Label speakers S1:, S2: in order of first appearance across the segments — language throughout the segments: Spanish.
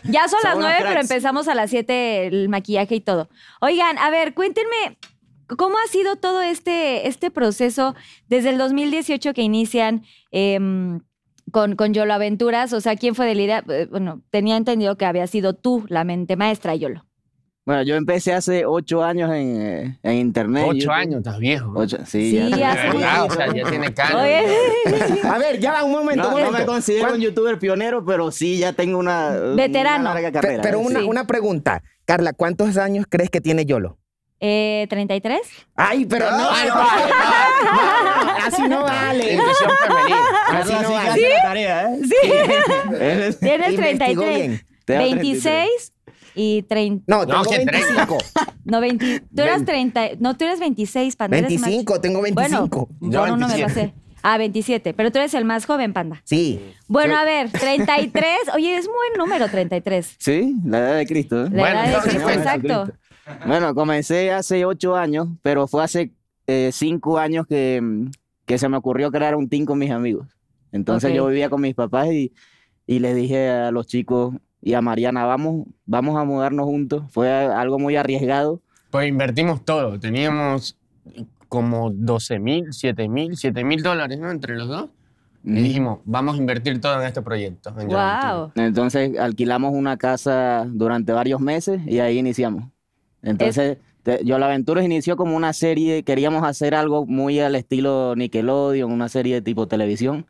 S1: Ya son las
S2: Son unos
S1: nueve, pero
S2: cracks.
S1: empezamos a las siete el maquillaje y todo. Oigan, a ver, cuéntenme cómo ha sido todo este, este proceso desde el 2018 que inician em, con, con Yolo Aventuras. O sea, ¿quién fue de la idea? Eh, Bueno, tenía entendido que había sido tú la mente maestra, Yolo.
S2: Bueno, yo empecé hace 8 años en, eh, en internet.
S3: Ocho
S2: YouTube.
S3: años, estás viejo.
S2: Ocho- sí,
S1: Sí,
S2: ya-
S1: ya
S3: De verdad, o sea, ya tiene cara.
S1: Oye,
S4: A ver, ya va, un momento,
S2: No,
S4: un
S2: no
S4: momento.
S2: me considero
S4: ¿Cuán-
S2: un youtuber pionero, pero sí ya tengo una, una
S1: Veterano.
S2: larga
S4: Pe-
S2: carrera.
S4: Pero
S2: ¿eh?
S4: una,
S2: Sí.
S4: una pregunta. Carla, ¿cuántos años crees que tiene Yolo?
S1: eh, ¿33?
S4: Ay, pero no.
S3: Ay, Ah, vale,
S4: no, no, así no vale.
S3: Inclusión femenina.
S4: Así
S2: Carla,
S4: no
S2: sí,
S4: vale.
S2: hace la tarea, ¿eh? Eres-
S1: Tienes
S4: Investigó
S1: 33.
S4: bien.
S2: Te da
S1: 26 y 30.
S4: No,
S3: No,
S4: tengo
S3: que
S4: 25.
S1: No, 20, tú eras 30. No, tú eras 26, Panda. eres más-
S4: 25, tengo 25.
S1: Bueno,
S3: Yo
S1: por uno me
S3: 27.
S1: pasé. Ah, 27. Pero tú eres el más joven, Panda.
S4: Sí.
S1: Bueno, a ver, 33. Oye, es buen número 33.
S2: Sí, la edad de Cristo. ¿eh?
S1: La
S3: Bueno,
S1: edad de
S3: no,
S1: Cristo,
S3: bueno,
S1: exacto.
S2: Bueno, comencé hace ocho años, pero fue hace eh, cinco años que, mm, que se me ocurrió crear un team con mis amigos. Entonces
S1: Ok.
S2: yo vivía con mis papás y, y les dije a los chicos y a Mariana, vamos, vamos a mudarnos juntos. Fue a- algo muy arriesgado.
S3: Pues invertimos todo. Teníamos como 12 mil, 7 mil, 7 mil dólares, ¿no? Entre los dos. Y dijimos, vamos a invertir todo en este proyecto. en Yo Aventura.
S1: Wow.
S2: Entonces alquilamos una casa durante varios meses y ahí iniciamos. Entonces, te- Yo la Aventuras inició como una serie, queríamos hacer algo muy al estilo Nickelodeon, una serie de tipo televisión,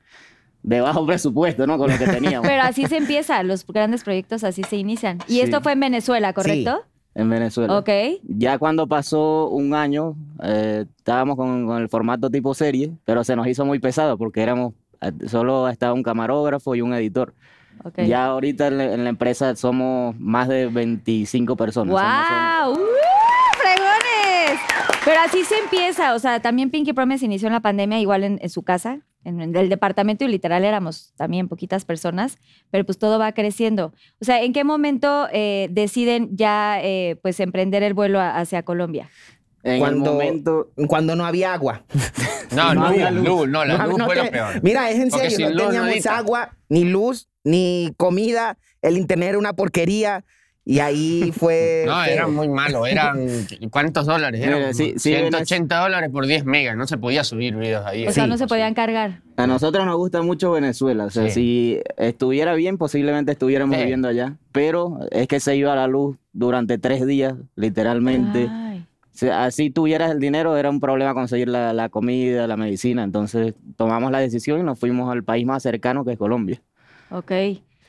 S2: de bajo presupuesto, ¿no? Con lo que teníamos.
S1: Pero así se empieza, los grandes proyectos así se inician. Y
S2: Sí.
S1: esto fue en Venezuela, ¿correcto?
S2: en Venezuela.
S1: Ok.
S2: Ya cuando pasó un año, eh, estábamos con, con el formato tipo serie, pero se nos hizo muy pesado porque éramos, eh, solo estaba un camarógrafo y un editor.
S1: ok.
S2: Ya ahorita en la, en la empresa somos más de 25 personas. somos- somos-
S1: ¡Wow! ¡Uh! ¡Fregones! Pero así se empieza. O sea, también Pinky Promise inició en la pandemia, igual en, en su casa, en, en el departamento, y literal éramos también poquitas personas, pero pues todo va creciendo. O sea, ¿en qué momento eh, deciden ya eh, pues emprender el vuelo a- hacia Colombia?
S2: En
S4: Cuando-
S2: el momento,
S4: Cuando no había agua.
S3: No,
S2: No
S3: no,
S2: había luz.
S3: luz. no, la
S4: No,
S3: luz
S4: no
S3: fue lo
S4: te-
S3: peor.
S4: Mira, es en
S3: Porque
S4: serio,
S3: sin
S4: no
S3: luz no
S4: teníamos
S3: necesitas.
S4: agua, ni luz, ni comida, el internet era una porquería y ahí fue...
S3: No,
S4: feo.
S3: era muy malo. Eran, ¿cuántos dólares?
S2: Mira,
S3: Eran
S2: sí, sí,
S3: 180 dólares por 10 megas. No se podía subir videos ahí.
S1: O sea,
S3: Sí.
S1: no se podían cargar.
S2: a nosotros nos gusta mucho Venezuela. O sea, si estuviera bien, posiblemente estuviéramos
S3: Sí.
S2: viviendo allá. Pero es que se iba la luz durante tres días, literalmente.
S1: Ay.
S2: O sea, así tuvieras el dinero, era un problema conseguir la, la comida, la medicina. Entonces tomamos la decisión y nos fuimos al país más cercano que es Colombia.
S1: Ok.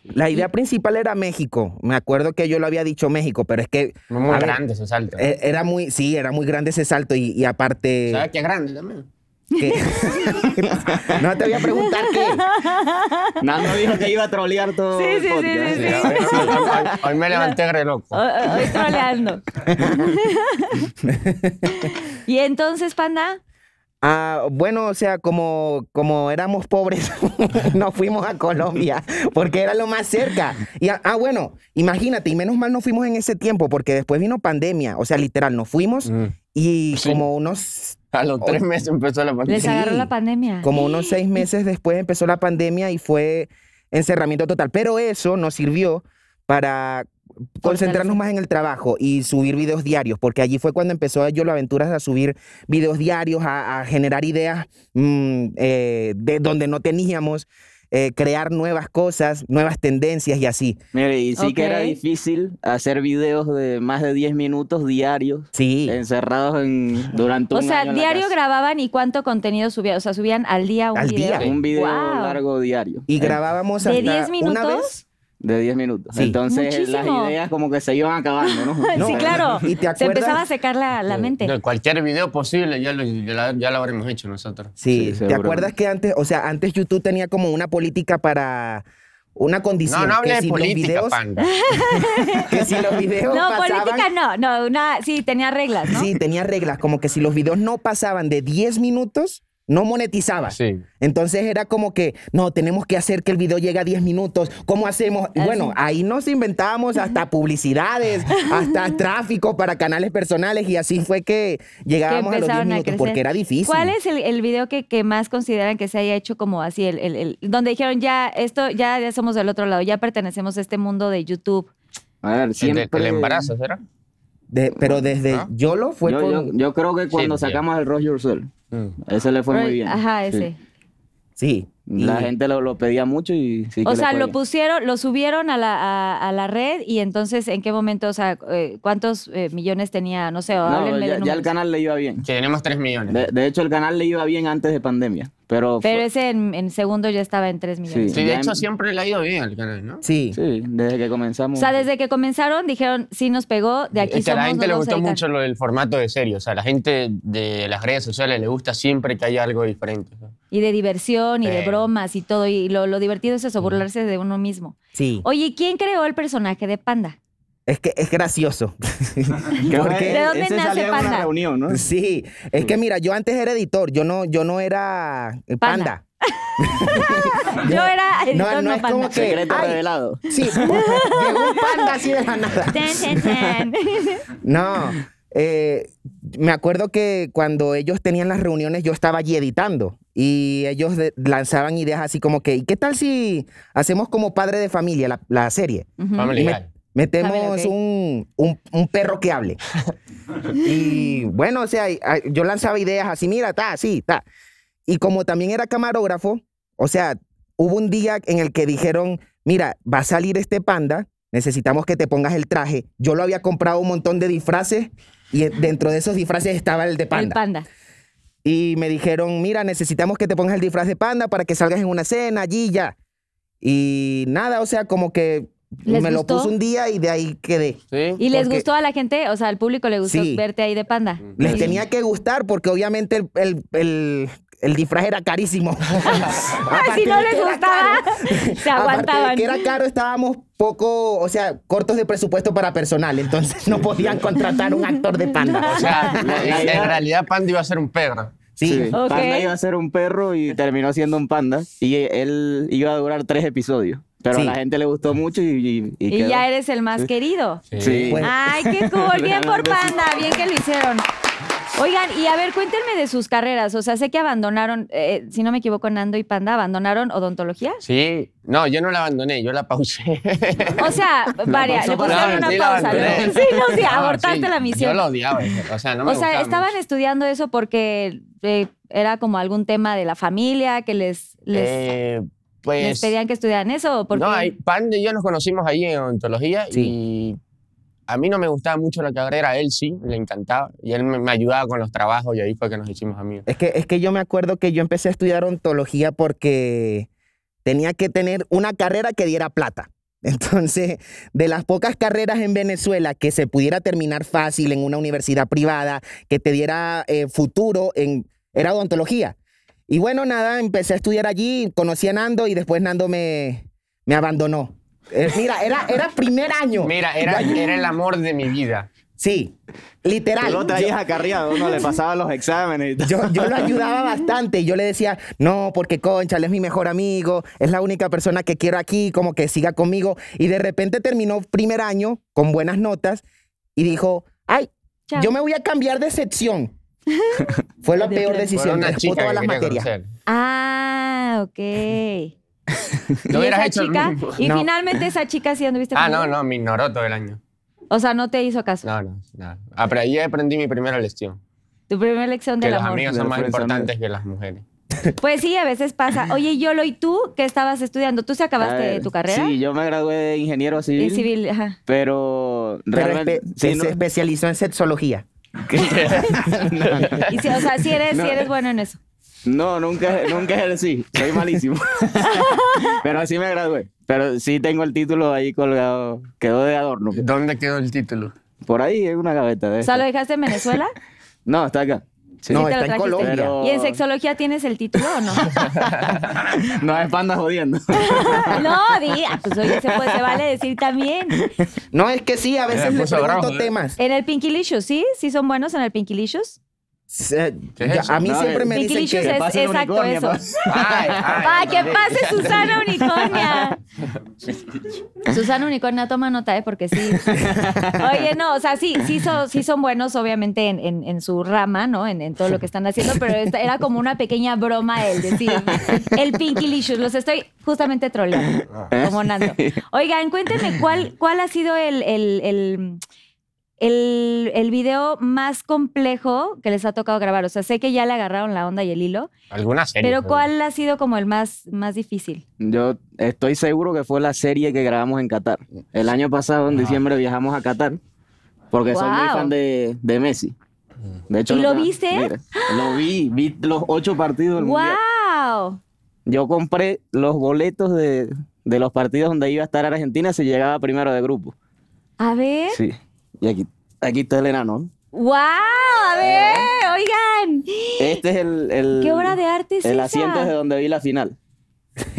S4: La idea principal era México. Me acuerdo que yo lo había dicho México, pero es que.
S3: Muy
S4: a ver,
S3: grande ese salto.
S4: eh, Era muy, sí, era muy grande ese salto y, y aparte.
S3: ¿Sabes qué es grande también?
S4: que- no te voy a preguntar qué.
S2: Nando dijo que iba a trolear todo
S1: Sí,
S2: el
S1: sí, sí,
S2: podcast.
S1: sí, Oh.
S3: Sí, hoy, hoy- hoy me levanté re loco.
S1: Hoy troleando. y entonces, panda,
S4: Ah, bueno, o sea, como, como éramos pobres, nos fuimos a Colombia, porque era lo más cerca. Y, a- ah, bueno, imagínate, y menos mal nos fuimos en ese tiempo, porque después vino pandemia. O sea, literal, nos fuimos y
S3: Mm. Sí.
S4: como unos
S3: A los tres meses empezó la
S1: les
S3: pandemia.
S4: Sí.
S1: agarró la pandemia.
S4: Como unos seis meses después empezó la pandemia y fue encerramiento total. Pero eso nos sirvió para concentrarnos más en el trabajo y subir videos diarios, porque allí fue cuando empezó Yo lo Aventuras a subir videos diarios, a, a generar ideas mm, eh, de donde no teníamos, eh, crear nuevas cosas, nuevas tendencias y así.
S2: Mire, y sí que era
S1: Ok.
S2: difícil hacer videos de más de 10 minutos diarios
S4: Sí.
S2: encerrados en, durante
S1: O
S2: un año
S1: sea,
S2: en la
S1: diario
S2: casa.
S1: grababan y cuánto contenido subían. O sea, subían al día un
S4: Al
S1: video.
S4: día. grababa.
S2: Un video
S1: Wow.
S2: largo diario.
S4: Y
S2: Eh,
S4: grabábamos hasta
S1: ¿De 10
S4: una
S1: minutos?
S4: vez
S2: De 10 minutos.
S4: Sí.
S2: Entonces
S1: Muchísimo.
S2: las ideas como que se iban acabando, ¿no?
S1: sí,
S4: No,
S1: claro.
S4: ¿y te
S1: Se
S4: acuerdas?
S1: empezaba a secar la, la mente.
S3: De cualquier video posible ya lo, ya la- ya lo habremos hecho nosotros.
S2: Sí,
S4: Sí, ¿te
S2: seguramente.
S4: acuerdas que antes, o sea, antes YouTube tenía como una política para una condición
S3: No, no
S4: que
S3: hables
S4: si
S3: de política,
S4: los videos,
S3: panda.
S4: que si los videos
S1: No,
S4: pasaban,
S1: política no. No, una, sí, tenía reglas, ¿no?
S4: sí, tenía reglas como que si los videos no pasaban de 10 minutos no monetizaba.
S3: Sí.
S4: Entonces era como que, no, tenemos que hacer que el video llegue a 10 minutos. ¿Cómo hacemos?
S1: Ah,
S4: Y Bueno, ahí nos inventábamos hasta publicidades, hasta tráfico para canales personales y así fue que
S1: que
S4: llegábamos a los 10
S1: empezaron a
S4: minutos
S1: crecer.
S4: porque era difícil.
S1: ¿Cuál es el, el video que, que más consideran que se haya hecho como así? El, el- el- donde dijeron, ya, esto, ya, ya somos del otro lado, ya pertenecemos a este mundo de YouTube.
S2: A ver,
S3: El, de-
S2: siempre...
S3: el embarazo, ¿será?
S4: De- pero desde
S3: ¿Ah?
S4: Yolo fue
S2: yo,
S4: con...
S2: yo- yo creo que cuando
S3: Sí,
S2: sacamos el Roger Yourself,
S4: Mm.
S2: ese le fue muy bien.
S1: Ajá,
S2: Sí.
S1: ese.
S4: Sí. y-
S2: La gente lo, lo pedía mucho y sí que
S1: O
S2: le
S1: sea,
S2: fue
S1: lo
S2: bien.
S1: pusieron, lo subieron a la, a, a la red y entonces, ¿en qué momento? O sea, eh, ¿cuántos eh, millones tenía? No sé,
S2: No,
S1: háblenme de
S2: ya, ya el
S1: números.
S2: canal le iba bien.
S3: Que tenemos 3 millones.
S2: De, de hecho, el canal le iba bien antes de pandemia, pero...
S1: Pero
S2: fue-
S1: ese en, en segundo ya estaba en 3 millones.
S3: sí, de
S2: ya
S3: hecho
S2: em-
S3: siempre le ha ido bien al canal, ¿no?
S4: Sí.
S2: Sí, desde que comenzamos.
S1: O sea, desde que comenzaron dijeron, sí nos pegó, de aquí
S3: Es que a
S1: somos,
S3: la
S1: nos
S3: gente le
S1: vamos a
S3: gustó
S1: dedicar".
S3: mucho lo del formato de serie. O sea, a la gente de las redes sociales le gusta siempre que haya algo diferente. ¿no?
S1: Y de diversión y de
S3: Sí.
S1: bromas y todo. Y lo, lo divertido es eso, burlarse de uno mismo.
S4: Sí,
S1: Oye, ¿quién creó el personaje de Panda?
S4: es que es gracioso.
S1: ¿De dónde
S2: Ese
S1: nace
S2: salía en una
S1: Panda?
S2: reunión, ¿no?
S4: Sí, es que mira, yo antes era editor, yo no, yo no era eh, panda.
S1: Yo era editor, no,
S4: no es
S1: Panda.
S4: como que-
S2: Secreto
S4: Ay.
S2: revelado.
S4: Sí, llegó un panda así de la nada.
S1: Tan, tan, tan.
S4: No, eh, me acuerdo que cuando ellos tenían las reuniones yo estaba allí editando y ellos de- lanzaban ideas así como que, ¿y qué tal si hacemos como padre de familia la, la serie?
S1: Ujú.
S3: Family
S4: Y me-
S3: Guy.
S4: metemos
S1: Family Guy.
S4: un, un- un perro que hable. y bueno, o sea, y- a- yo lanzaba ideas así, mira, está, así, está. Y como también era camarógrafo, o sea, hubo un día en el que dijeron, mira, va a salir este panda, necesitamos que te pongas el traje. Yo lo había comprado un montón de disfraces y eh, dentro de esos disfraces estaba el de
S1: El
S4: panda.
S1: Panda.
S4: Y me dijeron, mira, necesitamos que te pongas el disfraz de panda para que salgas en una cena allí y ya. Y nada, o sea, como que
S1: ¿Les
S4: me lo
S1: gustó?
S4: puse un día y de ahí quedé.
S3: Sí.
S1: ¿Y les
S4: Porque-
S1: gustó a la gente? O sea, al público le gustó
S4: Sí.
S1: verte ahí de Panda.
S4: Les tenía que gustar porque obviamente el, el- el- el disfraz era carísimo.
S1: Ay, Ah, si
S4: Aparte
S1: no
S4: de
S1: les
S4: que era
S1: gustaba,
S4: caro,
S1: se
S4: Aparte
S1: aguantaban.
S4: de que era caro, estábamos poco, o sea, cortos de presupuesto para personal, entonces no podían contratar un actor de panda.
S3: O sea,
S2: La- la-
S3: en realidad Panda iba a ser un perro.
S4: Sí,
S1: Ok.
S2: Panda iba a ser un perro y terminó siendo un panda. Y él iba a durar tres episodios. Pero a
S4: Sí.
S2: la gente le gustó mucho y, y, y
S1: Y
S2: quedó.
S1: ya eres el más querido.
S2: Sí.
S4: Bueno.
S1: Ay, qué cool. Bien por
S2: Realmente sí.
S1: Panda, bien que lo hicieron. Oigan, y a ver, cuéntenme de sus carreras. O sea, sé que abandonaron, eh, si no me equivoco, Nando y Panda, abandonaron odontología.
S3: Sí. No, yo no la abandoné, yo la pausé.
S1: O sea, varias.
S2: pausó
S1: Le
S2: por
S1: pusieron
S2: ahora,
S1: una
S2: sí
S3: la
S1: pausa.
S3: abandoné.
S1: ¿no? Sí, no, sí,
S3: No,
S1: abortaste
S3: sí,
S1: la misión.
S3: Yo la odiaba. O sea, no me
S1: o sea,
S3: gustaba
S1: estaban
S3: mucho.
S1: estudiando eso porque eh, era como algún tema de la familia que les, les,
S3: Eh, pues,
S1: les pedían que estudiaran eso. ¿o por
S3: no,
S1: qué?
S3: ahí- Panda y yo nos conocimos ahí en odontología y a mí no me gustaba mucho la carrera, a él sí, le encantaba. Y él me, me ayudaba con los trabajos y ahí fue que nos hicimos amigos.
S4: Es que, es que yo me acuerdo que yo empecé a estudiar ontología porque tenía que tener una carrera que diera plata. Entonces, de las pocas carreras en Venezuela que se pudiera terminar fácil en una universidad privada, que te diera eh, futuro, en, era odontología. Y bueno, nada, empecé a estudiar allí, conocí a Nando y después Nando me, me abandonó. Eh, mira, era, era primer año.
S3: Mira, era, era el amor de mi vida.
S4: Sí, literal.
S5: Tú lo
S4: Yo-
S5: traías acarreado, ¿no? Le pasaba los exámenes y todo.
S4: yo, yo lo ayudaba bastante. y Yo le decía, no, porque Conchal es mi mejor amigo, es la única persona que quiero aquí, como que siga conmigo. Y de repente terminó primer año con buenas notas y dijo, ay,
S1: Chao.
S4: yo me voy a cambiar de sección. Fue la peor
S3: Fue
S4: decisión.
S3: una
S4: raspó
S3: chica
S4: todas
S3: que
S4: las
S3: quería
S4: materias.
S3: conocer.
S1: Ah, ok. ¿Y
S3: Lo hubieras
S1: esa
S3: hecho.
S1: chica? Y
S4: No.
S1: finalmente esa chica sí anduviste
S3: Ah,
S1: con
S3: no,
S1: ella?
S3: no, me ignoró todo el año.
S1: O sea, no te hizo caso.
S3: No, no, no. Ah, pero ahí aprendí mi primera lección.
S1: Tu primera lección
S3: Que
S1: del
S3: los
S1: amor.
S3: amigos son más
S5: Del friendzone.
S3: importantes que las mujeres.
S1: Pues sí, a veces pasa. Oye, Yolo, ¿y tú qué estabas estudiando? ¿Tú se
S2: A
S1: acabaste
S4: Ah,
S2: ver,
S1: tu carrera?
S2: Sí, yo me gradué de ingeniero civil.
S1: En civil, este, ajá.
S2: Pero
S4: Pero
S2: realmente.
S4: espe-
S2: sí,
S4: se
S2: no-
S4: especializó en sexología.
S1: Y sí, o sea, si eres, sí eres bueno en eso.
S2: No, nunca, nunca ejercí. Soy malísimo. Pero así me gradué. Pero sí tengo el título ahí colgado. Quedó de adorno.
S3: ¿Dónde quedó el título?
S2: Por ahí en una gaveta. De
S1: O sea,
S2: estas.
S1: ¿lo dejaste en Venezuela?
S2: No, está acá.
S1: Sí,
S4: Este. no,
S1: te lo
S4: está en
S1: trajiste.
S4: Colombia.
S2: Pero-
S1: ¿Y en sexología tienes el título o no?
S2: No es panda jodiendo.
S1: no, diga, pues oye, se, puede, se vale decir también.
S4: No, es que sí, a veces le
S3: puso
S4: pregunto
S3: bravo, ¿eh?
S4: temas.
S1: En el Pinkilicious, ¿sí? ¿Sí son buenos en el Pinkilicious?
S4: Se-
S3: ¿Qué es
S4: ya-
S3: eso?
S4: a mí
S2: No,
S4: siempre
S2: eh,
S4: me dicen
S1: Pinkilicious
S4: que...
S1: es
S2: pase el
S1: exacto
S2: unicornio,
S1: eso.
S2: pa-
S3: Ay,
S1: ¡Ah,
S3: ay,
S1: que pase Susana Unicornia! Susana Unicornia, toma nota, ¿eh? Porque sí. Oye, no, o sea, sí, sí, son, sí son buenos, obviamente, en, en- en su rama, ¿no? En, en todo lo que están haciendo, pero esta- era como una pequeña broma el decir el Pinkilicious. Los estoy justamente troleando, como Nando. Oigan, cuéntenme, ¿cuál, cuál ha sido el... el- el- el- el video más complejo que les ha tocado grabar. O sea, sé que ya le agarraron la onda y el hilo,
S3: Alguna serie.
S1: pero ¿cuál ha sido como el más, más difícil?
S2: Yo estoy seguro que fue la serie que grabamos en Qatar. El año pasado, en diciembre, viajamos a Qatar porque soy muy
S1: Guau.
S2: fan de, de Messi. De hecho,
S1: ¿Y lo
S2: que-
S1: viste?
S2: mira, lo vi, vi los ocho partidos del Mundial.
S1: ¡Wow!
S2: Yo compré los boletos de, de los partidos donde iba a estar Argentina si llegaba primero de grupo.
S1: A ver.
S2: Sí. Y aquí, aquí está el enano.
S1: ¡Wow! A ver, oigan.
S2: Este es el. el-
S1: ¿Qué obra de arte es
S2: El
S1: esa?
S2: asiento es de donde vi la final.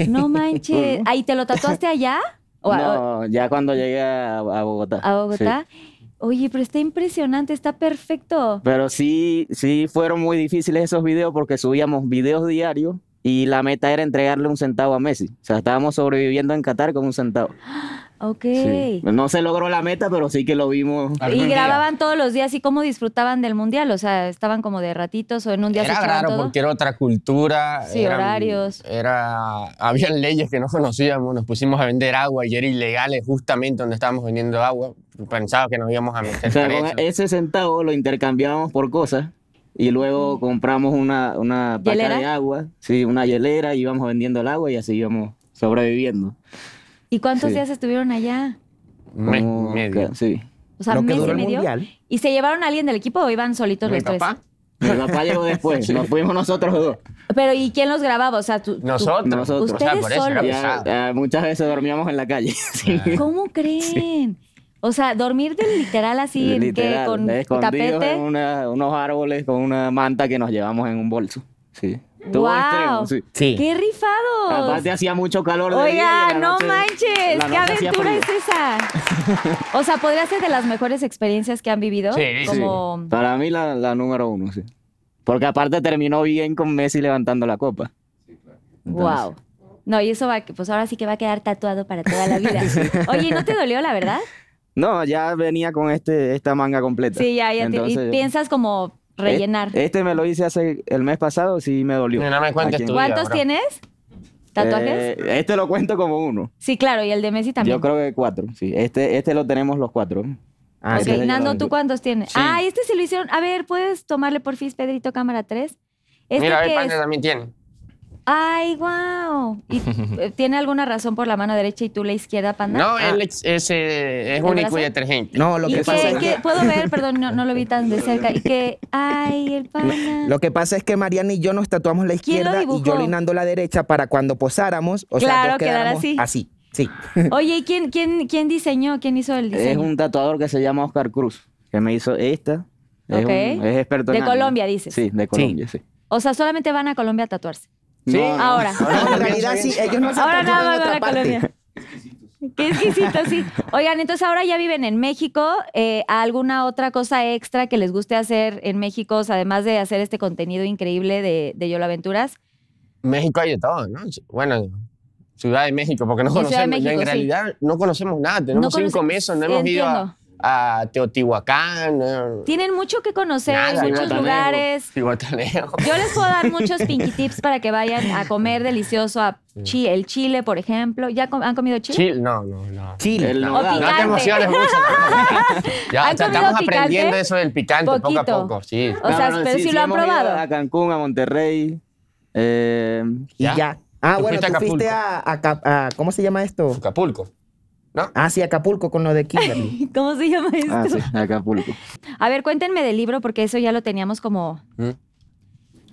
S1: No manches. ¿Ahí te lo tatuaste allá? ¿O a-
S2: no, ya cuando llegué a, a Bogotá.
S1: ¿A
S2: Sí.
S1: Bogotá? Oye, pero está impresionante, está perfecto.
S2: Pero sí, sí fueron muy difíciles esos videos porque subíamos videos diarios y la meta era entregarle un centavo a Messi. O sea, estábamos sobreviviendo en Qatar con un centavo.
S1: Ok.
S2: Sí. No se logró la meta, pero sí que lo vimos.
S1: Y
S3: Algún día.
S1: grababan todos los días y cómo disfrutaban del mundial, o sea, estaban como de ratitos o en un día se
S3: Era
S1: echaban
S3: raro
S1: todo.
S3: porque era otra cultura.
S1: Sí,
S3: eran-
S1: horarios.
S3: Era, habían leyes que no conocíamos, nos pusimos a vender agua y era ilegales justamente donde estábamos vendiendo agua. Pensaba que nos íbamos a meter
S2: O sea,
S3: presos.
S2: con e- ese centavo lo intercambiábamos por cosas y luego compramos una, una paca
S1: ¿Hielera?
S2: de agua, sí, una hielera, y íbamos vendiendo el agua y así íbamos sobreviviendo.
S1: ¿Y cuántos
S2: Sí.
S1: días estuvieron allá?
S3: Me-
S2: Como
S3: medio.
S2: que- Sí.
S1: O sea,
S4: Lo que
S1: mes
S4: duró
S1: y
S4: el
S1: medio.
S4: mundial.
S1: ¿Y se llevaron a alguien del equipo o iban solitos
S3: Mi
S1: los tres?
S3: papá,
S2: Mi papá llegó después, nos fuimos nosotros dos.
S1: Pero ¿y quién los grababa? O sea, tú, tú-
S3: nosotros.
S2: Nosotros.
S3: O sea, por
S1: Ustedes
S3: eso era
S1: solos.
S2: Ya,
S3: pesado.
S2: ya muchas veces dormíamos en la calle. Sí.
S1: ¿Cómo creen? O sea, dormir de literal así, ¿en qué?
S2: Literal,
S1: con
S2: escondidos
S1: tapete.
S2: en una- unos árboles con una manta que nos llevamos en un bolso. Sí. Todo
S1: ¡Wow!
S2: extremo, sí.
S4: Sí.
S1: ¡Qué rifados!
S2: Aparte hacía mucho calor de día y
S1: Oiga,
S2: en la
S1: no
S2: noche-
S1: manches,
S2: en la
S1: qué
S2: noche hacía
S1: aventura
S2: frío.
S1: es esa. O sea, podría ser de las mejores experiencias que han vivido.
S3: Sí, sí.
S1: como
S2: Para mí la, la número uno, sí. Porque aparte terminó bien con Messi levantando la copa.
S1: wow. No, y eso va, que- pues ahora sí que va a quedar tatuado para toda la vida. Oye, ¿y ¿no te dolió la verdad?
S2: No, ya venía con este, esta manga completa.
S1: Sí, ya, ya te-
S2: Entonces,
S1: y piensas como rellenar.
S2: Este, me lo hice hace el mes pasado, sí me dolió.
S3: No, no me cuentes
S2: Aquí en-
S3: tu vida,
S1: ¿Cuántos
S3: bro.
S1: tienes? ¿Tatuajes?
S2: Eh, este lo cuento como uno.
S1: Sí, claro, y el de Messi también.
S2: Yo creo que cuatro, sí. Este, este lo tenemos los cuatro.
S4: Ah,
S1: ok,
S4: sí.
S2: sí.
S1: Nando, ¿tú cuántos tienes?
S3: Sí.
S1: Ah, este se lo hicieron. A ver, ¿puedes tomarle por fin, Pedrito, cámara 3? ¿Este
S3: Mira, a ver,
S1: qué
S3: Panda
S1: es?
S3: también tiene.
S1: Ay, wow. ¿Y eh, tiene alguna razón por la mano derecha y tú la izquierda, Panda?
S3: No,
S2: Ah.
S4: Ah,
S3: él es, es, eh, es
S1: ¿El
S3: único
S1: brazo?
S3: y detergente.
S4: No, lo
S1: ¿Y
S4: que
S1: qué,
S4: pasa es
S1: qué-
S4: que...
S1: puedo ver? Perdón, no, no lo vi tan de cerca. Y que, ay, el pana.
S4: Lo que pasa es que Mariana y yo nos tatuamos la
S1: ¿Quién lo
S4: izquierda y
S1: dibujó?
S4: yo linando la derecha para cuando posáramos, o sea,
S1: Claro,
S4: dos
S1: quedar
S4: quedáramos
S1: así.
S4: así. Sí.
S1: Oye, ¿y quién, quién, quién diseñó? ¿Quién hizo el diseño?
S2: Es un tatuador que se llama Oscar Cruz, que me hizo esta. Es,
S1: Ok.
S2: un- es experto en
S1: De
S2: anime.
S1: Colombia, dices.
S2: Sí, de Colombia, sí.
S1: O sea, solamente van a Colombia a tatuarse.
S3: Sí.
S2: No, no.
S1: Ahora.
S3: Ah,
S4: No, en realidad sí, ellos no se
S1: Ahora
S4: están
S1: nada
S4: yendo
S1: más
S4: en
S1: van
S4: otra
S1: a
S4: parte.
S1: Colombia. Qué exquisito, sí. Oigan, entonces ahora ya viven en México. Eh, ¿Alguna otra cosa extra que les guste hacer en México? O sea, además de hacer este contenido increíble de, de Yolo Aventuras.
S3: México hay de todo, ¿no? Bueno, Ciudad de México, porque no
S1: En Ciudad de
S3: conocemos. yo en
S1: México, sí.
S3: realidad no conocemos nada. Tenemos
S1: No
S3: cinco
S1: conoce-
S3: meses, no hemos ido a,
S1: Entiendo.
S3: a Teotihuacán. no-
S1: Tienen mucho que conocer,
S3: nada,
S1: muchos
S3: Guataneo,
S1: lugares.
S3: Guataneo.
S1: Yo les puedo dar muchos pinky tips para que vayan a comer delicioso a chi- el chile, por ejemplo. ¿Ya com- han comido chile?
S3: Chile, no, no, no.
S4: Chile.
S2: El
S1: O
S2: nogado.
S3: No te
S1: Picante.
S3: emociones mucho. tampoco. ya,
S1: ¿Han
S3: o sea,
S1: comido
S3: estamos
S1: picante?
S3: aprendiendo eso del picante poco a
S1: Poquito.
S3: poco. Sí.
S1: O sea, pero sí lo han
S2: hemos ido
S1: probado.
S2: A Cancún, a Monterrey. eh,
S4: Y
S3: Ya.
S4: ya. Ah,
S3: Tú
S4: bueno,
S3: fuiste a
S4: tú fuiste a, Acap- a- ¿Cómo se llama esto?
S3: Acapulco.
S4: Ah, sí, Acapulco con lo de Kimberly.
S1: ¿Cómo se llama esto?
S2: ah, sí, Acapulco.
S1: A ver, cuéntenme del libro porque eso ya lo teníamos como...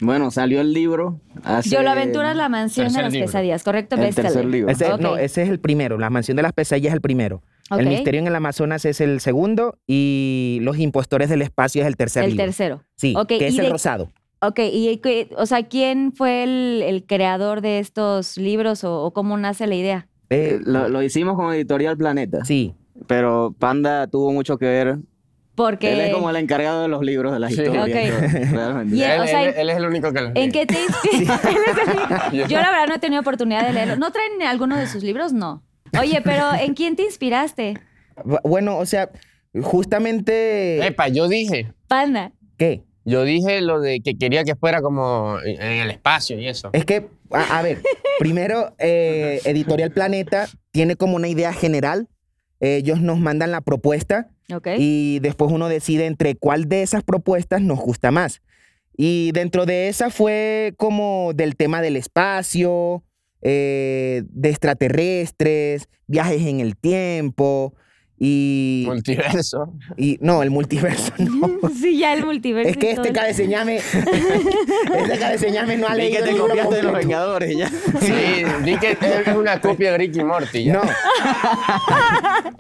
S2: Bueno, salió el libro. hace-
S1: Yo lo aventuras la mansión de
S3: tercer
S1: las
S3: libro.
S1: pesadillas, ¿correcto?
S2: El
S1: Bestseller.
S2: tercer libro.
S4: ese,
S1: Ok.
S4: No, ese es el primero. La mansión de las pesadillas es el primero. El
S1: Ok.
S4: misterio en el Amazonas es el segundo y los impostores del espacio es el tercer
S1: El
S4: libro.
S1: tercero.
S4: Sí,
S1: Ok,
S4: que es
S1: y
S4: el
S1: de-
S4: rosado.
S1: Ok, y, qué- o sea, ¿quién fue el, el creador de estos libros o, o cómo nace la idea?
S4: Eh,
S2: Eh, lo, lo hicimos con Editorial Planeta.
S4: sí.
S2: Pero Panda tuvo mucho que ver.
S1: Porque...
S2: Él es como el encargado de los libros de las
S3: Sí.
S2: historias.
S1: Ok.
S2: entonces, realmente.
S1: Y-
S3: Él,
S1: o sea,
S3: él-
S1: ¿en-
S3: él es el único que lo
S1: ¿En
S3: lee.
S1: qué te inspiras? Él es el-
S3: Yo-
S1: Yo la verdad no he tenido oportunidad de leerlo. ¿No traen alguno de sus libros? No. Oye, pero ¿en quién te inspiraste?
S4: Bu- Bueno, o sea, justamente...
S3: Epa, yo dije.
S1: Panda.
S4: ¿Qué?
S3: Yo dije lo de que quería que fuera como en en el espacio y eso.
S4: Es que, a, a ver, primero, eh, Editorial Planeta tiene como una idea general. Ellos nos mandan la propuesta
S1: Ok.
S4: y después uno decide entre cuál de esas propuestas nos gusta más. Y dentro de esa fue como del tema del espacio, eh, de extraterrestres, viajes en el tiempo y,
S3: Multiverso.
S4: y- no, el multiverso no.
S1: Sí, ya el multiverso.
S4: Es que
S1: y todo
S4: este
S1: el-
S4: cabeceñame, este cabeceñame no ha
S6: Vi
S4: leído
S6: que
S4: el
S6: te
S4: libro
S6: copiaste de los
S4: completo.
S6: Vengadores ya.
S3: Sí, di que es una copia de Ricky Morty. ya.
S4: No.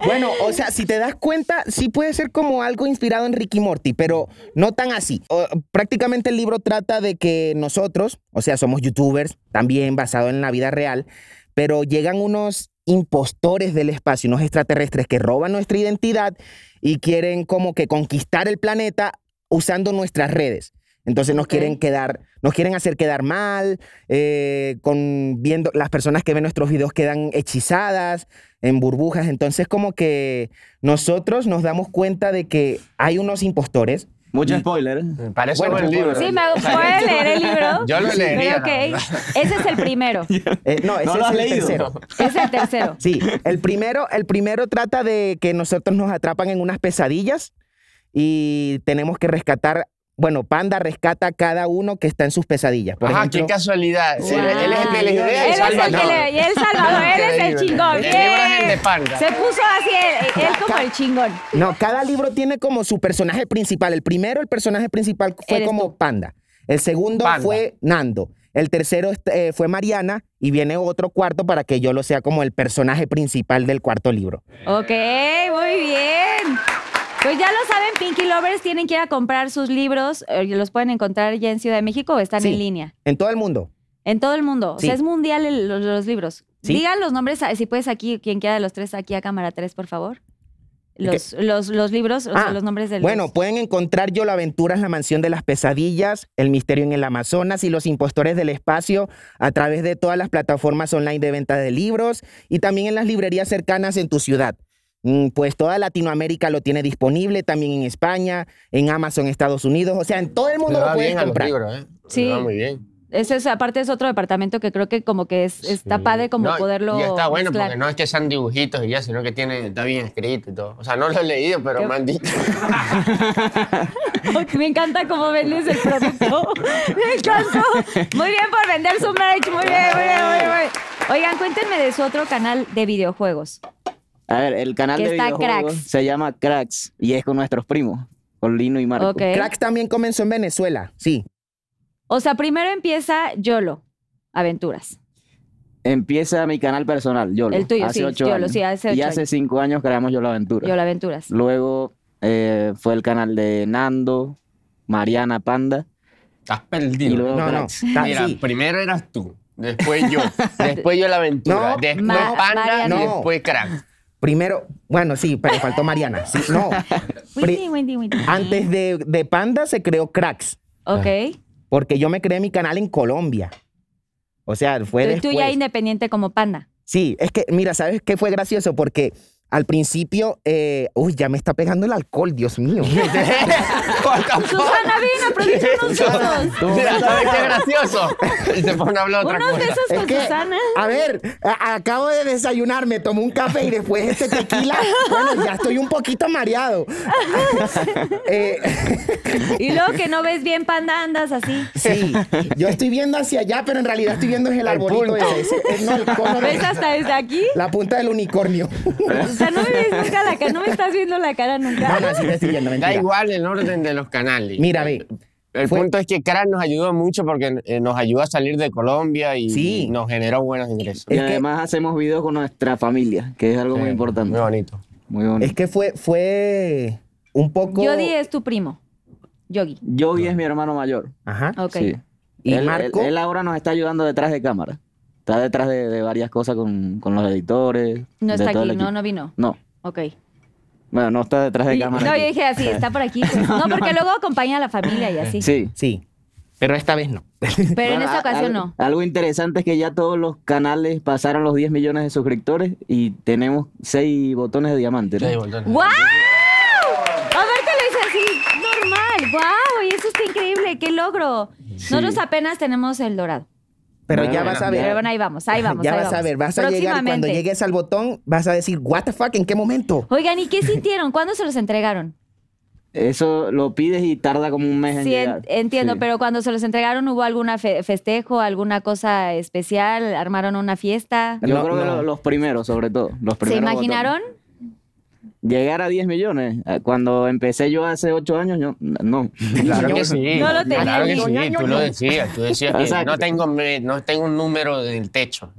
S4: bueno, o sea, si te das cuenta, sí puede ser como algo inspirado en Ricky Morty, pero no tan así. O- prácticamente el libro trata de que nosotros, o sea, somos youtubers, también basado en la vida real, pero llegan unos impostores del espacio, unos extraterrestres que roban nuestra identidad y quieren como que conquistar el planeta usando nuestras redes. Entonces nos
S1: Ok.
S4: quieren quedar, nos quieren hacer quedar mal, eh, con viendo las personas que ven nuestros videos quedan hechizadas en burbujas. Entonces como que nosotros nos damos cuenta de que hay unos impostores.
S6: Mucho spoiler. ¿eh?
S3: Para eso
S4: Bueno,
S3: es el libro.
S1: Sí, me hago, ¿puedo leer el libro?
S3: Yo lo leería, la
S1: Pero ok, ese es el primero.
S4: Eh, no, ese
S6: lo has
S4: es el
S6: leído?
S4: tercero.
S1: Es el tercero.
S4: Sí, el primero, el primero trata de que nosotros nos atrapan en unas pesadillas y tenemos que rescatar. Bueno, Panda rescata a cada uno que está en sus pesadillas. Por
S3: Ajá,
S4: ejemplo,
S3: qué casualidad. Sí,
S1: Wow.
S3: Él es el que les idea
S1: Él
S3: y
S1: es
S3: salva
S1: el
S3: a
S1: que
S3: todos.
S1: le y el salvador, él es el
S3: Increíble.
S1: chingón.
S3: El libro es el de
S1: bien.
S3: Panda.
S1: Se puso así, él, él como el chingón.
S4: No, cada libro tiene como su personaje principal. El primero, el personaje principal fue
S1: Eres
S4: como Panda. El segundo
S3: Panda.
S4: fue Nando. El tercero este, eh, fue Mariana y viene otro cuarto para que yo lo sea como el personaje principal del cuarto libro.
S1: Ok, muy bien. Pues ya lo saben, Pinky Lovers tienen que ir a comprar sus libros. eh, Los pueden encontrar ya en Ciudad de México o están
S4: Sí.
S1: en línea.
S4: En todo el mundo.
S1: En todo el mundo. O sea,
S4: Sí.
S1: es mundial el- los, los libros.
S4: Sí.
S1: Digan los nombres, ah, si puedes aquí, quien quiera de los tres, aquí a cámara tres, por favor. Los, los, los libros, o sea,
S4: Ah,
S1: los nombres de los...
S4: Bueno, pueden encontrar Yo la Aventuras, La Mansión de las Pesadillas, El Misterio en el Amazonas y Los Impostores del Espacio a través de todas las plataformas online de venta de libros y también en las librerías cercanas en tu ciudad. Mm, Pues toda Latinoamérica lo tiene disponible, también en España, en Amazon, Estados Unidos, o sea, en todo el
S3: Le
S4: mundo lo
S3: va
S4: puedes
S3: bien a los
S4: comprar.
S3: libros, ¿eh?
S1: Sí.
S3: Le va muy bien.
S1: Ese es, aparte es otro departamento que creo que como que es, está
S3: Sí.
S1: padre como
S3: No,
S1: poderlo
S3: Y está bueno
S1: mezclar.
S3: porque no es que sean dibujitos y ya, sino que tiene, está bien escrito y todo. O sea, no lo he leído, pero
S1: Qué-
S3: me han dicho.
S1: Ok, Me encanta cómo vendes el producto. Me encantó. Muy bien por vender su merch. Muy bien, muy bien, muy bien, muy bien. Oigan, cuéntenme de su otro canal de videojuegos.
S2: A ver, el canal
S1: Que
S2: de
S1: está
S2: videojuegos
S1: Cracks.
S2: se llama Cracks y es con nuestros primos, con Lino y Marco.
S1: Ok.
S4: Cracks también comenzó en Venezuela, sí.
S1: O sea, primero empieza YOLO, aventuras.
S2: empieza mi canal personal, Yolo.
S1: El tuyo,
S2: hace
S1: sí,
S2: ocho
S1: Yolo,
S2: años.
S1: sí, hace
S2: y
S1: ocho
S2: hace
S1: años.
S2: cinco años creamos Yolo Aventura.
S1: Yo la aventuras.
S2: Luego eh, fue el canal de Nando, Mariana Panda.
S3: Estás
S2: Y
S3: perdido.
S2: luego
S4: No, no.
S2: Drax.
S4: ta-
S3: Mira,
S4: sí.
S3: primero eras tú, después yo, después yo la
S4: No,
S3: aventura, después
S1: Ma-
S3: Panda,
S1: Mariana.
S3: y después Crack.
S4: Primero, bueno, sí, pero faltó Mariana. Sí, no. Pri- Ah,
S1: Wendy, Wendy, Wendy.
S4: Antes de, de Panda se creó Cracks,
S1: Ok.
S4: porque yo me creé mi canal en Colombia. O sea, fue
S1: Tú, tú
S4: después.
S1: ya independiente como panda.
S4: Sí, es que, mira, ¿sabes qué fue gracioso? Porque al principio, eh, uy, ya me está pegando el alcohol, Dios mío.
S3: Ah.
S1: Susana vino, produce unos besos.
S3: Mira, ¿sabes qué gracioso? Y se pone a hablar otra
S1: Unos
S3: cosa.
S1: besos
S4: Es
S1: con
S4: que,
S1: Susana.
S4: a ver, a- acabo de desayunar, me tomo un café y después este tequila. Bueno, ya estoy un poquito mareado. Eh,
S1: Y luego que no ves bien panda, andas así.
S4: sí, yo estoy viendo hacia allá, pero en realidad estoy viendo es el arbolito
S3: punto.
S4: ese, ese- eh, no, el cono de-
S1: ¿Ves hasta desde aquí?
S4: la punta del unicornio.
S1: O sea, no me ves nunca la cara, no me estás viendo la cara
S4: No, no,
S1: nunca.
S4: sí te estoy viendo,
S3: Da
S4: mentira.
S3: igual el orden de los canales.
S4: Mira, ve.
S3: El
S4: Fue-
S3: punto es que Crack nos ayudó mucho porque eh, nos ayudó a salir de Colombia y
S4: Sí.
S3: nos generó buenos ingresos.
S2: Y
S4: Es que-
S2: además hacemos videos con nuestra familia, que es algo muy
S3: Sí,
S2: importante.
S3: Muy bonito.
S2: Muy bonito.
S4: Es que fue, fue un poco.
S1: Yodi es tu primo. Yogi.
S2: Yogi es mi hermano mayor.
S4: Ajá.
S1: Ok.
S2: Sí.
S4: ¿Y
S2: él, él-
S4: Marco?
S2: Él, ahora nos está ayudando detrás de cámara. Está detrás de, de varias cosas con, con los editores.
S1: No
S2: de
S1: está
S2: todo el
S1: aquí, no,
S2: equipo.
S1: no vino.
S2: No.
S1: Ok.
S2: Bueno, no está detrás de
S1: Y-
S2: cámara.
S1: no,
S2: aquí.
S1: yo dije así, está por aquí. pues. No, porque luego acompaña a la familia y así.
S2: Sí.
S4: Sí. Pero esta vez no.
S1: Pero en
S2: Bueno,
S1: esta
S2: a-
S1: ocasión
S2: al-
S1: no.
S2: Algo interesante es que ya todos los canales pasaron los 10 millones de suscriptores y tenemos 6 botones de diamante. ¿no?
S3: Sí, volvemos.
S1: ¡Wow! A ver que lo hice así, normal. ¡Wow! Y eso está increíble, qué logro. Nosotros apenas tenemos el dorado.
S4: Pero
S2: Bueno,
S4: ya vas a ver.
S1: Pero bueno, ahí vamos, ahí vamos.
S4: ya
S1: ahí
S4: vas a
S1: vamos.
S4: ver, vas a llegar. Cuando
S1: Próximamente.
S4: llegues al botón, vas a decir, ¿What the fuck? ¿En qué momento?
S1: Oigan, ¿y qué sintieron? ¿Cuándo se los entregaron?
S2: Eso lo pides y tarda como un mes en
S1: Sí, en-
S2: llegar.
S1: entiendo,
S2: Sí.
S1: pero cuando se los entregaron, ¿hubo algún festejo, alguna cosa especial? ¿Armaron una fiesta?
S2: Yo
S4: No,
S2: creo que
S4: no.
S2: lo- los primeros, sobre todo. Los
S1: ¿Se
S2: primeros
S1: imaginaron?
S2: botones. Llegar a 10 millones. Eh, Cuando empecé yo hace 8 años, yo no.
S3: Claro que sí.
S1: No lo tenía
S3: Claro que
S1: ni-
S3: sí, tú lo decías. Tú decías que
S2: Exacto.
S3: no tengo, me- no tengo un número del techo.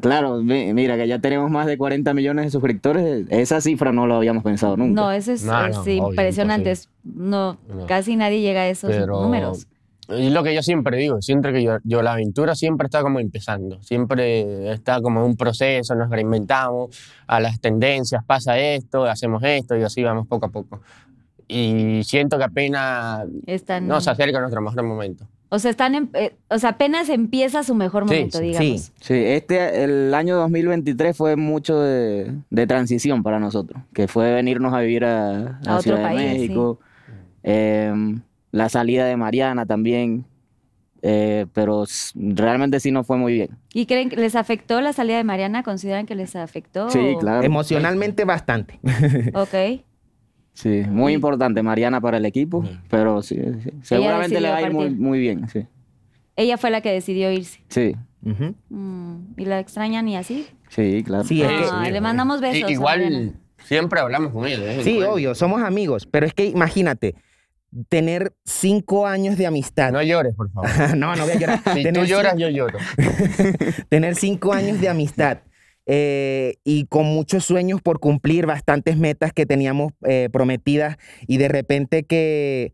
S2: Claro, mi- mira que ya tenemos más de 40 millones de suscriptores. Esa cifra no lo habíamos pensado nunca.
S1: No, eso es,
S3: No, no,
S1: es
S3: obvio,
S1: impresionante.
S3: imposible.
S1: Es- No,
S3: No.
S1: casi nadie llega a esos
S3: Pero
S1: números.
S3: es lo que yo siempre digo, siempre que yo, yo la aventura siempre está como empezando, siempre está como en un proceso, nos reinventamos a las tendencias, pasa esto, hacemos esto y así vamos poco a poco. Y siento que apenas
S1: Están,
S3: nos acerca nuestro mejor momento.
S1: o sea, están, en- eh, o sea, apenas empieza su mejor
S3: Sí,
S1: momento,
S3: sí,
S1: digamos.
S2: Sí, este, el año 2023 fue mucho de, de transición para nosotros, que fue venirnos a vivir a,
S1: A
S2: a
S1: otro
S2: Ciudad
S1: país,
S2: de México, em, la salida de Mariana también, eh, pero s- realmente sí nos fue muy bien.
S1: ¿Y creen que les afectó la salida de Mariana? ¿Consideran que les afectó?
S2: Sí,
S1: o-
S2: claro.
S4: Emocionalmente bastante.
S1: Ok.
S2: Sí, muy importante Mariana para el equipo, pero sí, sí, seguramente le
S1: decidió
S2: va a ir muy,
S1: partir.
S2: muy bien, sí.
S1: Ella fue la que decidió irse.
S2: Sí,
S4: Ujú.
S1: Mm, ¿Y la extrañan y así?
S2: sí, claro.
S4: Sí, es que-
S1: Ay, le mandamos besos.
S3: I-
S1: a Mariana.
S3: igual siempre hablamos con ¿eh? ella. de vez en
S4: Sí,
S3: cuando.
S4: obvio, somos amigos. Pero es que imagínate, tener cinco años de amistad.
S3: No llores, por favor.
S4: no, no voy a llorar.
S3: Si tú
S4: Tener
S3: lloras, yo lloro.
S4: tener cinco años de amistad eh, y con muchos sueños por cumplir, bastantes metas que teníamos eh, prometidas y de repente que,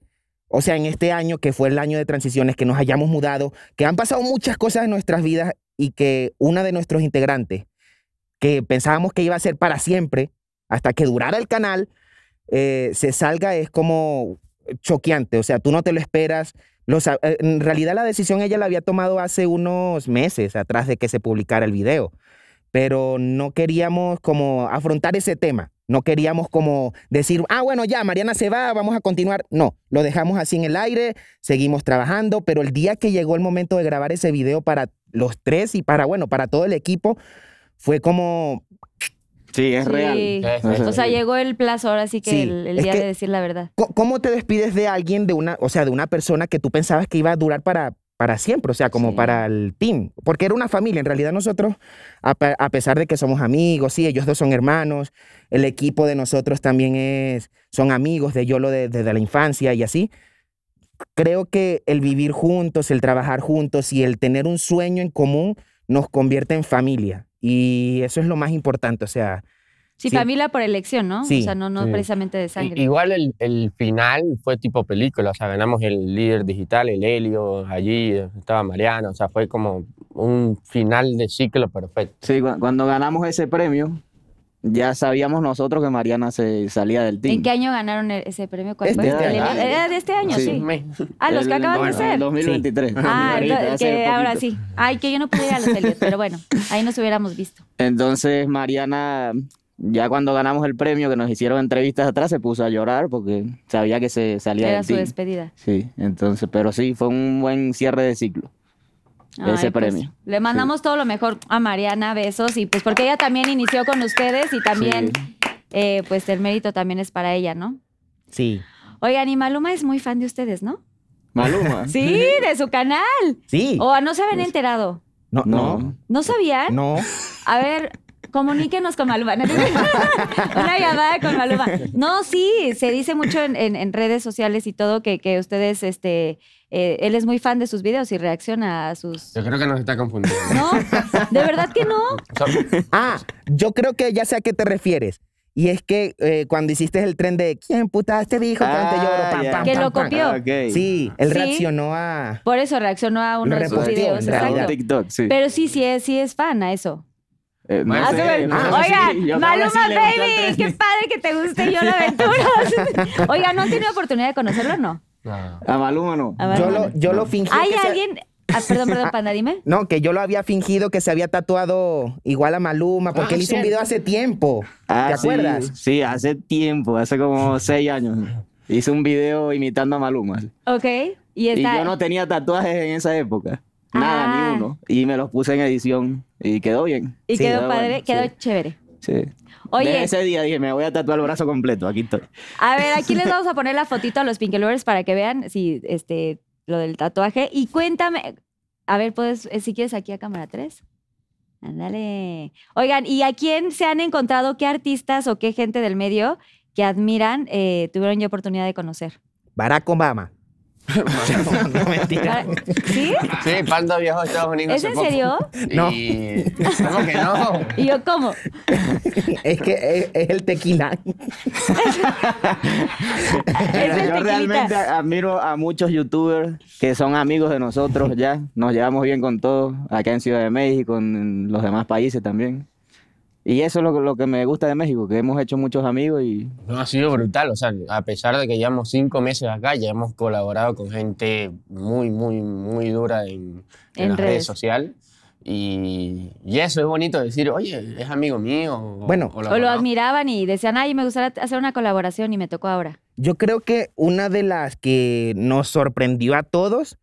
S4: o sea, en este año que fue el año de transiciones, que nos hayamos mudado, que han pasado muchas cosas en nuestras vidas y que una de nuestros integrantes, que pensábamos que iba a ser para siempre, hasta que durara el canal, eh, se salga es como choqueante, o sea, tú no te lo esperas. Lo sa- eh, en realidad la decisión ella la había tomado hace unos meses atrás de que se publicara el video, pero no queríamos como afrontar ese tema, no queríamos como decir, ah, bueno, ya, Mariana se va, vamos a continuar. No, lo dejamos así en el aire, seguimos trabajando, pero el día que llegó el momento de grabar ese video para los tres y para, bueno, para todo el equipo, fue como,
S2: Sí, es
S1: Sí.
S2: real.
S1: O sea, llegó el plazo ahora sí que
S4: Sí,
S1: el, el
S4: es
S1: día
S4: que-
S1: de decir la verdad.
S4: Co- ¿Cómo te despides de alguien, de una, o sea, de una persona que tú pensabas que iba a durar para, para siempre, o sea, como
S1: Sí.
S4: para el team? Porque era una familia, en realidad nosotros, a, pe- a pesar de que somos amigos, sí, ellos dos son hermanos, el equipo de nosotros también es, son amigos de Yolo de- desde la infancia y así. Creo que el vivir juntos, el trabajar juntos y el tener un sueño en común nos convierte en familia. Y eso es lo más importante, o sea,
S1: Sí,
S4: Sí.
S1: familia por elección, ¿no?
S4: Sí,
S1: o sea, no, no
S3: sí.
S1: precisamente de
S3: I-
S1: sangre.
S3: Igual el, el final fue tipo película, o sea, ganamos el líder digital, el Helio, allí eh, estaba Mariana, o sea, fue como un final de ciclo perfecto.
S2: Sí, cu- cuando ganamos ese premio, ya sabíamos nosotros que Mariana se salía del team.
S1: ¿En qué año ganaron e- ese premio? ¿Cuál
S4: Este
S1: fue?
S4: año.
S1: El- el- era de este año, sí.
S2: Sí.
S1: Ah, los que
S2: El-
S1: acaban de
S2: bueno,
S1: ser.
S2: El 2023.
S1: Ah,
S2: Ahorita,
S1: entonces,
S2: hace
S1: que ahora
S2: poquito.
S1: sí. Ay, que yo no pude ir a los Elliot, pero bueno, ahí nos hubiéramos visto.
S2: Entonces Mariana, ya cuando ganamos el premio, que nos hicieron entrevistas atrás, se puso a llorar porque sabía que se salía
S1: Era
S2: del
S1: su
S2: team.
S1: despedida.
S2: Sí, entonces, pero sí, fue un buen cierre de ciclo. Ese
S1: Ay, pues,
S2: premio.
S1: Le mandamos todo lo mejor a Mariana, besos, y pues porque ella también inició con ustedes y también, eh, pues el mérito también es para ella, ¿no?
S4: sí.
S1: Oigan, y Maluma es muy fan de ustedes, ¿no?
S2: Maluma.
S1: Sí, de su canal.
S4: Sí.
S1: O no se habían enterado.
S4: No, no,
S2: No.
S1: Oh. ¿No sabían?
S4: no.
S1: A ver, comuníquenos con Maluma. No, no, no. Una llamada con Maluma. No, sí, se dice mucho en, en- en redes sociales y todo que, que ustedes, este, eh, él es muy fan de sus videos y reacciona a sus...
S3: Yo creo que nos está confundiendo.
S1: No, de verdad que no.
S3: So-
S4: Ah, yo creo que ya sé a qué te refieres. Y es que eh, cuando hiciste el tren de ¿Quién putas te dijo que no te lloro?
S2: Ah,
S4: Pam,
S2: ya.
S4: pam,
S1: Que
S4: pam,
S1: lo
S4: pam.
S1: copió.
S2: Ah, ok.
S4: Sí, él
S1: Sí.
S4: reaccionó a...
S1: Por eso reaccionó a uno de sus
S4: Reporteo,
S1: videos.
S4: en realidad.
S2: Un
S1: Exacto.
S2: TikTok, sí.
S1: Pero sí, sí es, sí es fan a eso.
S2: Eh, no
S3: Ah,
S2: sé,
S3: súper-
S2: no sé
S4: ah,
S2: si-
S1: Oigan,
S2: yo acabo de
S1: Maluma
S2: decirle, ahorita
S1: Baby,
S2: al
S1: qué
S2: tren.
S1: padre que te guste yo la aventuras. Oigan, ¿no han tenido oportunidad de conocerlo o no?
S3: no.
S2: A Maluma no.
S1: A ver,
S4: Yo
S1: Maluma.
S4: lo, yo lo fingí.
S1: ¿Hay
S4: que se-
S1: alguien? Ah, perdón, perdón, Panda, dime.
S4: No, que yo lo había fingido que se había tatuado igual a Maluma, porque
S3: Ah,
S4: él hizo un
S3: cierto.
S4: video hace tiempo.
S2: Ah,
S4: ¿Te
S2: sí,
S4: acuerdas?
S2: Sí, hace tiempo, hace como seis años. Hice un video imitando a Maluma.
S1: Ok. Y está.
S2: Y yo no tenía tatuajes en esa época. Nada,
S1: Ah.
S2: ni uno. Y me los puse en edición y quedó bien.
S1: y
S2: Sí,
S1: quedó padre,
S2: bueno,
S1: quedó
S2: sí,
S1: chévere.
S2: sí.
S1: Oye.
S2: Desde ese día dije, me voy a tatuar el brazo completo. Aquí estoy.
S1: A ver, aquí les vamos a poner la fotito a los Pinky Lovers para que vean si este lo del tatuaje. Y cuéntame. A ver, puedes, eh, si quieres, aquí a cámara 3. Ándale. Oigan, ¿y a quién se han encontrado? ¿Qué artistas o qué gente del medio que admiran eh, tuvieron ya oportunidad de conocer?
S4: Barack Obama. no, mentira.
S1: ¿Sí?
S3: Sí, Panda viajó a Estados Unidos.
S1: ¿Es
S3: hace
S1: en
S3: poco.
S1: serio?
S4: No.
S3: Y... ¿Cómo que no?
S1: ¿Y yo cómo?
S4: Es que es, es el tequila.
S1: Es
S2: Mira,
S1: el
S2: yo
S1: tequilita.
S2: realmente admiro a muchos youtubers que son amigos de nosotros ya. Nos llevamos bien con todos, acá en Ciudad de México, en los demás países también. Y eso es lo, lo que me gusta de México, que hemos hecho muchos amigos y
S3: No, ha sido brutal. O sea, a pesar de que llevamos cinco meses acá, ya hemos colaborado con gente muy, muy, muy dura en, en
S1: En
S3: las redes,
S1: redes.
S3: sociales. Y, y eso es bonito decir, oye, es amigo mío. o-
S4: Bueno.
S1: O lo
S3: conozco.
S1: admiraban y decían, ay, me gustaría hacer una colaboración y me tocó ahora.
S4: Yo creo que una de las que nos sorprendió a todos,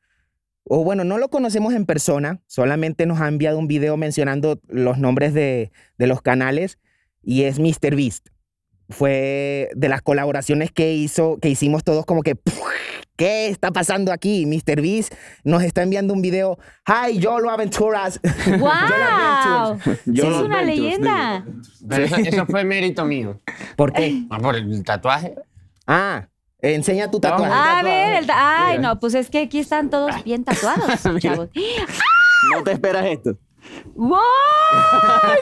S4: o bueno, no lo conocemos en persona, solamente nos ha enviado un video mencionando los nombres de, de los canales, y es Mr. Beast. Fue de las colaboraciones que hizo, que hicimos todos como que, ¿qué está pasando aquí? Mr. Beast nos está enviando un video, hi, Yolo Aventuras.
S1: ¡Wow!
S2: Yo
S1: Sí, es
S2: los
S1: una
S2: Ventus,
S1: leyenda.
S3: Pero eso, eso fue mérito mío.
S4: ¿Por qué?
S3: Ah, Por el tatuaje.
S4: Ah, enseña tu tatuaje.
S1: A ver, el ta- ay,
S3: Mira.
S1: no, pues es que aquí están todos bien tatuados, chavos.
S2: no te esperas esto.
S1: ¡Wow!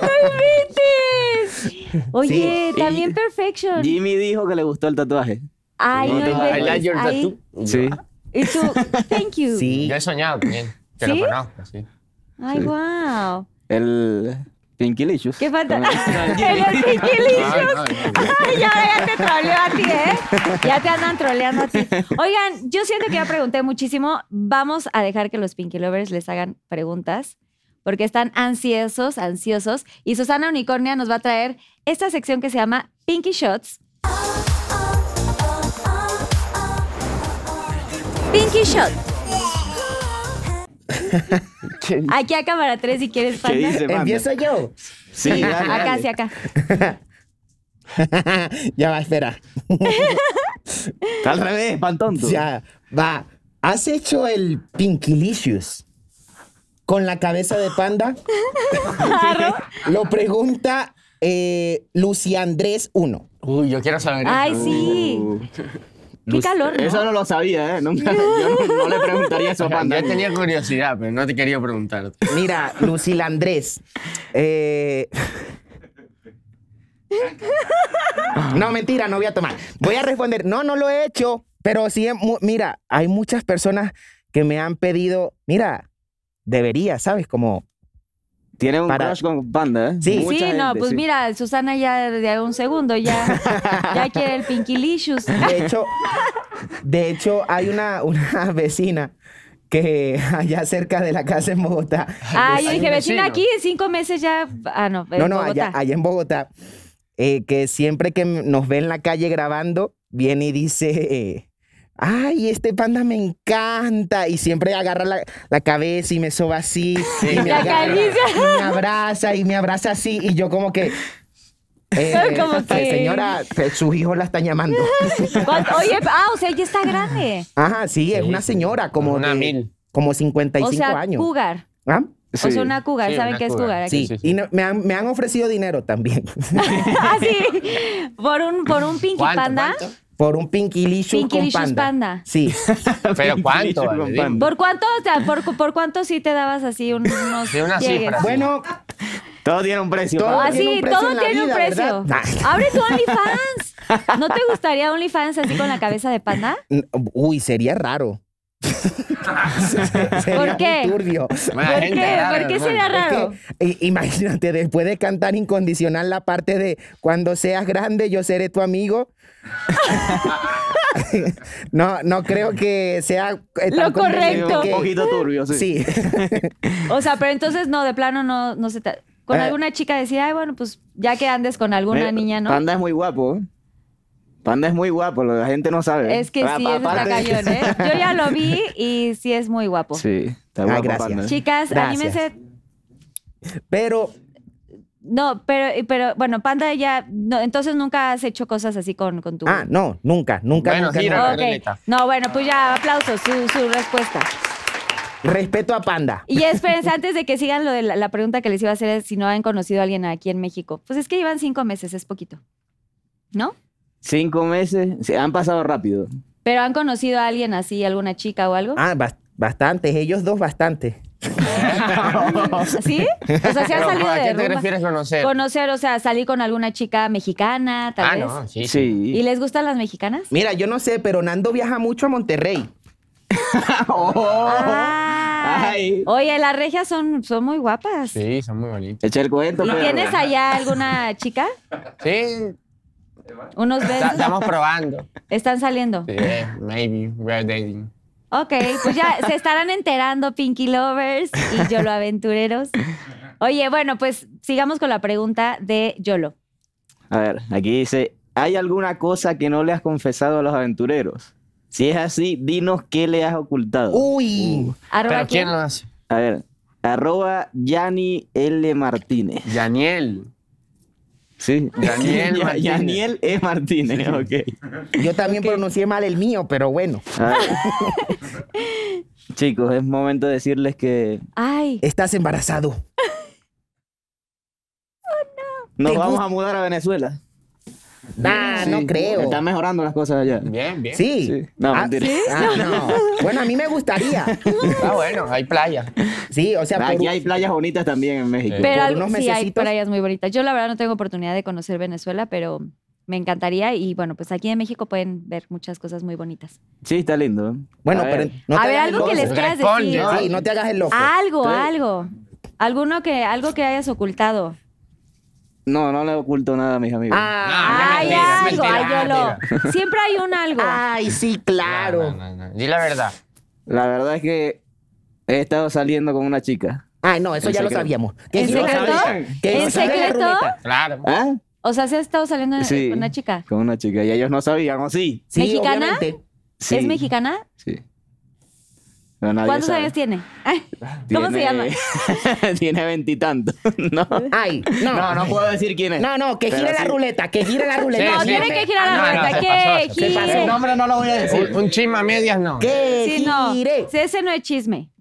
S1: ¡No inventes! Oye,
S2: Sí, y-
S1: también Perfection.
S2: Jimmy dijo que le gustó el tatuaje.
S1: Ay, no
S2: No, no,
S1: inventes.
S3: I like your
S1: Ay,
S3: tattoo.
S2: Sí.
S1: Y tú, thank you.
S4: Sí.
S3: Yo he soñado con él, que
S1: ¿Sí?
S3: lo conozco, sí.
S1: Ay, wow.
S2: El Pinky Licious.
S1: ¿Qué falta?
S2: Con el-
S1: el piquilillo.
S3: Ay, ay, ay.
S1: Ay, ya, ya te troleo a ti, ¿eh? Ya te andan troleando a ti. Oigan, yo siento que ya pregunté muchísimo. Vamos a dejar que los Pinky Lovers les hagan preguntas porque están ansiosos, ansiosos. Y Susana Unicornia nos va a traer esta sección que se llama Pinky Shots.
S7: Pinky Shot.
S1: Aquí a cámara 3 si quieres,
S2: ¿Qué
S1: Panda.
S2: dice, Panda?
S4: Empiezo yo.
S2: Sí, dale,
S1: Acá,
S2: dale.
S1: hacia acá.
S4: ya va, espera.
S2: Está al revés, pan tonto.
S4: Ya va. ¿Has hecho el Pinkilicious con la cabeza de panda? Lo pregunta eh, Lucy Andrés 1.
S3: Uy, yo quiero saber.
S1: Ay,
S3: eso.
S1: sí.
S2: Uh,
S1: Qué calor, ¿no?
S2: Eso no lo sabía, ¿eh? Nunca, yo no, no le preguntaría eso a Panda.
S3: Yo tenía curiosidad, pero no te quería preguntar.
S4: Mira, Lucila Andrés. eh, No, mentira, no voy a tomar. Voy a responder. No, no lo he hecho. Pero sí, he mu- mira, hay muchas personas que me han pedido, mira, debería, ¿sabes? Como,
S2: Tiene un
S4: Para-
S2: crush con Panda, ¿eh?
S4: Sí.
S2: Mucha
S1: sí, no,
S2: gente,
S1: pues
S2: sí.
S1: mira, Susana ya de un segundo ya, ya quiere el Pinkilicious.
S4: de hecho, de hecho hay una, una vecina que allá cerca de la casa en Bogotá,
S1: Ah, yo
S3: Hay un
S1: dije, vecina
S3: vecino.
S1: aquí en cinco meses ya. Ah, no, en
S4: no, no,
S1: Bogotá.
S4: allá, allá en Bogotá, eh, que siempre que m- nos ve en la calle grabando, viene y dice, eh, ay, este panda me encanta. Y siempre agarra la, la cabeza y me soba así. Y me,
S1: La
S4: agarra,
S1: acaricia.
S4: y me abraza y me abraza así. Y yo como que... eh,
S1: Como
S4: eh,
S1: que-
S4: Señora, eh, sus hijos la están llamando.
S1: ¿Cuánto? Oye, ah, o sea, ya está grande.
S4: Ajá, sí, es
S3: Sí.
S4: una señora como
S3: Una
S4: de-
S3: mil.
S4: como
S1: O
S4: 55
S1: sea,
S4: años.
S1: cougar.
S4: ¿Ah?
S1: O
S2: Sí.
S1: sea, una cougar.
S3: Sí,
S1: ¿Saben
S3: una
S1: qué es
S3: cougar.
S1: cougar?
S4: Sí,
S3: sí, sí.
S4: y no- me, han, me han ofrecido dinero también
S1: Ah, sí. Por un, por un Pinky
S3: ¿Cuánto,
S1: Panda.
S3: cuánto?
S4: por un Pinkilicious
S1: Pinky
S4: con
S1: Licious
S4: panda.
S1: panda.
S4: Sí.
S3: Pero ¿cuánto?
S8: Con
S3: vale?
S8: pan.
S1: ¿Por cuánto, o sea, por, cu- por cuánto sí te dabas así un- unos
S3: Sí, una
S1: llegues?
S3: cifra.
S4: Bueno,
S8: Todo tiene un precio.
S4: Todo-
S8: papá.
S4: tiene un
S1: Así,
S4: precio en
S1: Ah, todo
S4: la
S1: tiene un
S4: vida,
S1: precio.
S4: ¿verdad? Ah.
S1: Abre tu OnlyFans. ¿No te gustaría OnlyFans así con la cabeza de panda?
S4: N- Uy, sería raro. sería
S1: ¿Por qué?
S4: muy turbio.
S3: Bueno,
S1: ¿Por
S3: gente
S1: qué?
S3: rara,
S1: ¿Por qué
S3: hermano.
S1: sería raro?
S4: Es que, i- imagínate, después de cantar incondicional la parte de cuando seas grande yo seré tu amigo. no, no creo que sea eh, tan
S1: Lo
S4: conveniente
S1: correcto.
S4: que-
S2: Un poquito turbio, sí.
S4: Sí.
S1: O sea, pero entonces no, de plano no, no se te... Con
S4: Eh.
S1: alguna chica decir, ay, bueno, pues ya que andes con alguna
S2: Eh,
S1: niña, ¿no?
S2: Panda es muy guapo, ¿eh? Panda es muy guapo, la gente no sabe.
S1: Es que
S2: Ah,
S1: sí, es está
S2: aparte-
S1: cañón, ¿eh? Yo ya lo vi y sí es muy guapo.
S2: Sí, está
S4: Ah,
S2: guapo
S4: gracias.
S2: Panda. ¿eh?
S1: Chicas,
S4: Gracias.
S1: anímense.
S4: Pero
S1: No, pero, pero bueno, Panda ya... No, entonces nunca has hecho cosas así con, con tu...
S4: ah, no, nunca, nunca,
S3: Bueno,
S4: nunca,
S3: gira.
S4: nunca.
S1: Ok.
S3: Carolita.
S1: No, bueno, pues ya aplausos, su, su respuesta.
S4: Respeto a Panda.
S1: Y espérense, antes de que sigan lo de la, la pregunta que les iba a hacer, es si no han conocido a alguien aquí en México. Pues es que llevan cinco meses, es poquito. ¿No?
S2: Cinco meses, sí, han pasado rápido.
S1: Pero han conocido a alguien así, alguna chica o algo.
S4: Ah, bas- bastantes, ellos dos bastantes.
S1: ¿Sí? O sea, se han
S3: Pero,
S1: salido
S3: ¿A
S1: de
S3: qué te
S1: rumba.
S3: refieres conocer?
S1: Conocer, o sea, salir con alguna chica mexicana, tal
S3: Ah,
S1: vez.
S3: no, sí.
S2: Sí.
S3: sí.
S1: ¿Y les gustan las mexicanas?
S4: Mira, yo no sé, pero Nando viaja mucho a Monterrey.
S2: Oh.
S1: Ah.
S2: Ay.
S1: Oye, las regias son, son muy guapas.
S3: Sí, son muy bonitos.
S2: Echa el cuento.
S1: ¿Y
S2: pero-
S1: tienes allá alguna chica?
S3: Sí,
S1: Unos
S3: ta-
S1: besos.
S3: estamos probando.
S1: Están saliendo.
S3: Sí, eh, maybe, we're dating.
S1: Ok, pues ya se estarán enterando Pinky Lovers y Yolo Aventureros. Oye, bueno, pues sigamos con la pregunta de Yolo.
S2: A ver, aquí dice, ¿hay alguna cosa que no le has confesado a los aventureros? Si es así, dinos qué le has ocultado.
S4: Uh. Uy.
S2: Uh.
S1: Arroba
S3: ¿Pero quién
S1: quién?
S3: lo hace?
S2: A ver, arroba Yanni L. Martínez.
S3: Daniel.
S2: Sí.
S3: Yaniel
S2: Ya-
S3: Martínez.
S2: Yaniel E. Martínez, ok.
S4: Yo también pronuncié mal el mío, pero bueno.
S2: A ver. Chicos, es momento de decirles que
S1: Ay,
S4: Estás embarazado.
S2: nos
S4: ¿Te
S2: vamos
S4: gusta?
S2: a mudar a Venezuela.
S4: Ah, no creo.
S2: Están mejorando las cosas allá.
S3: Bien, bien.
S4: Sí.
S2: Sí. No,
S4: Ah,
S2: mentira.
S4: ah, no. Bueno, a mí me gustaría.
S3: Está Ah, bueno, hay playa.
S4: Sí, o sea, por
S2: Aquí
S4: un-
S2: hay playas bonitas también en México.
S1: pero
S4: por
S1: algo,
S4: Eh, unos
S1: sí hay
S4: mesecitos.
S1: playas muy bonitas. Yo la verdad no tengo oportunidad de conocer Venezuela, pero me encantaría y bueno, pues aquí en México pueden ver muchas cosas muy bonitas.
S2: Sí, está lindo. ¿eh?
S4: Bueno,
S2: A ver,
S4: pero no te
S1: A ver,
S4: hagas el
S1: algo que
S4: loco.
S1: les Ah, quieras
S3: Responde,
S1: decir.
S3: ¿no?
S4: Sí, no te hagas el loco.
S1: Algo,
S2: Sí.
S1: algo. Alguno que algo que hayas ocultado.
S2: No, no le oculto nada a mis amigos.
S4: Ah,
S1: Ay,
S3: mentira,
S1: algo, ay,
S3: mentira,
S1: Yolo. Siempre hay un algo.
S4: ay, sí, claro.
S3: No, no, no, no. Di la verdad.
S2: La verdad es que he estado saliendo con una chica.
S4: Ay, no, eso
S2: En
S4: ya lo
S2: secreto.
S4: sabíamos.
S1: ¿En
S4: sí lo
S1: secreto?
S4: sabían. Que
S1: ¿En
S4: sí sabían la
S1: secreto?
S4: ruleta.
S3: Claro.
S2: ¿Ah?
S1: O sea, se ha estado saliendo
S2: Sí.
S1: con una chica.
S2: Con una chica. Y ellos no sabían, ¿o sí?
S4: Sí,
S1: ¿Mexicana?
S4: obviamente.
S2: Sí.
S1: ¿Es mexicana?
S4: Ah,
S2: Sí. Pero nadie
S1: ¿Cuántos
S2: sabe.
S1: años tiene? ¿Cómo se llama?
S2: tiene veintitantos. no.
S4: Ay, no.
S2: no,
S4: No,
S2: no puedo decir quién es.
S4: no, que
S2: Pero
S4: gire la
S2: sí.
S4: ruleta, que gire la ruleta.
S1: No,
S3: sí,
S1: tiene
S3: sí.
S1: que girar la
S3: No, no,
S1: rueda.
S3: se
S1: que
S3: pasó, se pasó.
S1: gire.
S2: El nombre no lo voy a decir.
S3: Un, un chisme a medias no.
S4: Que
S1: Sí, no.
S4: gire.
S1: Sí, ese no es chisme.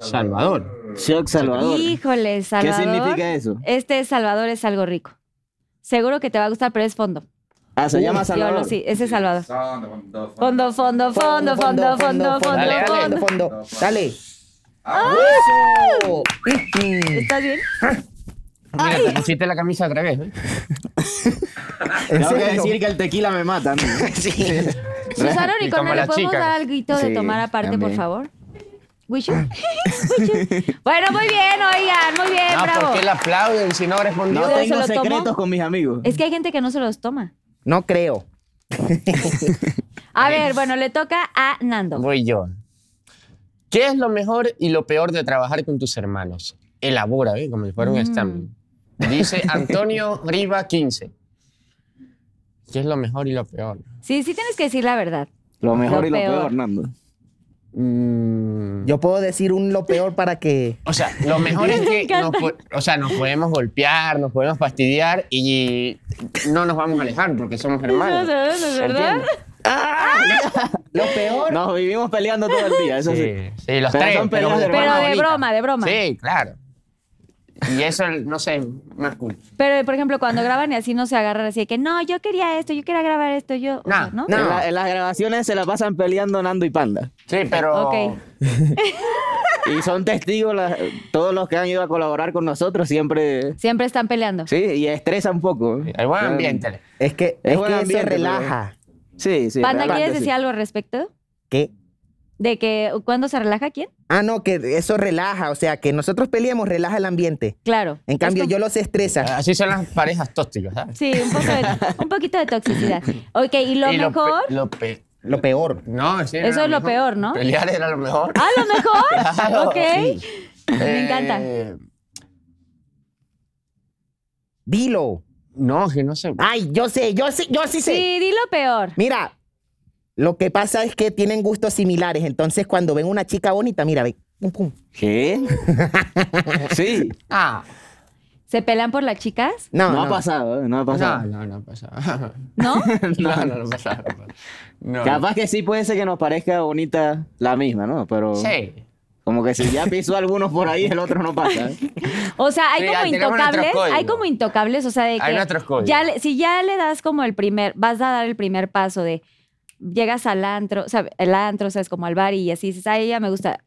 S3: Salvador.
S2: Shock Salvador.
S1: Híjole, Salvador.
S2: ¿Qué significa eso?
S1: Este Salvador es algo rico. Seguro que te va a gustar, pero es fondo.
S2: Ah, se
S1: Uh,
S2: llama
S1: yo
S2: Salvador.
S1: lo- sí, ese es Salvador. Fondo, fondo, fondo, fondo, fondo, fondo,
S4: Dale, dale,
S1: fondo. ¡Ah!
S4: fondo. Dale. ¡Eso! Mm,
S1: ¿Estás bien?
S3: Mira, te pusiste la camisa al revés. ¿eh?
S4: ¿En
S2: Tengo que
S4: serio?
S2: decir que el tequila me mata. amigo.
S4: Sí.
S1: Susana
S3: Y
S1: Unicornio,
S3: como
S1: ¿le
S3: las
S1: podemos
S3: chicas.
S1: dar algo de
S2: Sí,
S1: tomar aparte, por
S2: también.
S1: favor? ¿Wishu? ¿Wishu? Bueno, muy bien, oigan, muy bien,
S3: Ah,
S1: bravo.
S3: ¿por qué la aplauden si no
S2: No
S3: respondió?
S1: ¿Ustedes se
S2: tengo
S1: lo tomó?
S2: secretos con mis amigos.
S1: Es que hay gente que no se los toma.
S4: No creo.
S1: A ver, bueno, le toca a Nando.
S3: Voy yo. ¿Qué es lo mejor y lo peor de trabajar con tus hermanos? Elabora, ¿eh? como si
S1: Mm.
S3: fuera un examen. Dice Antonio Riva 15. ¿Qué es lo mejor y lo peor?
S1: Sí, sí tienes que decir la verdad.
S2: Lo mejor
S1: Lo
S2: y lo peor,
S1: peor.
S2: Hernando.
S3: Mm,
S4: Yo puedo decir un lo peor para que.
S3: O sea, lo mejor es que nos, po- o sea, nos podemos golpear, nos podemos fastidiar y no nos vamos a alejar porque somos hermanos.
S1: ¿Verdad? ¿Verdad?
S3: ¿Entiendes?
S4: Lo peor.
S2: Nos vivimos peleando todo el día, eso sí.
S3: Sí, sí, los
S2: Pero
S3: tres.
S2: son peleas de
S1: Pero
S2: hermano
S1: de broma, de broma.
S3: Sí, claro. Y eso, no sé, más cool.
S1: Pero, por ejemplo, cuando graban y así no se agarran así de que no, yo quería esto, yo quería grabar esto, yo. o sea, ¿no?
S3: No.
S4: No.
S2: En, la- en las grabaciones se la pasan peleando Nando y Panda.
S3: Sí, pero...
S1: Ok.
S2: Y son testigos las- todos los que han ido a colaborar con nosotros siempre.
S1: Siempre están peleando.
S2: Sí, y estresa un poco. Em,
S3: Hay buen ambiente.
S4: Es que,
S2: Es
S4: es
S2: buen
S4: que
S2: ambiente,
S4: se relaja.
S2: Sí, sí.
S1: Panda,
S2: realmente
S1: ¿quieres
S2: sí.
S1: decir algo al respecto?
S4: ¿Qué?
S1: De que cuando se relaja quién?
S4: Ah, no, que eso relaja. O sea, que nosotros peleemos, relaja el ambiente.
S1: Claro.
S4: En cambio,
S1: Es como-
S4: yo los
S2: Ah,
S4: estresa.
S3: Así son las parejas tóxicas, ¿sabes?
S1: Sí, un, poco de- un poquito de toxicidad. Ok, y lo
S3: Y pe-
S1: mejor.
S3: lo pe-
S4: Lo peor.
S3: no, sí, era
S1: Eso es lo
S3: mejor.
S1: peor, ¿no?
S3: Pelear era lo mejor.
S1: ¡Ah, lo mejor!
S3: Claro,
S1: ok. Me encanta.
S3: Eh,
S4: Dilo.
S3: No, que no sé.
S4: Ay, yo sé, yo sí, yo sí sé.
S1: Sí, di lo peor.
S4: Mira, lo que pasa es que tienen gustos similares. Entonces, cuando ven una chica bonita, mira, ve. Pum, pum.
S2: ¿Qué? sí.
S3: Ah,
S1: ¿Se pelean por las chicas?
S4: No,
S2: No,
S4: no,
S2: ha pasado, ¿eh? no ha pasado.
S3: no, no, no pasa.
S1: ¿No?
S3: No, no, no pasa. no pasa. No.
S2: Capaz que sí puede ser que nos parezca bonita la misma, ¿no? Pero
S3: Sí.
S2: como que si ya pisó algunos por ahí, el otro no pasa. ¿eh?
S1: O sea, hay
S3: Sí,
S1: como
S3: ahí tenemos nuestros
S1: intocables, hay
S3: códigos.
S1: como intocables, o sea, de que
S3: Hay nuestros códigos.
S1: ya le- si ya le das como el primer, vas a dar el primer paso de llegas al antro, o sea, el antro, o sea, es como al bar y así dices, ay, ella me gusta.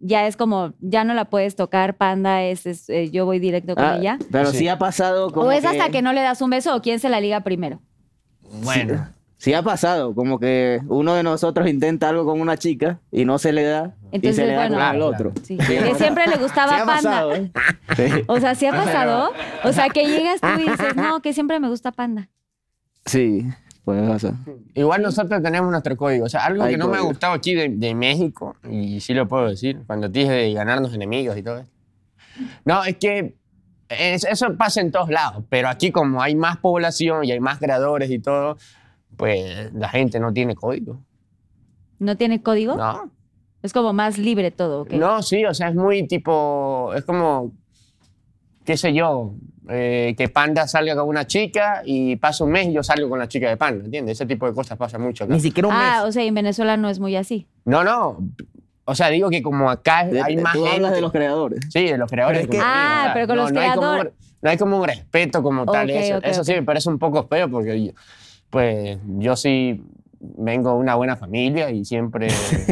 S1: Ya es como, ya no la puedes tocar, panda, es, es, eh, yo voy directo con
S2: Ah,
S1: ella.
S2: Pero
S3: Sí.
S2: sí. ha pasado como
S1: O es hasta que no le das un beso o quién se la liga primero.
S3: Bueno.
S2: Sí ha pasado, como que uno de nosotros intenta algo con una chica y no se le da y
S1: Entonces,
S2: se le da
S1: bueno.
S2: con el
S3: Claro,
S2: otro.
S1: Sí. Que siempre le gustaba
S2: Sí ha
S1: panda.
S2: pasado, ¿eh? Sí.
S1: O sea, ¿sí ha pasado? O sea, que llegas tú y dices, no, que siempre me gusta panda.
S2: Sí, puede pasar.
S3: Igual nosotros tenemos nuestro código. O sea, algo
S2: Hay
S3: que no me ha
S2: código.
S3: gustado aquí de, de México, y sí lo puedo decir, cuando te dije de ganarnos enemigos y todo eso. No, es que es- eso pasa en todos lados, pero aquí como hay más población y hay más creadores y todo, pues la gente no tiene código.
S1: ¿No tiene código?
S3: No,
S1: Es como más libre todo, ¿ok?
S3: no sí, o sea, es muy tipo, es como, qué sé yo, eh, que Panda salga con una chica y pasa un mes y yo salgo con la chica de Panda, ¿entiendes? Ese tipo de cosas pasa mucho acá.
S4: Ni siquiera un
S1: Ah,
S4: mes.
S1: o sea, en Venezuela no es muy así.
S3: No, no. O sea, digo que como acá
S2: De-
S3: hay
S2: de-
S3: más
S2: tú
S3: gente.
S2: hablas de los creadores.
S3: Sí, de los creadores.
S4: Pero es que-
S3: de contenido,
S1: Ah,
S3: o sea,
S1: pero con los
S3: hay como un-
S1: creadores.
S3: no hay como un respeto como tal.
S1: Ok,
S3: eso
S1: ok,
S3: eso sí
S1: ok.
S3: me parece un poco feo porque yo, pues yo sí vengo de una buena familia y siempre...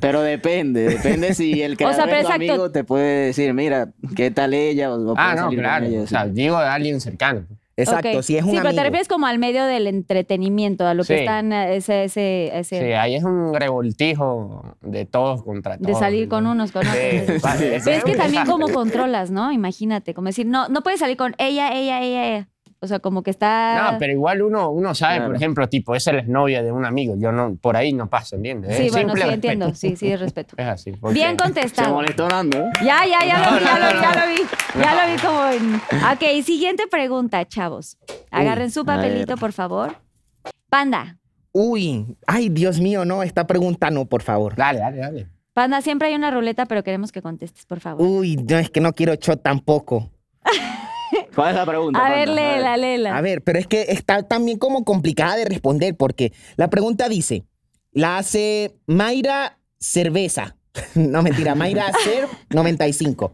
S2: Pero depende, depende si el creador
S1: sea, pero
S2: es tu
S1: exacto.
S2: amigo te puede decir, mira, ¿qué tal ella? O- o
S3: ah,
S2: puedes
S3: no,
S2: salir con
S3: claro.
S2: ella,
S3: o
S2: sí.
S3: sea, digo de alguien cercano.
S4: Exacto,
S1: Ok.
S4: si es un
S1: Sí, pero te
S4: amigo.
S1: refieres como al medio del entretenimiento, a lo que
S3: Sí.
S1: están, a ese, ese, a
S3: Sí,
S1: ese-
S3: ahí es un revoltijo de todos contra todos.
S1: de salir con
S3: ¿no?
S1: unos, con otros.
S3: Sí,
S1: Pero
S3: vale, ese
S1: es que
S3: un
S1: también
S3: desastre.
S1: como controlas, ¿no? Imagínate, como decir, no, no puedes salir con ella, ella, ella, ella. O sea, como que está...
S3: No, pero igual uno, uno sabe, por
S2: Claro.
S3: ejemplo, tipo, esa es la novia de un amigo. Yo no, por ahí no paso, ¿entiendes?
S1: sí,
S3: Es
S1: bueno, sí,
S3: simple
S1: entiendo.
S3: respeto.
S1: Sí, sí, respeto.
S3: Es así. porque-
S1: Bien
S2: Se
S1: contestado.
S2: molestó Nando, ¿eh?
S1: Ya, ya, ya lo
S3: No,
S1: vi, ya
S3: no,
S1: lo vi,
S3: no,
S1: ya
S3: no.
S1: lo vi. Ya lo vi como en. Ok, siguiente pregunta, chavos. Agarren su
S2: a ver.
S1: papelito, por favor. Panda.
S4: Uy, ay, Dios mío, no, esta pregunta no, por favor.
S3: Dale, dale, dale.
S1: Panda, siempre hay una ruleta, pero queremos que contestes, por favor.
S4: Uy, no, es que no quiero yo tampoco.
S2: ¿Cuál es la pregunta?
S1: A
S2: Panda?
S1: ver, léela,
S4: A
S1: léela.
S4: ver, pero es que está también como complicada de responder porque la pregunta dice, la hace Mayra Cerveza. No, mentira, Mayra Cer 95.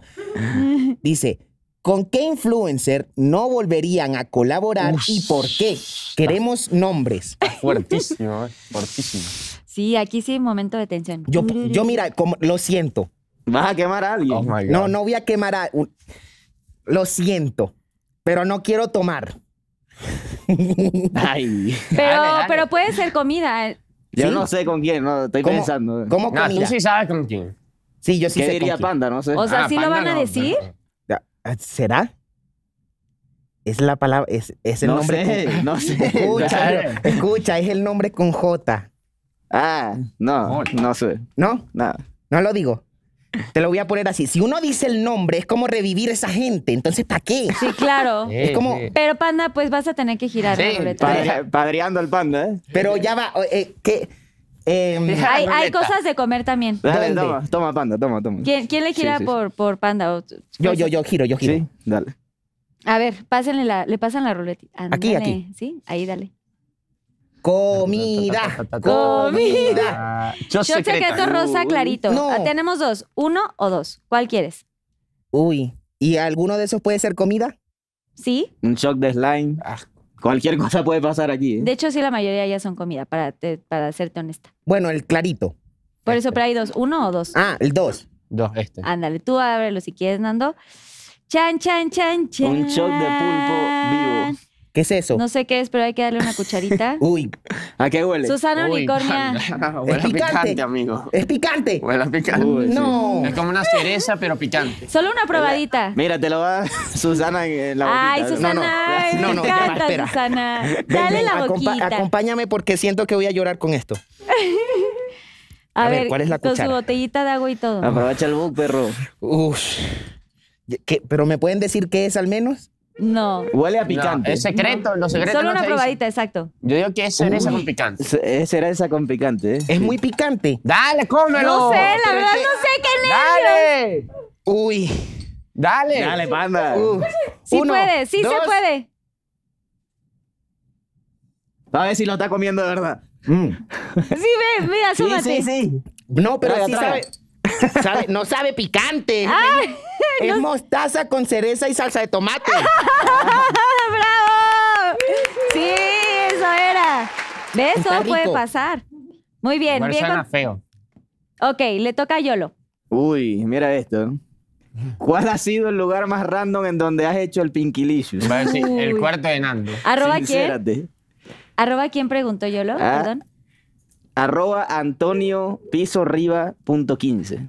S4: Dice, ¿Con qué influencer no volverían a colaborar y por qué? Queremos nombres.
S3: Fuertísimo, eh, fuertísimo.
S1: Sí, aquí sí, momento de tensión.
S4: Yo, yo mira, como- lo siento.
S2: Vas a quemar a alguien.
S3: Oh my God.
S4: No, no voy a quemar a... un- Lo siento, pero no quiero tomar.
S2: Ay.
S1: Pero,
S3: Dale, dale.
S1: pero puede ser comida. eh.
S2: Yo
S4: ¿Sí?
S2: no sé con quién, no, estoy
S4: ¿Cómo,
S2: pensando. ¿eh?
S4: cómo
S3: Nah, tú
S4: comida?
S3: sí sabes con quién.
S4: Sí, yo sí
S2: Ah, ¿Qué
S4: sé con
S2: diría
S4: quién.
S2: Panda? No sé.
S1: O sea,
S3: Ah,
S1: ¿sí lo
S3: panda
S1: van a
S3: no,
S1: decir?
S3: pero-
S4: Ah, ¿Será? Es la palabra, es, es el
S2: no
S4: nombre.
S2: sé,
S4: con-
S2: no sé.
S4: Escucha,
S3: Dale.
S4: pero- escucha, es el nombre con J.
S2: Ah, no,
S3: Hola.
S2: no sé.
S4: ¿No?
S2: Nada.
S4: No lo digo. Te lo voy a poner así. Si uno dice el nombre, es como revivir esa gente. Entonces, ¿para qué?
S1: Sí, claro.
S3: Sí,
S4: Es como-
S3: sí.
S1: Pero, panda, pues vas a tener que girar la
S3: Eh. Sí,
S1: ruleta.
S2: Padre- padreando al panda, ¿eh?
S4: Pero ya va, eh, eh, ¿qué? Em,
S1: Hay, hay
S3: Ruleta.
S1: cosas de comer también.
S2: Dale,
S4: ¿Dónde?
S2: toma, toma, panda, toma, toma.
S1: ¿Quién, quién le
S2: Sí,
S1: gira
S2: sí, sí.
S1: por, por panda? O-
S4: yo, yo, yo giro, yo giro.
S2: Sí, dale.
S1: A ver, pásenle la, le pasan la ruleta.
S4: Aquí,
S1: Ándale,
S4: aquí.
S1: Sí, ahí dale.
S4: Comida. Comida.
S3: Ah, Yo
S1: Shot secreto rosa clarito.
S4: No.
S1: Ah, tenemos dos, uno o dos. ¿Cuál quieres?
S4: Uy, ¿y alguno de esos puede ser comida?
S1: ¿Sí?
S2: Un shock de slime.
S3: Ah.
S2: Cualquier cosa puede pasar aquí. ¿eh?
S1: De hecho, sí, la mayoría ya son comida, para, te- para serte honesta.
S4: Bueno, el clarito.
S1: Por eso, pero hay dos, uno o dos.
S4: Ah, el dos.
S3: Dos, este.
S1: Ándale, tú ábrelo si quieres, Nando. Chan, chan, chan, chan.
S2: Un shock de pulpo vivo.
S4: ¿Qué es eso?
S1: No sé qué es, pero hay que darle una cucharita.
S4: Uy,
S2: ¿A qué huele?
S1: Susana
S3: Uy,
S1: Ah,
S3: Ah,
S1: Unicornia.
S3: panda.
S4: Es
S3: Huele a
S4: picante.
S3: picante, amigo.
S4: es picante.
S3: Huele a picante.
S2: Uy, sí.
S4: no.
S3: Es como una cereza, pero picante.
S1: Solo una probadita.
S2: Mira, te lo va Susana en, en la boquita.
S1: Ay,
S2: ¿no?
S1: Susana,
S4: No, no.
S1: ay,
S4: No,
S1: me
S4: no, ya va,
S1: encanta,
S4: espera.
S1: Susana.
S4: Ven,
S1: Dale
S4: ven,
S1: la
S4: acompa-
S1: boquita.
S4: Acompáñame porque siento que voy a llorar con esto.
S1: a,
S4: a ver,
S1: ver,
S4: ¿cuál es la
S1: con
S4: cuchara?
S1: su botellita de agua y todo.
S2: Aprovecha el book, perro.
S4: Uf. ¿Qué- ¿Pero me pueden decir qué es al menos?
S1: No.
S2: Huele a
S3: No,
S2: picante.
S3: es secreto, los secretos
S1: Solo
S3: no
S1: una
S3: se dicen.
S1: probadita, exacto.
S3: Yo digo que es cereza
S2: Uy.
S3: con picante.
S2: Se- Es cereza con picante, ¿eh?
S4: Es muy picante.
S3: Dale, cómelo.
S1: No sé, Eh, la
S3: Pero es
S1: verdad
S3: que-
S1: no sé qué nervios.
S3: Dale.
S4: Uy.
S3: Dale.
S2: Dale, panda.
S4: Uf.
S1: Sí
S4: Uno,
S1: puede, sí
S4: dos.
S1: se puede.
S2: A ver si lo está comiendo de verdad.
S4: Mm.
S1: Sí, ve, mira, súmate.
S2: sí.
S4: No, pero
S2: Traga,
S4: sí
S2: traga.
S4: sabe, sabe- No sabe picante. es mostaza con cereza y salsa de tomate.
S1: ¡Ah, ¡Bravo! Sí, eso era. ¿Ves?
S4: Está
S1: Todo puede
S4: rico.
S1: pasar. Muy bien,
S3: Igual
S1: bien.
S3: suena
S1: con-
S3: feo.
S1: Ok, le toca a Yolo.
S2: Uy, mira esto. ¿Cuál ha sido el lugar más random en donde has hecho el Pinkilicious?
S3: Va a decir, el
S1: Uy.
S3: cuarto de Nando.
S1: ¿Arroba quién?
S2: Sincérate.
S1: ¿Arroba quién preguntó Yolo?
S2: Ah.
S1: Perdón.
S2: Arroba Antonio Piso Riva punto 15.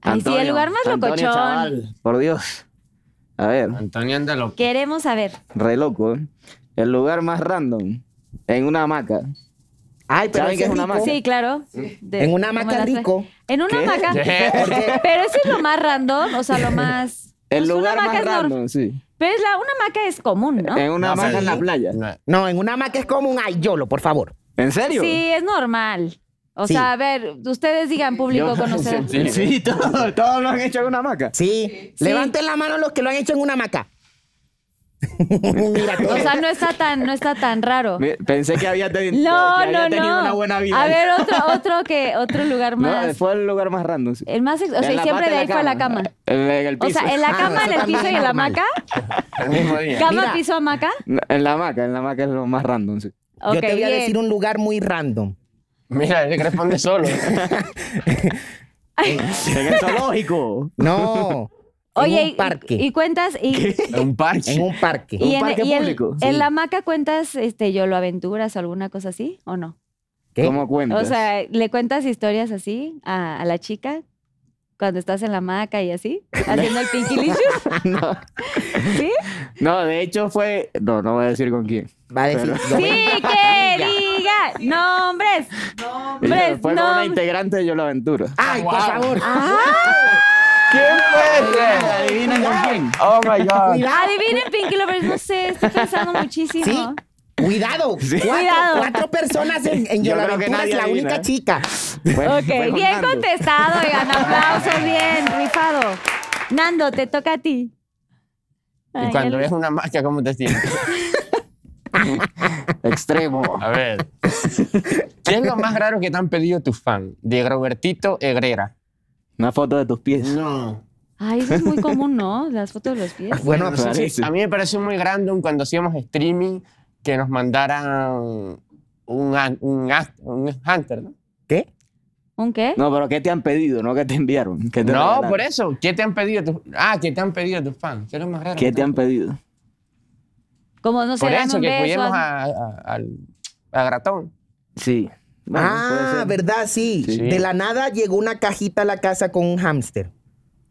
S1: Ay, sí, el lugar más
S2: Antonio,
S1: locochón.
S2: chaval, por Dios. A ver,
S3: Antonio anda loco.
S1: Queremos saber.
S2: re loco. ¿eh? El lugar más random. En una hamaca.
S4: Ay, pero
S2: ¿Saben
S4: eso
S2: qué es una
S4: rico.
S2: maca?
S1: Sí, claro. De-
S4: En una
S1: como
S4: hamaca
S1: las-
S4: rico.
S1: En una hamaca.
S4: Porque-
S1: Pero eso es lo más random, o sea, lo más...
S2: El
S1: pues
S2: lugar
S1: una hamaca
S2: más
S1: es nor-
S2: random, sí.
S1: Pero es la, una hamaca es común, ¿no?
S2: En una
S3: No,
S2: hamaca
S3: sí.
S2: en la playa.
S3: No,
S4: No, en una hamaca es como un ayolo, por favor.
S2: ¿En serio?
S1: Sí, es normal. O
S4: Sí.
S1: sea, a ver, ustedes digan público
S3: Yo-
S1: conocer.
S3: Sí.
S2: Sí, todo- todos lo han hecho en una hamaca.
S4: Sí. Levanten la mano los que lo han hecho en una hamaca. Mira, todo.
S1: O sea, no está tan, no está tan raro.
S2: Me- Pensé que había, teni-
S1: No,
S2: que había
S1: no,
S2: tenido
S1: no.
S2: una buena vida.
S1: A ver, otro, otro que, otro lugar
S2: No,
S1: más.
S2: fue el lugar más random. sí.
S1: el más ex- o sea,
S2: En
S1: y
S2: la
S1: siempre
S2: parte
S1: de ahí fue la cama.
S2: En el, en el
S1: O
S2: piso.
S1: sea, en la
S4: Ah,
S1: cama, en
S4: eso
S1: el piso
S4: también
S1: y en
S4: es
S1: la
S4: normal.
S1: hamaca.
S2: Ah,
S3: el mismo día.
S1: Cama,
S4: Mira.
S1: piso, hamaca.
S2: En la hamaca, en la hamaca es lo más random, sí.
S1: Ok,
S4: Yo te voy a
S1: bien.
S4: decir un lugar muy random.
S3: Mira, él responde solo.
S2: En el zoológico.
S4: No.
S1: Oye,
S4: en
S1: y-
S4: un parque.
S1: Y, cuentas. Y,
S3: Un parche.
S4: en un parque.
S1: y
S2: ¿Un
S1: en,
S2: parque
S1: y en-
S2: público?
S1: en
S2: Sí.
S1: la hamaca cuentas este, yo lo aventuras o alguna cosa así, ¿o no?
S4: ¿Qué?
S2: ¿Cómo cuentas?
S1: O sea, ¿le cuentas historias así a, a la chica? Cuando estás en la hamaca y así, haciendo el pinky
S2: no,
S1: ¿Sí?
S2: no, de hecho fue... No, no voy a decir con quién.
S4: Va a decir. yo voy-
S1: Sí, que diga nombres. Nombres,
S2: fue con una
S1: nombres.
S2: integrante de Yo la Aventura.
S4: Ay, por
S3: Wow.
S4: favor.
S1: Ah.
S3: ¿Quién fue ese?
S2: ¿Adivina con quién?
S3: Oh my god.
S4: Cuidado.
S1: Adivinen, Pinky Lovers, no sé, estoy pensando muchísimo.
S4: Sí. Cuidado. Cuatro,
S1: Cuidado.
S4: cuatro personas en, en
S2: Yo creo que
S4: Yolaventura
S2: nadie
S4: es la
S2: adivina,
S4: única
S2: ¿eh?
S4: chica.
S2: Fue- fue
S1: ok,
S2: con
S1: bien
S2: Nando.
S1: contestado, oigan, aplauso, bien, rifado. Nando, te toca a ti. Ay,
S3: Y cuando
S1: el-
S3: ves una marca, ¿cómo te sientes?
S2: Extremo.
S3: A ver. ¿Qué es lo más raro que te han pedido tus fans? De Robertito Egrera.
S2: Una foto de tus pies.
S3: No.
S1: Ay, eso es muy común, ¿no? Las fotos de los pies.
S4: Bueno, pues,
S8: Parece.
S3: A mí me pareció muy random cuando hacíamos streaming que nos mandaran un, an- un, as- un hunter, ¿no?
S4: ¿qué?
S1: ¿Un qué?
S8: No, pero ¿qué te han pedido? ¿No? ¿Qué te enviaron? ¿Qué te
S3: No,
S8: regalaron?
S3: por eso. ¿Qué te han pedido tus Ah, ¿qué te han pedido tus fans? ¿Qué es lo más raro?
S8: ¿Qué te han pedido?
S1: Como no sé,
S3: Por
S1: dame
S3: eso,
S1: un
S3: que
S1: beso,
S3: cuidemos
S1: hazme-
S3: a, a- al, a Gratón.
S8: Sí. Bueno, puede
S4: ah,
S8: ser.
S4: ¿verdad? Sí.
S3: Sí.
S4: De la nada llegó una cajita a la casa con un hámster.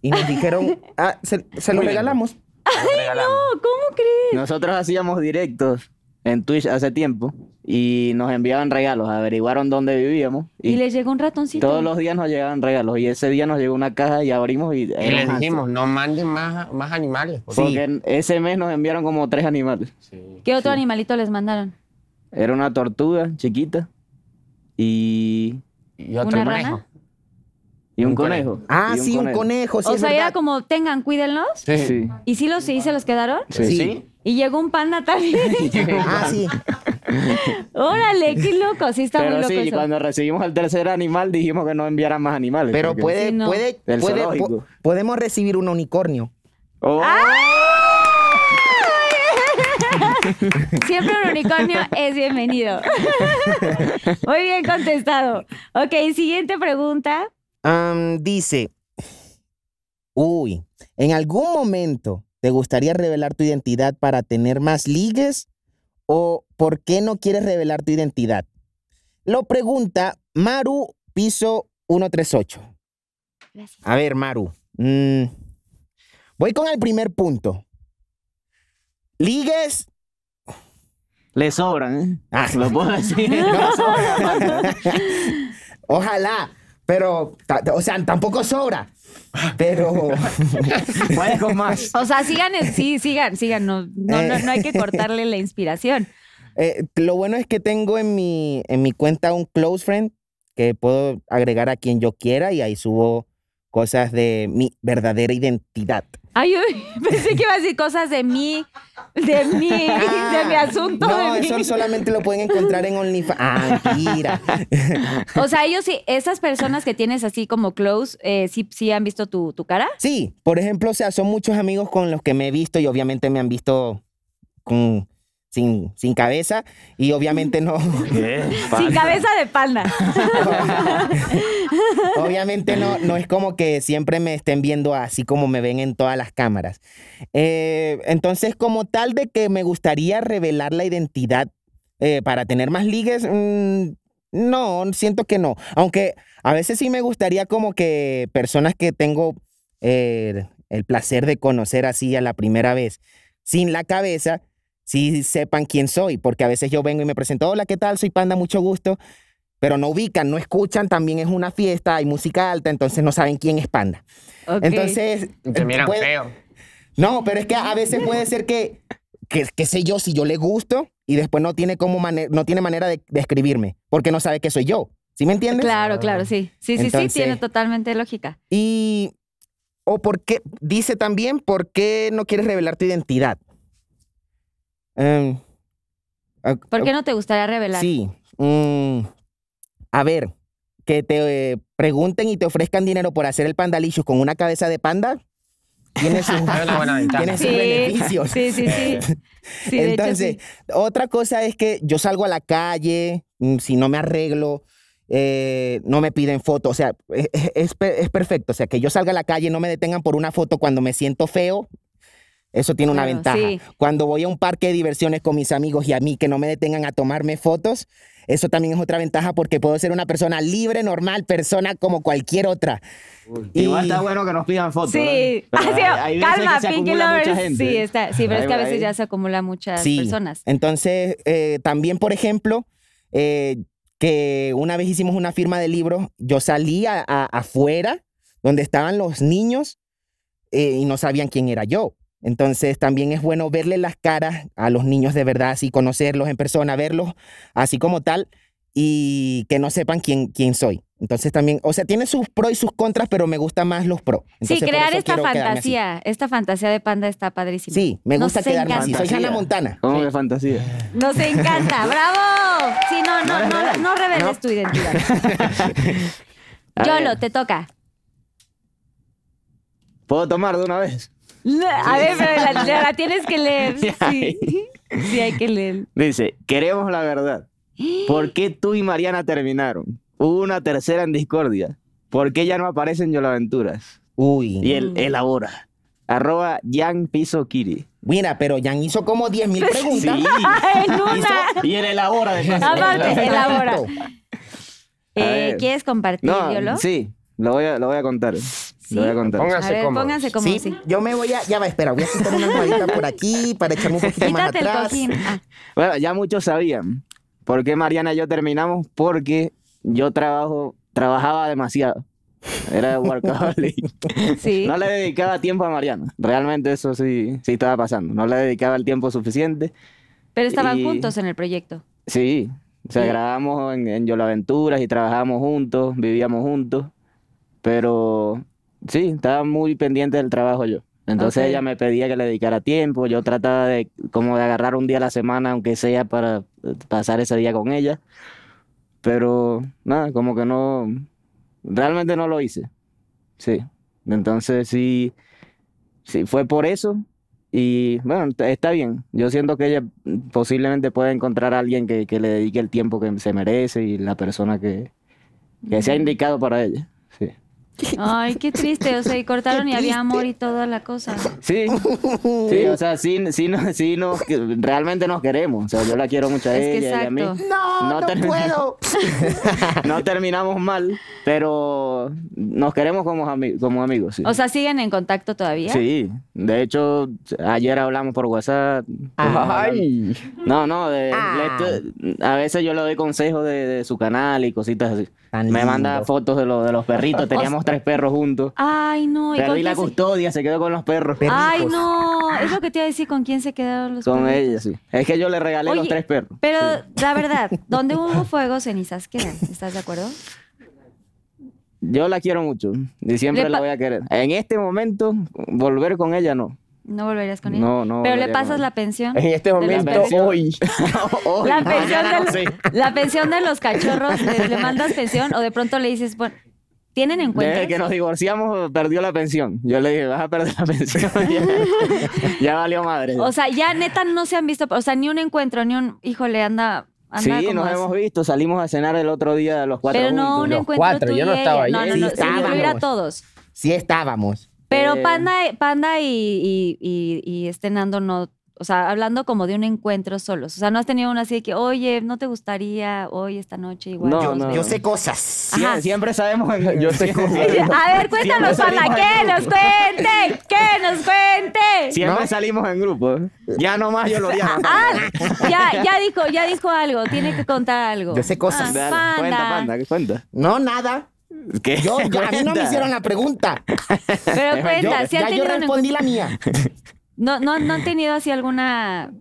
S4: Y nos dijeron, ah, se, se lo
S3: Muy bien.
S4: regalamos.
S1: No, ¿cómo crees?
S8: Nosotros hacíamos directos en Twitch hace tiempo y nos enviaban regalos, averiguaron dónde vivíamos
S1: Y,
S8: y,
S1: les llegó un ratoncito.
S8: todos los días nos llegaban regalos y ese día nos llegó una caja y abrimos y...
S3: Y les dijimos, no manden más, más animales. por favor.
S8: Porque en- ese mes nos enviaron como tres animales.
S3: Sí.
S1: ¿Qué otro animalito les mandaron?
S8: Era una tortuga chiquita y,
S3: Y otro
S1: ¿Una
S3: conejo.
S1: rana?
S8: y un,
S3: Un conejo.
S8: conejo.
S4: Ah,
S8: Y
S4: sí, un conejo. Sí,
S1: o
S4: es
S1: sea,
S4: verdad.
S1: era como, tengan, cuídenlos.
S3: Sí.
S8: Sí.
S1: ¿Y sí, los, sí se los quedaron?
S8: Sí.
S4: Sí.
S1: Y llegó un panda también.
S4: Ah, sí.
S1: Órale, qué loco. Sí
S4: Ah,
S1: está muy
S8: Pero
S1: loco
S8: sí,
S1: eso.
S8: cuando recibimos al tercer animal dijimos que no enviaran más animales.
S4: Pero
S8: porque-
S4: puede,
S1: Sí, no.
S4: puede,
S8: Del
S4: puede-
S8: zoológico.
S4: po- podemos recibir un unicornio.
S8: ¡Oh!
S1: Siempre un unicornio es bienvenido. Muy bien contestado. Ok, siguiente pregunta.
S4: Am, dice, uy, ¿en algún momento te gustaría revelar tu identidad para tener más ligues? ¿O por qué no quieres revelar tu identidad? Lo pregunta Maru Piso 138.
S1: Gracias.
S4: A ver, Maru. mm, voy con el primer punto. Ligues.
S8: Le sobran, ¿eh?
S4: Ah,
S8: Lo puedo decir.
S4: ojalá, pero, ta- o sea, tampoco sobra. Pero...
S8: Puedes con más.
S1: O sea, sigan, sí, sigan, sigan. No, no, no, no hay que cortarle la inspiración.
S4: Eh, lo bueno es que tengo en mi, en mi cuenta un close friend que puedo agregar a quien yo quiera y ahí subo cosas de mi verdadera identidad.
S1: Ay, uy, pensé que iba a decir cosas de mí, de mí, de mi asunto,
S4: Ah. No,
S1: de mí.
S4: eso solamente lo pueden encontrar en OnlyFans. Ah, mentira.
S1: O sea, ellos sí, esas personas que tienes así como close, eh, sí, sí han visto tu, tu cara.
S4: Sí, por ejemplo, o sea, son muchos amigos con los que me he visto y obviamente me han visto con, sin, sin cabeza y obviamente no,
S1: Sin cabeza de panda.
S4: Obviamente no, no es como que siempre me estén viendo así como me ven en todas las cámaras. Eh, entonces, como tal de que me gustaría revelar la identidad eh, para tener más ligues, mm, no, siento que no. Aunque a veces sí me gustaría como que personas que tengo eh, el placer de conocer así a la primera vez, sin la cabeza, sí sepan quién soy, porque a veces yo vengo y me presento, hola, ¿qué tal? Soy Panda, mucho gusto pero no ubican, no escuchan, también es una fiesta, hay música alta, entonces no saben quién es Panda.
S1: Ok.
S4: Entonces,
S3: Y te miran
S4: puede-
S3: feo.
S4: no, pero es que a veces puede ser que, que, qué sé yo, si yo le gusto y después no tiene, como mane- no tiene manera de, de escribirme, porque no sabe que soy yo. ¿Sí me entiendes?
S1: Claro, claro, sí. Sí, sí,
S4: Entonces-
S1: sí, tiene totalmente lógica.
S4: Y, o por qué, dice también, ¿por qué no quieres revelar tu identidad? Em, ah,
S1: ¿Por qué no te gustaría revelar?
S4: Sí. mm, a ver, que te eh, pregunten y te ofrezcan dinero por hacer el pandalicious con una cabeza de panda, tiene sus,
S3: Es una buena ventaja.
S4: tiene sus
S1: Sí.
S4: beneficios.
S1: Sí, sí, sí. Sí, de hecho,
S4: Entonces,
S1: sí.
S4: otra cosa es que yo salgo a la calle, mm, si no me arreglo, eh, no me piden foto, o sea, es, es per- es perfecto, o sea, que yo salga a la calle, no me detengan por una foto cuando me siento feo. Eso tiene una
S1: Claro,
S4: ventaja.
S1: sí.
S4: Cuando voy a un parque de diversiones con mis amigos y a mí que no me detengan a tomarme fotos, eso también es otra ventaja porque puedo ser una persona libre, normal, persona como cualquier otra. Y-
S8: Igual está bueno que nos pidan fotos.
S1: Sí,
S8: ¿verdad? Pero
S1: Así,
S8: hay- hay veces
S1: calma,
S8: que se
S1: Pinky
S8: acumula mucha
S1: Lovers.
S8: gente.
S1: Sí, está, sí, pero es
S8: Ahí
S1: que a
S8: va,
S1: veces
S8: ahí.
S1: ya se acumula muchas
S4: Sí.
S1: personas.
S4: Entonces, eh, también, por ejemplo, eh, que una vez hicimos una firma de libros, yo salí a- a- afuera donde estaban los niños eh, y no sabían quién era yo. Entonces, también es bueno verle las caras a los niños de verdad, así conocerlos en persona, verlos así como tal y que no sepan quién, quién soy. Entonces también, o sea, tiene sus pros y sus contras, pero me gustan más los pros. Entonces,
S1: sí,
S4: por
S1: crear
S4: eso
S1: esta
S4: quiero quedarme así.
S1: fantasía, esta fantasía de panda está padrísima.
S4: Sí, me
S1: Nos
S4: gusta quedarme así. Soy
S8: encanta.
S4: Hannah Montana.
S8: ¿Cómo que fantasía?
S1: Nos encanta, bravo. Sí, no, no, no, no, reveles tu identidad.
S8: A
S1: Yolo,
S8: ver.
S1: te toca.
S2: ¿Puedo tomar de una vez?
S1: No, A ver, pero la, la- la tienes que leer. Sí. Sí, hay que leer.
S2: Dice, queremos la verdad. ¿Por qué tú y Mariana terminaron? Hubo una tercera en discordia. ¿Por qué ya no aparecen Yolaventuras?
S4: Uy.
S2: Y él
S8: Mm.
S2: elabora. Arroba Jan Piso Kiri.
S4: Mira, pero Jan hizo como 10.000 preguntas.
S1: En una.
S2: Y él elabora de paso.
S1: Aparte, elabora. Eh,
S2: ver.
S1: ¿Quieres compartir, Yolo?
S2: No, sí, lo voy a, lo voy a contar. Lo voy a contar.
S1: A
S3: Pónganse
S1: ver,
S3: cómodos.
S1: pónganse como
S4: Sí,
S1: sí.
S4: yo me voy a. Ya va, espera, voy a quitar una almohadita por aquí para echarme un poquito más
S1: Quítate el
S4: atrás.
S1: cojín. Ah,
S2: Bueno, ya muchos sabían por qué Mariana y yo terminamos, porque yo trabajo, trabajaba demasiado. Era workaholic.
S1: sí.
S2: No le dedicaba tiempo a Mariana. Realmente eso sí, sí estaba pasando. No le dedicaba el tiempo suficiente.
S1: Pero estaban
S2: y-
S1: juntos en el proyecto.
S2: Sí, o sea,
S1: Sí.
S2: grabábamos en, en Yolaventuras y trabajábamos juntos, vivíamos juntos. Pero sí, estaba muy pendiente del trabajo yo. Entonces
S1: Ok.
S2: ella me pedía que le dedicara tiempo. Yo trataba de como de agarrar un día a la semana, aunque sea para eh, pasar ese día con ella. Pero nada, como que no, realmente no lo hice. Sí. Entonces sí, sí fue por eso. Y bueno, t- está bien. Yo siento que ella mm, posiblemente pueda encontrar a alguien que, que le dedique el tiempo que se merece y la persona que, que sea indicado para ella. Sí.
S1: Ay, qué triste. O sea, y cortaron y había amor y toda la cosa.
S2: Sí, sí, o sea, sí, sí, no, sí nos, que realmente nos queremos. O sea, yo la quiero mucho a
S1: Es que
S2: ella y a mí.
S1: exacto.
S4: No, no,
S2: No termina.
S4: puedo.
S2: No terminamos mal, pero nos queremos como, ami- como amigos. Sí.
S1: O sea, ¿siguen en contacto todavía?
S2: Sí, de hecho, ayer hablamos por WhatsApp.
S1: Ah.
S3: Ay.
S2: No, no, de- le estoy- a veces yo le doy consejos de, de su canal y cositas así.
S4: Tan
S2: Me
S4: lindo.
S2: manda fotos de, lo- de los perritos, teníamos tres perros juntos.
S1: Ay, no. ¿y con
S2: Perdí
S1: quién
S2: la
S1: se-
S2: custodia, se quedó con los perros.
S4: Perritos.
S1: Ay, no. Es lo que te iba a decir. ¿Con quién se quedaron los
S2: Con
S1: perros?
S2: ella, sí. Es que yo le regalé los
S1: Oye,
S2: tres perros.
S1: Pero
S2: Sí.
S1: la verdad, donde hubo fuego, cenizas quedan. ¿Estás de acuerdo?
S2: Yo la quiero mucho y siempre
S1: Le
S2: la
S1: pa-
S2: voy a querer. En este momento, volver con ella no.
S1: No volverías con él.
S2: No, no
S1: Pero le
S2: volvería con
S1: pasas
S2: él.
S1: la pensión.
S3: En este
S1: de los
S3: momento,
S1: perros.
S3: hoy.
S2: Hoy,
S1: La
S2: mañana,
S1: pensión,
S2: no
S1: del-
S2: sé.
S1: la pensión de los cachorros, ¿le, le mandas pensión o de pronto le dices, bueno, ¿tienen
S2: Desde que
S1: encuentros?
S2: nos divorciamos, perdió la pensión. Yo le dije, vas a perder la pensión. ya, ya valió madre.
S1: O sea, ya neta no se han visto, o sea, ni un encuentro, ni un, híjole, anda, anda
S2: sí,
S1: como
S2: nos
S1: así.
S2: hemos visto. Salimos a cenar el otro día los cuatro
S1: Pero no un
S2: juntos.
S3: Los
S1: encuentro
S3: cuatro,
S1: tú
S3: yo no
S1: y
S3: estaba
S1: ella.
S3: ahí.
S1: No, no, no,
S4: Sí,
S1: se incluir a
S4: estábamos.
S1: todos.
S4: Sí estábamos.
S1: Pero
S2: Eh,
S1: Panda, Panda y, y, y, y este Nando no, o sea, hablando como de un encuentro solos. O sea, no has tenido una así de que, oye, ¿no te gustaría hoy, esta noche, igual?
S2: No,
S1: nos
S2: no.
S1: vemos"?
S4: Yo sé cosas.
S2: Sie-
S1: Ajá.
S2: Siempre sabemos.
S3: Yo te
S2: siempre-
S1: A ver, cuéntanos, Panda,
S2: Siempre salimos
S1: que
S2: en
S1: nos
S2: grupo.
S1: cuente, que nos cuente.
S2: Siempre
S4: ¿No?
S2: salimos en grupo. Ya no más yo lo llamo.
S1: Ah, ya, ya dijo, ya dijo algo, tiene que contar algo.
S4: Yo sé cosas.
S1: Ah,
S2: Dale, Cuenta, panda, ¿qué cuenta?
S4: No, nada.
S2: ¿Qué?
S4: Yo, yo- a mí no me
S2: Cuenta.
S4: hicieron la pregunta.
S1: Pero
S4: Yo-
S1: cuenta, si han
S4: ya yo
S1: tenido un
S4: respondí la mía.
S1: No, no, no han tenido así alguna.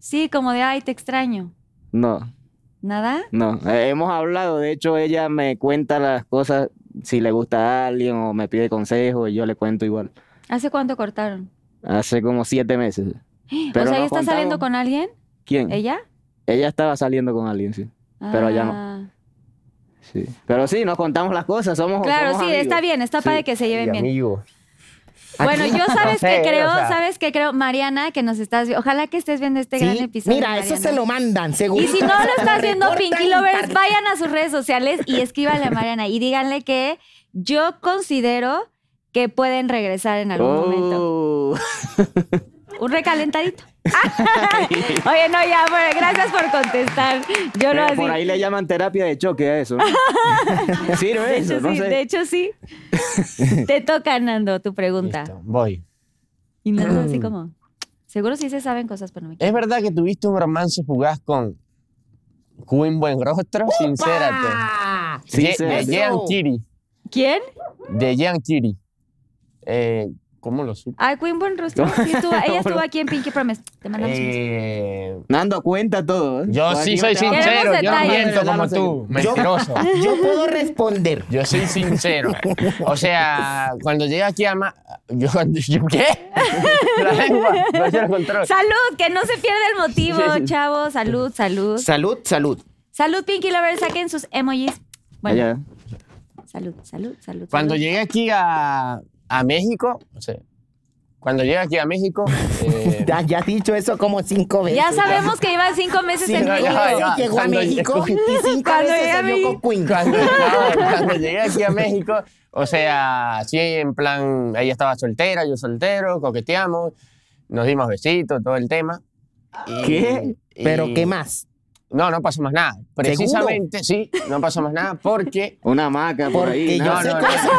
S1: Sí, como de ay, te extraño.
S2: No,
S1: ¿Nada?
S2: no. Eh, hemos hablado. De hecho, ella me cuenta las cosas. Si le gusta a alguien o me pide consejo, y yo le cuento igual.
S1: ¿Hace cuánto cortaron?
S2: Hace como siete meses.
S1: o sea,
S2: Pero nos
S1: ¿ella está saliendo
S2: contamos.
S1: con alguien?
S2: ¿Quién?
S1: ¿Ella?
S2: Ella estaba saliendo con alguien, sí. Pero ya no.
S1: Ah.
S2: sí. Pero sí, nos contamos las cosas, somos
S1: Claro,
S2: somos
S1: sí,
S2: amigos.
S1: está bien, está
S2: Sí.
S1: padre que se
S3: Y
S1: lleven bien.
S3: amigo.
S1: Bueno, yo sabes
S3: sé,
S1: que
S3: o
S1: creo,
S3: sea.
S1: sabes que creo, Mariana, que nos estás vi- Ojalá que estés viendo este gran
S4: Sí,
S1: episodio.
S4: Mira, eso
S1: Mariana.
S4: se lo mandan, seguro.
S1: Y si no lo estás viendo,
S4: Recortan
S1: Pinky
S4: y
S1: Lovers,
S4: par-
S1: vayan a sus redes sociales y escríbanle a Mariana y díganle que yo considero que pueden regresar en algún momento.
S2: Oh.
S1: Un recalentadito. Oye, no, ya, bueno, gracias por contestar. Yo lo
S2: Pero
S8: Eh,
S1: así.
S2: por ahí le llaman terapia de choque a eso.
S1: de
S2: Sirve
S1: hecho,
S2: eso, no
S1: sí,
S2: sé.
S1: de hecho, sí. Te toca, Nando, tu pregunta.
S3: Listo, voy.
S1: Y Nando así como, seguro sí se saben cosas, pero no me
S3: ¿Es verdad que tuviste un romance fugaz con Queen Buenrostro? Sincérate.
S4: ¡Ah!
S3: Ye-
S2: Sincérate.
S3: de Jean Chiri.
S1: ¿Quién?
S3: De Jean Chiri. Eh, ¿Cómo lo supo?
S1: Ay, Queen Buen Rostro. Sí, estuvo- ella estuvo aquí en Pinky Promise. Te mandamos un beso.
S3: Eh,
S2: Nando, cuenta todo. ¿eh?
S3: yo
S2: Pues
S3: sí
S2: aquí
S3: soy
S2: no te vamos a-
S3: sincero, yo no
S1: detalles.
S3: miento
S2: Revelar
S3: como
S2: los
S3: tú, mentiroso.
S4: Yo puedo responder.
S3: Yo soy sincero. O sea, cuando llegué aquí a Ma yo, cuando- yo- ¿qué? La lengua, no se lo control.
S1: Salud, que no se pierda el motivo, chavos. Salud, salud.
S4: Salud, salud.
S1: Salud, Pinky Lovers, saquen sus emojis. Bueno,
S2: Allá.
S1: salud, salud, salud.
S3: Cuando
S1: salud.
S3: llegué aquí a a México, o sea, cuando llegue aquí a México, eh,
S4: Ya, ya has dicho eso como cinco veces.
S1: Ya sabemos que iba cinco meses
S4: Cinco
S1: en
S3: no,
S4: veces
S1: México.
S3: ya, ya.
S4: llegó a
S3: Cuando-
S4: México y cinco
S1: Cuando
S4: veces
S1: llegué a
S4: se vio
S1: México.
S4: con Queen.
S3: cuando, no, cuando llegué aquí a México, o sea, sí, en plan, ella estaba soltera, yo soltero, coqueteamos, nos dimos besitos, todo el tema. y-
S4: ¿Qué?
S3: y-
S4: Pero ¿qué más?
S3: No, no pasó más nada. Precisamente, sí, no pasó más nada porque
S8: Una maca por
S4: Porque
S8: ahí.
S4: yo
S8: nada.
S4: sé
S3: no,
S4: cosas.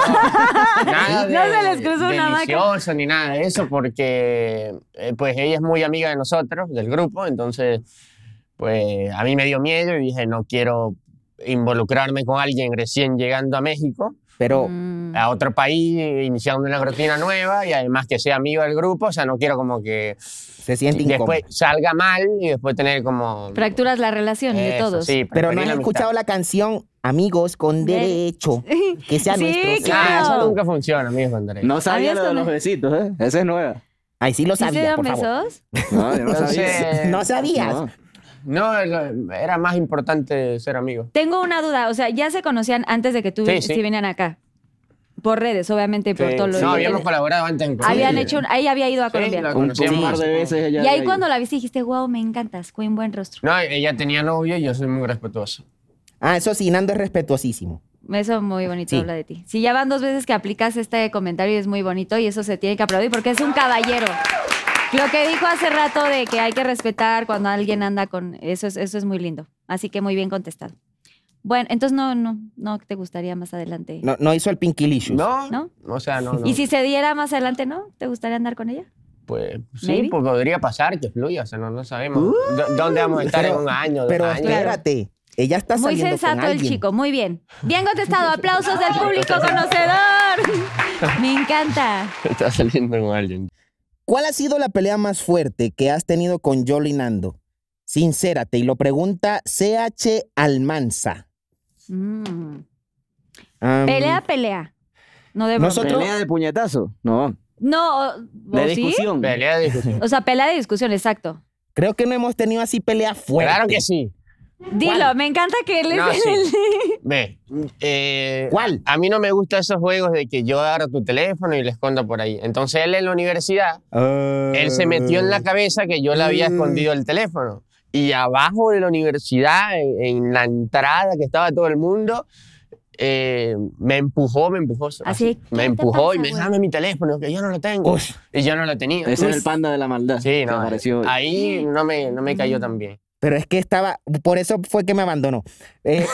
S3: nada de,
S1: No se les cruzó una vaca.
S3: delicioso ni nada de eso porque eh, pues ella es muy amiga de nosotros, del grupo, entonces pues a mí me dio miedo y dije no quiero involucrarme con alguien recién llegando a México,
S4: Pero
S1: Mm.
S3: a otro país, iniciando una rutina nueva y además que sea amigo del grupo, o sea, no quiero como que
S4: se siente incómodo.
S3: después salga mal y después tener como...
S1: Fracturas la relación de
S3: Eso,
S1: todos.
S3: sí,
S4: Pero no
S3: preferir
S4: has
S3: la amistad.
S4: escuchado la canción Amigos con
S1: Del-
S4: Derecho. Que sea
S1: Sí,
S4: nuestro.
S1: claro.
S3: Ah, eso nunca funciona, amigos Andrés.
S8: No sabía
S1: ¿Habías
S8: lo de los
S1: cono-
S8: besitos, ¿eh? Esa es nueva.
S4: Ahí sí lo
S1: ¿Sí se
S4: sabía,
S1: dieron
S4: por favor.
S1: besos?
S8: No, yo no sabía.
S3: Entonces,
S4: ¿No sabías?
S8: No.
S3: no, era- era más importante ser amigos.
S1: Tengo una duda, o sea, ya se conocían antes de que tú
S3: Sí, sí.
S1: si vinieran acá. Por redes, obviamente, por
S3: Sí.
S1: todo lo
S3: no,
S1: de-
S3: habíamos colaborado antes en Colombia.
S1: Habían hecho un- ahí había ido a
S3: Sí,
S1: Colombia.
S3: la
S8: Un,
S3: conocíamos.
S8: un par de veces ella
S1: y ahí
S8: había
S1: cuando
S8: ido.
S1: la viste dijiste, wow, me encantas, buen buen rostro.
S3: No, ella tenía novio y yo soy muy respetuoso.
S4: Ah, eso sí, Nando es respetuosísimo.
S1: Eso muy bonito
S4: Sí.
S1: habla de ti. Si ya van dos veces que aplicas este comentario y es muy bonito y eso se tiene que aplaudir porque es un caballero. Lo que dijo hace rato de que hay que respetar cuando alguien anda con eso es, eso es muy lindo. Así que muy bien contestado. Bueno, entonces no, no, no te gustaría más adelante.
S4: No, no hizo el Pinky Licious.
S3: No,
S1: ¿No?
S3: o sea, no, no.
S1: Y si se diera más adelante, ¿no? ¿Te gustaría andar con ella?
S3: Pues sí,
S1: Maybe.
S3: pues podría pasar que fluya, o sea, no, no sabemos dó- dónde vamos a estar
S4: Pero-
S3: en un año, dos
S4: Pero
S3: años.
S4: espérate, ella está
S1: Muy
S4: saliendo
S1: sensato
S4: con
S1: el
S4: alguien.
S1: chico, muy bien. Bien contestado, aplausos del público conocedor. Me encanta.
S3: Está saliendo con alguien.
S4: ¿Cuál ha sido la pelea más fuerte que has tenido con Yolo y Nando? Sincérate, y lo pregunta CH Almanza.
S1: Mm.
S4: Am,
S1: Pelea, pelea. No de broma.
S4: Nosotros-
S8: ¿Pelea de puñetazo? No.
S1: No, o-
S8: ¿De
S1: ¿o sí?
S8: discusión?
S3: Pelea de discusión.
S1: O sea, pelea de discusión, exacto.
S4: Creo que no hemos tenido así pelea fuerte.
S3: Claro que sí.
S1: Dilo, me encanta que él es
S3: No, sí.
S1: el-
S3: Ve. eh,
S4: ¿Cuál?
S3: A mí no me gustan esos juegos de que yo agarro tu teléfono y le escondo por ahí. Entonces él en la universidad Él se metió en
S4: Ah,
S3: la cabeza que yo le había
S4: Mm.
S3: escondido el teléfono. Y abajo de la universidad, en, en la entrada que estaba todo el mundo, eh, me empujó, me empujó.
S1: Así, ¿qué
S3: me
S1: te
S3: empujó
S1: pasa,
S3: y me dijo,
S1: güey?
S3: dame mi teléfono, que yo no lo tengo.
S4: Uy.
S3: Y yo no lo tenía.
S8: Ese es
S3: Uy.
S8: el panda de la maldad.
S3: Pues- Sí,
S8: que
S3: no,
S8: apareció.
S3: ahí no me, no me cayó tan bien.
S4: Pero es que estaba, por eso fue que me abandonó. Eh,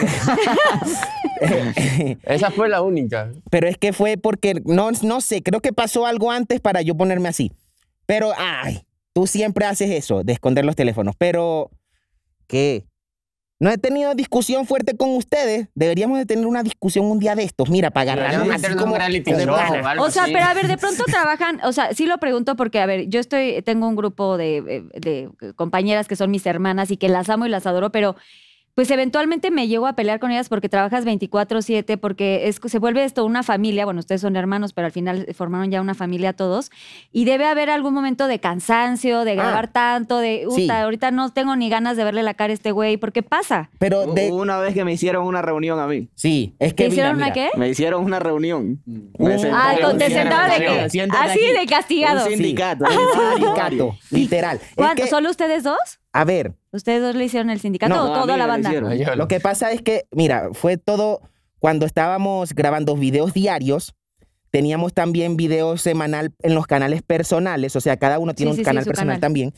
S3: Esa fue la única.
S4: pero es que fue porque, no, no sé, creo que pasó algo antes para yo ponerme así. Pero, ay, tú siempre haces eso, de esconder los teléfonos. Pero, ¿qué? No he tenido discusión fuerte con ustedes. Deberíamos de tener una discusión un día de estos. Mira, para agarrarnos
S3: Deberíamos
S4: así
S3: meternos
S4: como...
S3: un reality
S4: como
S3: show
S4: pana.
S3: o algo
S1: O sea,
S3: así.
S1: pero a ver, de pronto trabajan, o sea, sí lo pregunto porque, a ver, yo estoy, tengo un grupo de, eh, de compañeras que son mis hermanas y que las amo y las adoro, pero pues eventualmente me llego a pelear con ellas porque trabajas 24/7, porque es, se vuelve esto una familia, bueno, ustedes son hermanos, pero al final formaron ya una familia todos, y debe haber algún momento de cansancio, de grabar tanto, de,
S4: Sí.
S1: "Uta, ahorita no tengo ni ganas de verle la cara a este güey, porque pasa.
S4: Pero
S8: Hubo
S3: Uh,
S4: de...
S8: una vez que me hicieron una reunión a mí.
S4: Sí, es que...
S1: ¿Te hicieron
S4: mira,
S1: una
S4: mira.
S1: qué?
S8: Me hicieron una reunión. Me
S4: Ah,
S1: Ah,
S8: sentaron
S1: entonces,
S8: en una
S1: te sentaba de Ah,
S8: reunión.
S1: que,
S4: Siéntate, siéntate
S1: así
S4: aquí.
S1: de castigado.
S8: Un sindicato.
S4: Un sindicato, literal. Es
S1: ¿Cuánto?
S4: que-
S1: ¿Solo ustedes dos?
S4: a ver,
S1: ¿Ustedes dos le hicieron el sindicato
S4: No,
S1: o toda la banda?
S3: Yo-
S4: Lo que pasa es que, mira, fue todo cuando estábamos grabando videos diarios. Teníamos también videos semanal en los canales personales, o sea, cada uno
S1: Sí,
S4: tiene un
S1: sí, sí,
S4: canal
S1: su
S4: personal
S1: canal.
S4: también.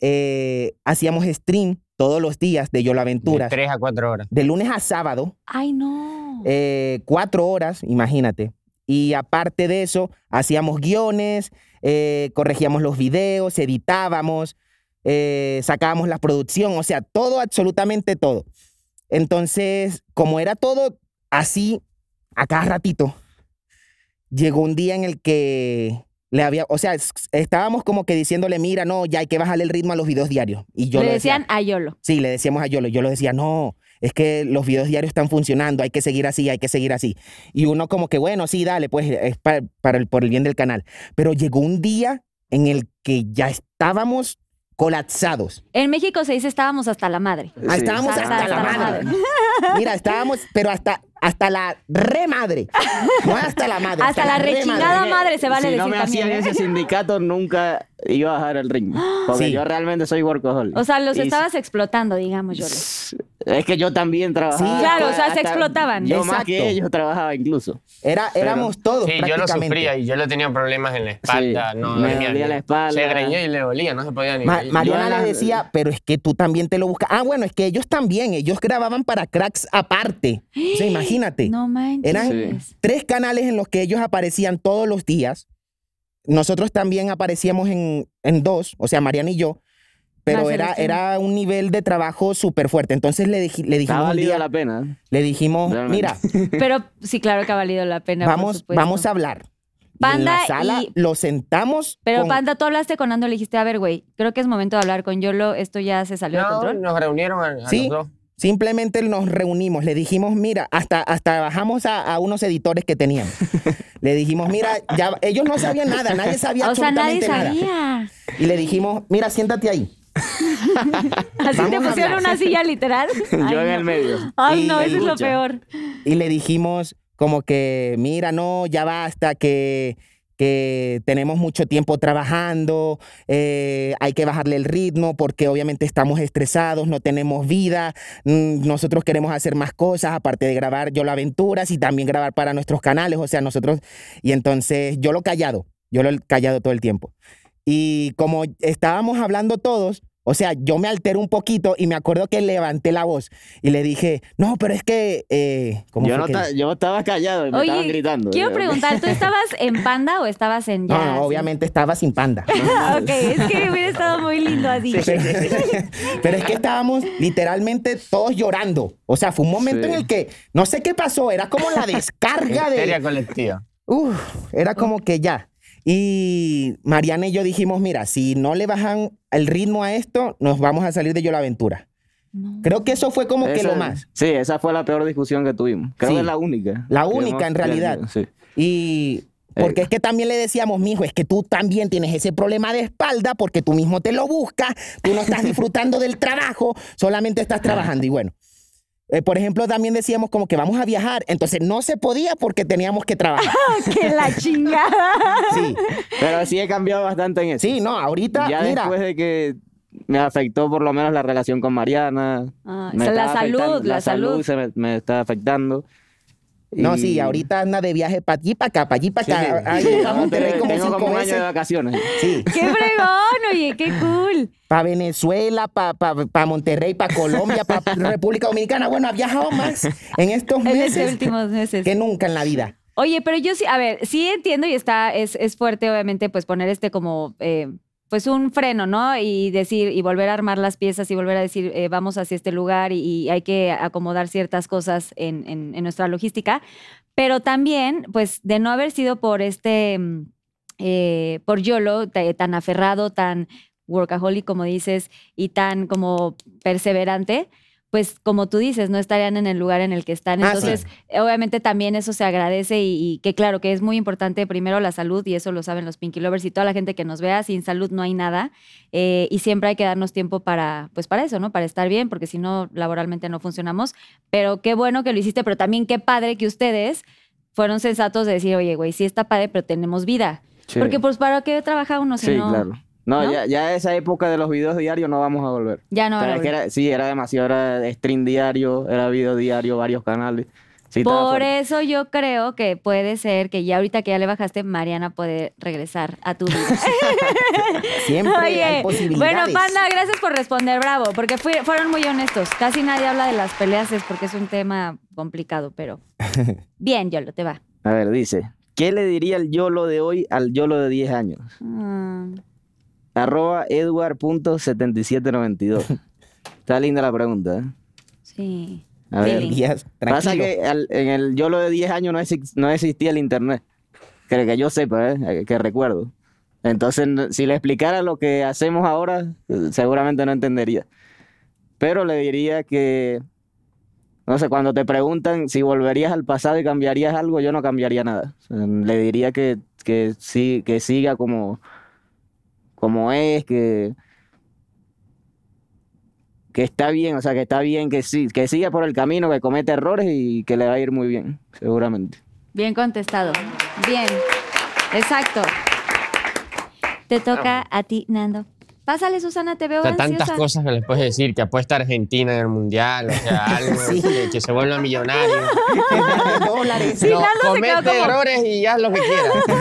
S4: Eh, hacíamos stream todos los días de Yolo
S3: de
S4: Aventuras, de,
S3: tres a cuatro horas.
S4: lunes a sábado,
S1: Ay, no.
S4: eh, cuatro horas, imagínate. Y aparte de eso, hacíamos guiones, eh, corregíamos los videos, editábamos, eh, sacábamos la producción, o sea, todo, absolutamente todo. Entonces, como era todo así, a cada ratito, llegó un día en el que le había, o sea, es- estábamos como que diciéndole, mira, no, ya hay que bajarle el ritmo a los videos diarios. Y yo
S1: le
S4: le decía,
S1: decían a Yolo.
S4: Sí, le decíamos a Yolo. Yo lo decía, no, es que los videos diarios están funcionando, hay que seguir así, hay que seguir así. Y uno como que, bueno, sí, dale, pues es pa- para, el, por el bien del canal. Pero llegó un día en el que ya estábamos colapsados.
S1: En México se dice estábamos hasta la madre.
S4: Ah, estábamos
S1: Hasta-
S4: hasta, la
S1: hasta la
S4: madre. Mira, estábamos, pero hasta, hasta la re madre. No hasta la madre.
S1: Hasta la
S4: re
S1: rechingada
S4: madre.
S1: madre se vale
S2: si no
S1: decir
S2: me
S1: también.
S2: hacían
S1: ¿eh?
S2: ese sindicato, nunca iba a bajar el ritmo. Porque
S4: Sí.
S2: yo realmente soy workaholic.
S1: O sea, los
S2: Y
S1: estabas explotando, digamos, yo.
S2: Es que yo también trabajaba.
S4: Sí,
S1: claro, o sea, se
S2: Hasta-
S1: explotaban.
S2: Yo
S4: Exacto.
S2: más que ellos trabajaba incluso.
S4: Era, éramos todos
S3: Sí, yo lo
S4: prácticamente.
S3: sufría y yo le tenía problemas en la espalda.
S2: Sí,
S3: no,
S2: me
S3: dormía
S2: dolía
S3: bien.
S2: la espalda.
S3: Se greñía y le dolía, no se podía ni.
S4: Ma-
S3: yo
S4: Mariana
S3: a
S4: les
S3: las-
S4: decía, pero es que tú también te lo buscas. Ah, bueno, es que ellos también, ellos grababan para cracks aparte. O sea, imagínate.
S1: No manches.
S4: Eran tres canales en los que ellos aparecían todos los días. Nosotros también aparecíamos en, en dos, o sea, Mariana y yo. Pero
S1: Más
S4: era,
S1: Celestino.
S4: era un nivel de trabajo súper fuerte. Entonces le, dij- le
S2: Ha
S4: dijimos un
S2: valido
S4: día,
S2: la pena.
S4: le dijimos,
S2: Realmente.
S4: mira,
S1: Pero sí, claro que ha valido la pena. por
S4: vamos,
S1: supuesto.
S4: vamos a hablar. Y en
S1: Panda
S4: la sala
S1: y-
S4: lo sentamos.
S1: Pero
S4: con-
S1: Panda, tú hablaste con Ando, le dijiste, a ver, güey, creo que es momento de hablar con Yolo, esto ya se salió de
S3: No,
S1: control.
S3: nos reunieron a, a
S4: Sí.
S3: los dos.
S4: Simplemente nos reunimos, le dijimos, mira, hasta, hasta bajamos a, a unos editores que tenían. le dijimos, mira, ya, ellos no sabían nada, nadie sabía
S1: o sea, nadie
S4: absolutamente nada.
S1: sabía.
S4: Y le dijimos, mira, siéntate ahí.
S1: Así
S4: Vamos
S1: te
S4: a
S1: pusieron
S4: hablar.
S1: una silla literal.
S2: Yo
S1: Ay,
S2: en
S1: no.
S2: el medio.
S1: Ay,
S4: Y
S1: no,
S4: el
S1: eso es lo
S2: lucha.
S1: peor.
S4: y le dijimos como que, mira, no, ya basta, que, que tenemos mucho tiempo trabajando, eh, hay que bajarle el ritmo porque obviamente estamos estresados, no tenemos vida, mm, nosotros queremos hacer más cosas, aparte de grabar Yo la Aventuras y también grabar para nuestros canales, o sea, nosotros, y entonces yo lo callado, yo lo he callado todo el tiempo. Y como estábamos hablando todos, o sea, yo me alteré un poquito y me acuerdo que levanté la voz y le dije, no, pero es que... Eh, ¿cómo
S2: Yo,
S4: fue
S2: no
S4: que
S2: ta-
S4: dije?
S2: yo estaba callado y me estaban gritando.
S1: quiero
S2: Yo-
S1: preguntar, ¿tú estabas en Panda o estabas en
S4: No,
S1: ya?
S4: no,
S1: así?
S4: obviamente estaba sin panda.
S1: ok, es que hubiera estado muy lindo así.
S4: Pero, pero es que estábamos literalmente todos llorando. O sea, fue un momento
S2: Sí.
S4: en el que no sé qué pasó, era como la descarga
S3: Histeria
S4: de...
S3: colectiva.
S4: Uf, era como que ya. Y Mariana y yo dijimos, mira, si no le bajan el ritmo a esto, nos vamos a salir de Yo la Aventura. Creo que eso fue como que
S2: Esa-
S4: lo más.
S2: Sí, esa fue la peor discusión que tuvimos. Creo
S4: Sí.
S2: que es la única.
S4: La
S2: que
S4: única,
S2: hemos
S4: en realidad.
S2: tenido, sí.
S4: Y
S2: Eh.
S4: porque es que también le decíamos, mijo, es que tú también tienes ese problema de espalda porque tú mismo te lo buscas, tú no estás disfrutando del trabajo, solamente estás trabajando. Y bueno, eh, por ejemplo, también decíamos como que vamos a viajar, entonces no se podía porque teníamos que trabajar.
S1: que la chingada.
S4: Sí,
S2: Pero sí he cambiado bastante en eso.
S4: sí, no, ahorita,
S2: ya
S4: mira,
S2: después de que me afectó por lo menos la relación con Mariana.
S1: Ah,
S2: me
S1: o sea, la
S2: estaba
S1: salud,
S2: afectando-
S1: la salud.
S2: se me, me está afectando.
S4: no,
S2: Y-
S4: sí, ahorita anda de viaje para allí, para acá, para allí,
S2: Sí,
S4: para acá.
S2: sí.
S4: Ay,
S2: Sí,
S4: a
S2: ahora
S4: Monterrey
S2: tengo-
S4: como
S2: tengo
S4: cinco
S2: como un año de
S4: veces.
S2: vacaciones.
S4: Sí,
S1: ¡Qué fregón! Oye, qué cool.
S4: para Venezuela, para Monterrey, para Colombia, para República Dominicana. Bueno, ha viajado más en estos
S1: En estos
S4: meses
S1: últimos meses.
S4: que nunca en la vida.
S1: Oye, pero yo sí, a ver, sí entiendo y está, es, es fuerte, obviamente, pues poner este como, eh, pues un freno, ¿no? Y decir, y volver a armar las piezas y volver a decir, eh, vamos hacia este lugar y, y hay que acomodar ciertas cosas en, en- en nuestra logística. Pero también, pues, de no haber sido por este, mm, eh, por YOLO, ta- tan aferrado, tan workaholic, como dices, y tan como perseverante, pues, como tú dices, no estarían en el lugar en el que están.
S4: Ah, sí.
S1: Entonces, obviamente también eso se agradece y, y que claro que es muy importante primero la salud y eso lo saben los Pinky Lovers y toda la gente que nos vea, sin salud no hay nada eh, y siempre hay que darnos tiempo para, pues para eso, ¿no? Para estar bien, porque si no, laboralmente no funcionamos, pero qué bueno que lo hiciste, pero también qué padre que ustedes fueron sensatos de decir, oye, güey, sí está padre, pero tenemos vida.
S2: Sí.
S1: Porque pues para qué trabaja uno si
S2: Sí,
S1: no,
S2: claro. No,
S1: ¿No?
S2: Ya, ya esa época de los videos diarios no vamos a volver.
S1: ya no.
S2: Pero
S1: habrá
S2: es que era- sí, era demasiado, era stream diario, era video diario, varios canales. Sí, estaba
S1: Por
S2: fuerte.
S1: eso yo creo que puede ser que ya ahorita que ya le bajaste, Mariana puede regresar a tu vida.
S4: Siempre hay
S1: Oye, bueno,
S4: posibilidades.
S1: Panda, gracias por responder, bravo, porque fui- fueron muy honestos. Casi nadie habla de las peleas, es porque es un tema complicado, pero bien, Yolo, te va.
S2: A ver, dice, ¿qué le diría el YOLO de hoy al YOLO de 10 años?
S1: Mm,
S2: Arroba edward.7792. Está linda la pregunta, ¿eh?
S1: sí.
S2: A ver.
S1: Feeling.
S4: Díaz,
S2: Pasa
S4: tranquilo.
S2: que al- en el YOLO de 10 años no, exi- no existía el internet. Que, que yo sepa, ¿eh? Que recuerdo. Entonces, no- si le explicara lo que hacemos ahora, eh, seguramente no entendería. Pero le diría que, no sé, cuando te preguntan si volverías al pasado y cambiarías algo, yo no cambiaría nada. O sea, Le diría que, que, sí, que siga como, como es, que,
S8: que está bien, o sea, que está bien, que sí, que siga por el camino, que comete errores y que le va a ir muy bien, seguramente.
S1: Bien contestado. Bien. Exacto. Te toca a ti, Nando. Pásale, Susana, te veo
S3: O sea,
S1: ansiosa.
S3: tantas cosas que les puedes decir, que apuesta a Argentina en el Mundial, o sea, algo, que, que se vuelva millonario.
S4: Dólares.
S1: Lalo se
S3: No,
S1: quedó
S3: comete
S1: como-
S3: errores y haz lo que quieras.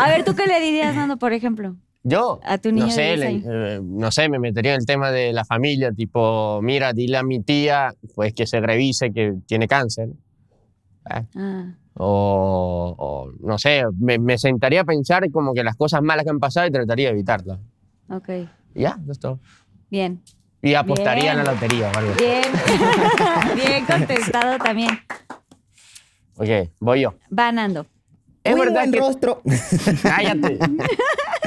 S1: A ver, ¿tú qué le dirías, Nando, por ejemplo?
S3: Yo,
S1: A tu niño
S3: no
S1: de
S3: sé,
S1: 10
S3: le-
S1: años.
S3: eh, no sé, me metería en el tema de la familia, tipo, mira, dile a mi tía, pues que se revise que tiene cáncer.
S1: Ah,
S3: O, o, no sé, me, me sentaría a pensar como que las cosas malas que han pasado y trataría de evitarlas.
S1: ok.
S3: Y Ya, eso es todo.
S1: Bien.
S3: Y apostaría
S1: Bien.
S3: en la lotería o algo.
S1: Bien. Bien contestado también.
S3: Ok, voy yo.
S1: Va, Nando.
S3: Es
S4: Muy
S3: verdad
S4: buen
S3: que
S4: rostro.
S3: Cállate.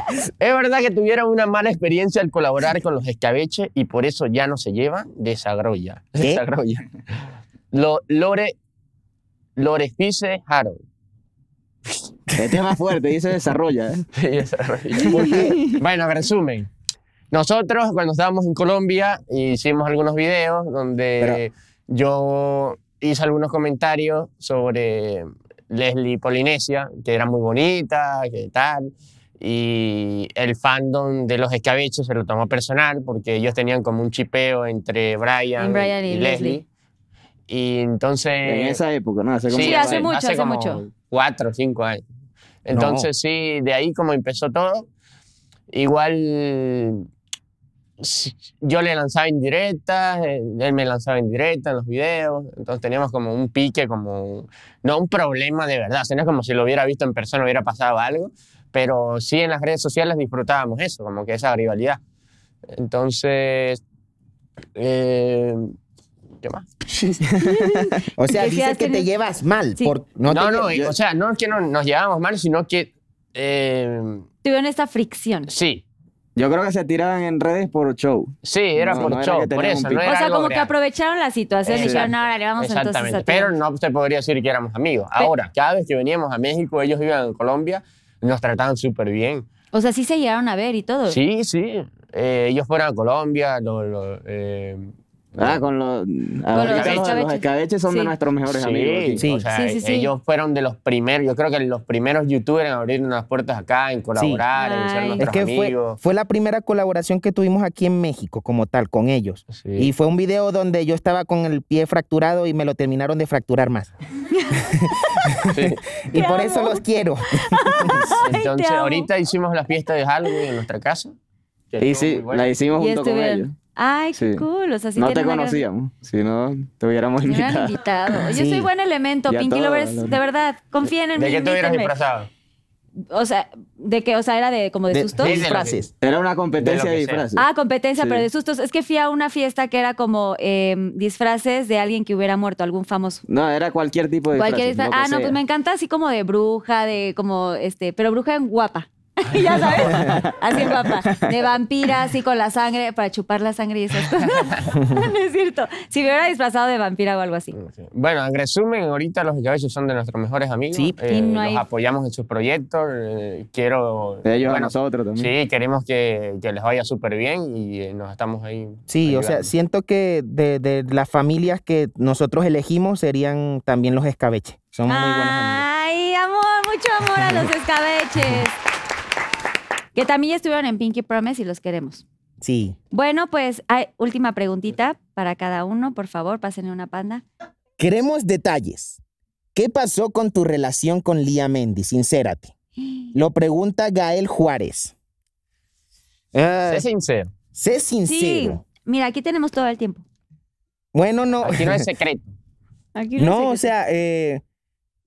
S3: es verdad que tuvieron una mala experiencia al colaborar con los escabeches y por eso ya no se llevan desagrolla. Desagrolla. Lo, Lore, Lores dice Harold.
S8: Este es más fuerte, dice desarrolla. ¿eh?
S3: Sí, desagrolla. bueno, resumen. Nosotros cuando estábamos en Colombia hicimos algunos videos donde yo hice algunos comentarios sobre Leslie Polinesia, que era muy bonita, que tal. Y el fandom de los escabeches se lo tomó personal porque ellos tenían como un chipeo entre Brian,
S1: Brian y Leslie.
S3: Y entonces...
S8: En esa época, ¿no? Hace como
S1: Eh, Sí,
S8: que
S1: hace
S8: va-
S1: mucho, hace
S3: como
S1: mucho.
S3: Cuatro o cinco años. Entonces, sí, de ahí como empezó todo. Igual sí, yo le lanzaba indirectas, él él me lanzaba indirecta en los videos, entonces teníamos como un pique, como un- no un problema de verdad, o sea, no es como si lo hubiera visto en persona hubiera pasado algo, pero sí en las redes sociales disfrutábamos eso, como que esa rivalidad. Entonces, eh, ¿qué más?
S4: O sea,
S1: Que sí
S4: dices
S1: has
S4: que te
S1: tenido-
S4: llevas mal.
S1: Sí.
S4: por-
S3: No,
S4: te
S3: no,
S4: llevas-
S3: eh, o sea, no es que no- nos llevábamos mal, sino que eh,
S1: Tuvieron esta fricción.
S3: sí,
S8: Yo creo que se tiraban en redes por show.
S3: sí, era
S8: No,
S3: por
S8: no era
S3: show,
S8: que
S3: por
S8: teníamos
S3: eso,
S8: un
S3: no
S8: pique.
S3: era
S1: o sea,
S3: algo
S1: como que
S3: real.
S1: aprovecharon la situación y dijeron,
S3: Exacto.
S1: ahora le vamos entonces
S3: Exactamente,
S1: a
S3: pero
S1: ti".
S3: no te podría decir que éramos amigos. Ahora, cada vez que veníamos a México, ellos iban a Colombia, nos trataban súper bien.
S1: O sea, sí se llegaron a ver y todo.
S3: Sí, sí. Eh, ellos fueron a Colombia, lo- lo, eh,
S8: Ah, con los, ahorita los-
S1: escabeches.
S8: los escabeches son
S1: Sí.
S8: de nuestros mejores amigos. aquí.
S3: sí,
S4: Sí.
S3: o sea,
S1: Sí, sí, sí.
S3: ellos fueron de los primeros, yo creo que los primeros youtubers en abrir unas puertas acá, en colaborar, en ser
S1: Ay.
S3: nuestros
S4: Es que fue,
S3: amigos.
S4: fue la primera colaboración que tuvimos aquí en México como tal, con ellos.
S3: Sí.
S4: Y fue un video donde yo estaba con el pie fracturado y me lo terminaron de fracturar más. y por eso los quiero.
S3: Entonces,
S1: amo.
S3: ahorita hicimos la fiesta de Halloween en nuestra casa. que
S8: Y
S3: estuvo
S8: sí,
S3: muy buena.
S8: la hicimos
S1: Y
S8: junto con
S1: estuvieron.
S8: ellos.
S1: Ay, qué
S8: Sí.
S1: cool. O sea, sí
S8: no te
S1: tienen una gran-
S8: conocíamos, si no te hubiéramos
S1: Me hubieran
S8: invitado.
S1: invitado. Yo
S4: Sí.
S1: soy buen elemento,
S8: Ya
S1: Pinky
S8: todo,
S1: Lovers.
S8: Lore.
S1: De verdad, confíen en
S3: ¿De
S1: mí.
S3: qué te hubieras
S1: invítenme.
S3: disfrazado?
S1: O sea, de que, o sea, era de como de,
S4: De-
S1: sustos.
S3: Sí, de lo que-
S4: frases.
S8: Era una
S3: De
S8: competencia
S3: lo
S8: de
S3: que sea.
S8: disfraces.
S1: Ah, competencia,
S8: Sí.
S1: pero de sustos. Es que fui a una fiesta que era como eh, disfraces de alguien que hubiera muerto, algún famoso.
S8: No, era cualquier tipo de
S1: Cualquier
S8: disfraces,
S1: disfraz.
S8: lo que
S1: Ah, no,
S8: sea.
S1: pues me encanta así como de bruja, de como este, pero bruja en guapa. ya sabes, así en guapa. De vampira, así con la sangre, para chupar la sangre y esas cosas. no es cierto. Si me hubiera disfrazado de vampira o algo así.
S3: Bueno, en resumen, ahorita los escabeches son de nuestros mejores amigos.
S4: Sí.
S3: Eh,
S1: Y no hay-
S3: Los apoyamos en sus proyectos. eh, quiero.
S1: pues
S8: De ellos a
S3: bueno,
S8: nosotros también.
S3: Sí, queremos que, que les vaya súper bien y eh, nos estamos ahí.
S4: Sí, o sea,
S3: ayudando.
S4: siento que de, de las familias que nosotros elegimos serían también los escabeches. Son muy buenos amigos.
S1: Ay, amor, mucho amor a los escabeches. Que también ya estuvieron en Pinky Promise y los queremos.
S4: Sí.
S1: Bueno, pues hay última preguntita para cada uno, por favor, pásenle una panda.
S4: Queremos detalles. ¿Qué pasó con tu relación con Lía Mendy? Sincérate. Lo pregunta Gael Juárez.
S8: eh,
S4: Ah,
S3: Sé sincero.
S4: sé
S1: Sí,
S4: sincero.
S1: mira, aquí tenemos todo el tiempo.
S4: Bueno, no.
S3: Aquí no hay secreto.
S1: Aquí
S4: No, o
S1: sé
S4: sea, eh,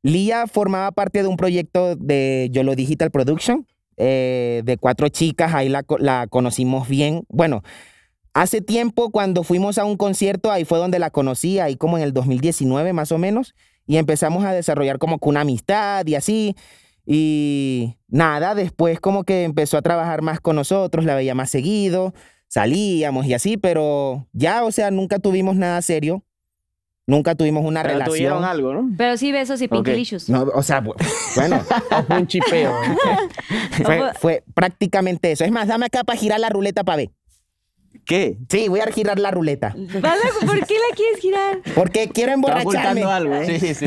S4: Lía formaba parte de un proyecto de Yolo Digital Production, eh, de cuatro chicas, ahí la, co- la conocimos bien. Bueno, hace tiempo cuando fuimos a un concierto, ahí fue donde la conocí, ahí como en el 2019 más o menos, y empezamos a desarrollar como que una amistad y así. Y nada, después como que empezó a trabajar más con nosotros, la veía más seguido, salíamos y así, pero ya, o sea, nunca tuvimos nada serio. Nunca tuvimos una
S8: Pero
S4: relación.
S8: tuvieron algo, ¿no?
S1: Pero sí besos y pinkilicious.
S4: No, o sea, bu- bueno,
S3: Un chipeo.
S4: fue, fue prácticamente eso. Es más, dame acá para girar la ruleta para ver.
S2: ¿Qué?
S4: Sí, voy a girar la ruleta.
S1: ¿Vas a- ¿Por qué la quieres girar?
S4: Porque quiero
S2: Está
S4: emborracharme.
S2: ocultando algo, ¿eh?
S3: Sí, sí, sí.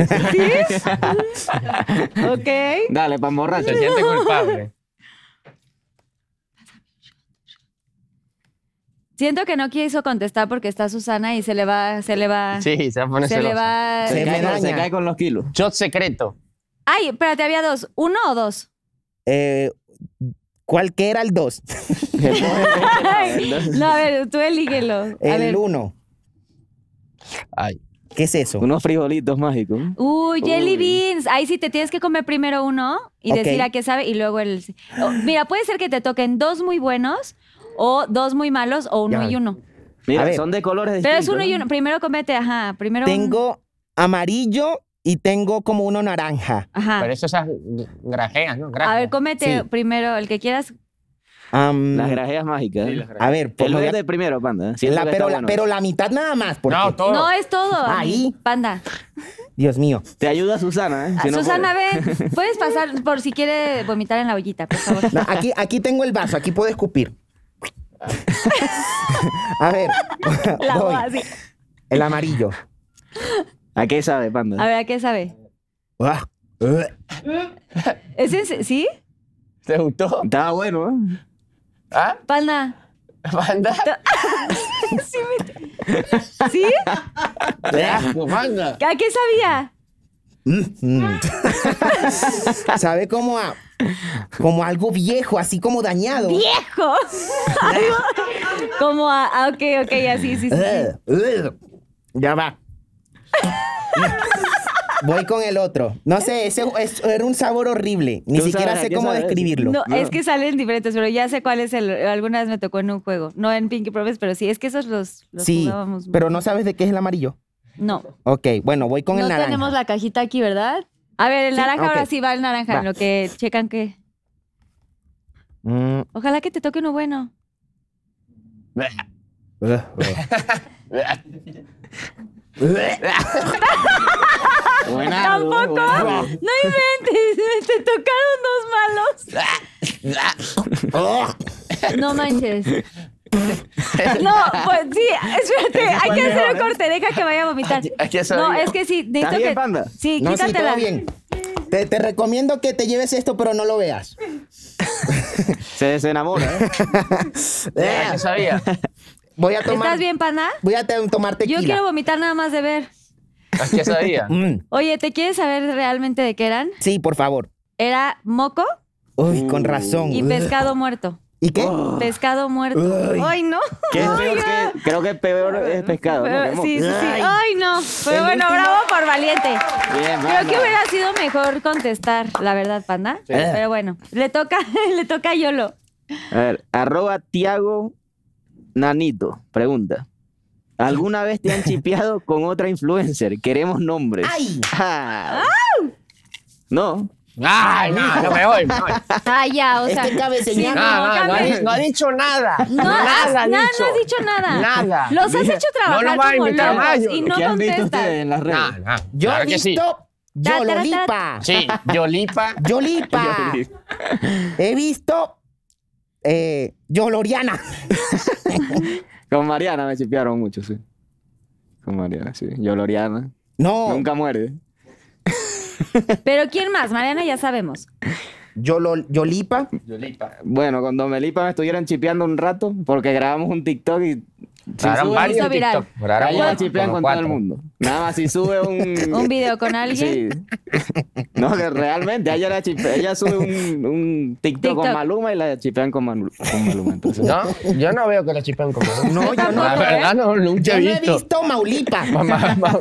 S1: Ok.
S2: Dale, para
S3: Se
S2: emborrachar.
S3: siente culpable.
S1: Siento que no quiso contestar porque está Susana y se le va, se le va,
S3: Sí, se va a poner
S1: se le
S3: celosa.
S1: va.
S4: Sí. Se
S2: Se,
S4: me
S2: cae con, se
S4: daña.
S2: cae con los kilos.
S3: Shot secreto.
S1: Ay, espérate, había dos. ¿Uno o dos?
S4: Eh, ¿Cuál que era el 2?
S1: No, a ver, tú elíguelo. A ver.
S4: El 1.
S3: Ay.
S4: ¿Qué es eso?
S2: Unos frijolitos mágicos.
S1: Uy, jelly
S2: Uy.
S1: beans. Ahí sí te tienes que comer primero uno y
S4: Ok.
S1: decir a qué sabe y luego el. Oh, mira, puede ser que te toquen dos muy buenos o dos muy malos o uno
S4: Ya.
S1: y uno.
S4: A
S2: Mira,
S4: ver.
S2: son de colores
S1: Pero
S2: distintos.
S1: es uno y
S2: ¿no?
S1: uno. Primero comete, ajá. Primero. un-
S4: Tengo amarillo y tengo como uno naranja.
S1: Ajá.
S3: Pero eso esas grajeas, ¿no? Grajeas.
S1: Ah. A ver, cómete
S4: Sí.
S1: primero el que quieras.
S4: Am,
S2: Las grajeas mágicas.
S3: Sí,
S8: Ah,
S3: las grajeas.
S4: a ver, pues
S2: El
S4: me voy a-
S2: verde primero, panda. Siento
S4: la-
S2: que
S4: pero,
S2: está
S4: la,
S2: bueno.
S4: pero la mitad nada más. Porque,
S3: No, todo.
S1: No, es todo.
S4: Ahí.
S1: Panda.
S4: Dios mío.
S2: Te ayuda Susana, ¿eh? Si no
S1: Susana,
S2: puedes.
S1: ven. Puedes pasar por si quiere vomitar en la ollita, por favor.
S4: No, aquí, aquí tengo el vaso, aquí puedo escupir. a ver,
S1: La
S4: voy.
S1: voz así.
S4: el amarillo.
S2: ¿A qué sabe, panda?
S1: A ver, ¿a qué sabe?
S4: Ah, eh.
S1: ¿Es en se- ¿Sí?
S3: ¿Te gustó?
S2: Estaba bueno, ¿eh?
S3: ¿Ah?
S1: Panda.
S3: ¿Banda?
S1: ¿Sí?
S3: Qué asco, banda.
S1: ¿A qué sabía?
S4: Mm. Sabe como a como algo viejo, así como dañado.
S1: ¡Viejo! Como a, ah, ok, ok, así, sí, sí. sí.
S4: Ugh, ugh. Eh, Ya va. Voy con el otro. No sé, ese es- era un sabor horrible. Ni
S2: ¿Tú
S4: siquiera
S2: sabes?
S4: sé
S2: ¿Qué
S4: cómo
S2: sabes?
S4: describirlo.
S1: No,
S2: No.
S1: es que salen diferentes, pero ya sé cuál es el. Alguna vez me tocó en un juego. No en Pinky Promise, pero sí. Es que esos los, los
S4: sí,
S1: jugábamos.
S4: pero no sabes de qué es el amarillo.
S1: No.
S4: Ok, bueno, voy con
S1: no
S4: el naranja.
S1: tenemos la cajita aquí, ¿verdad? A ver, el
S4: Sí,
S1: naranja, ahora
S4: ok.
S1: sí va el naranja,
S4: Va.
S1: en lo que checan que.
S4: Mm,
S1: Ojalá que te toque uno bueno.
S4: ugh, ugh.
S2: Buenardo,
S1: ¡Tampoco!
S2: buenardo.
S1: ¡No inventes! ¡Te tocaron dos malos! No manches. No, pues sí, espérate, hay que hacer un corte,
S4: ¿eh?
S1: deja que vaya a vomitar.
S3: Hay que hacer
S1: No,
S3: algo.
S1: es que sí, necesito
S2: ¿Estás bien,
S1: que.
S2: panda?
S1: Sí,
S4: no, sí,
S1: quítatela.
S4: todo bien. Te, te recomiendo que te lleves esto, pero no lo veas.
S2: Eh, Se desenamora, ¿eh?
S3: ¿Qué sabía?
S4: Eh, Voy a tomar.
S1: ¿Estás bien, panda?
S4: Voy a te- tomar tequila.
S1: Yo quiero vomitar nada más de ver.
S3: ¿Qué sabía?
S4: Mm,
S1: Oye, ¿te quieres saber realmente de qué eran?
S4: sí, por favor.
S1: Era moco
S4: Uy,
S2: Uh.
S4: con razón.
S1: y
S4: Ugh.
S1: pescado muerto.
S4: ¿Y qué?
S2: Oh.
S1: Pescado muerto.
S4: Ay.
S1: Ay, no.
S2: Que es peor que- creo que peor es pescado. ¿no?
S1: Pero-
S2: Que moco.
S1: sí, sí, sí.
S4: Ay.
S1: Ay, no. Pero
S4: El
S1: bueno,
S4: último.
S1: bravo por valiente.
S2: Bien,
S1: Creo
S2: banda.
S1: que hubiera sido mejor contestar, la verdad, panda. Pero bueno, le toca, le toca a Yolo.
S2: A ver, arroba Tiago Nanito, pregunta. ¿Alguna vez te han chipeado con otra influencer? Queremos nombres.
S4: ¡Ay!
S2: Ah. No.
S3: ¡Ay, no! No me voy. me voy.
S1: Ah, ya, o sea.
S4: Este
S1: sí,
S4: cabeceñal.
S3: Ah,
S1: no,
S3: no, no, ha
S1: cambia.
S3: di- no ha dicho nada.
S1: No, has,
S3: nada ha
S1: nada,
S3: dicho.
S1: no has dicho nada.
S3: Nada.
S1: Los has
S3: Dije,
S1: hecho
S3: no
S1: trabajar
S3: nos va a
S1: como
S3: invitar
S1: locos
S3: más,
S1: y
S3: Yolo.
S1: no
S2: ¿Qué han visto ustedes
S1: contestan.
S2: en las redes?
S3: Nah, nah,
S4: Yo
S3: claro
S4: he
S3: que sí.
S4: visto
S1: Ta, ta, ta, ta.
S4: Yololipa.
S3: Sí, Yolipa.
S1: Ah.
S4: Yolipa. He visto eh, Yoloriana.
S2: Con Mariana me chipearon mucho, sí. Con Mariana, sí. Yoloriana.
S1: Oh.
S4: No,
S2: Nunca muere.
S1: Pero ¿quién más? Mariana, ya sabemos.
S4: Yolo- Yolipa.
S3: Yolipa.
S2: Bueno, con Don Melipa me estuvieron chipeando un rato porque grabamos un TikTok y. Si
S3: Harán
S2: sube,
S3: varios
S1: hizo viral.
S3: TikTok. Harán
S2: ahí
S3: como
S2: me chipean con todo el
S3: cuatro.
S2: mundo. Nada más si sube un.
S1: Un video con alguien.
S2: Sí. No, que realmente a ella, la chipe- ella sube un, un TikTok,
S1: TikTok.
S2: con Maluma y la chipean con, Manu- con Maluma. Entonces,
S3: No, yo no veo que la chipen como. No, yo
S1: tampoco, ¿eh?
S3: La verdad, no, nunca
S4: Yo
S3: he
S4: no he
S3: visto.
S4: visto Maulipa.
S3: Mamá, mamá.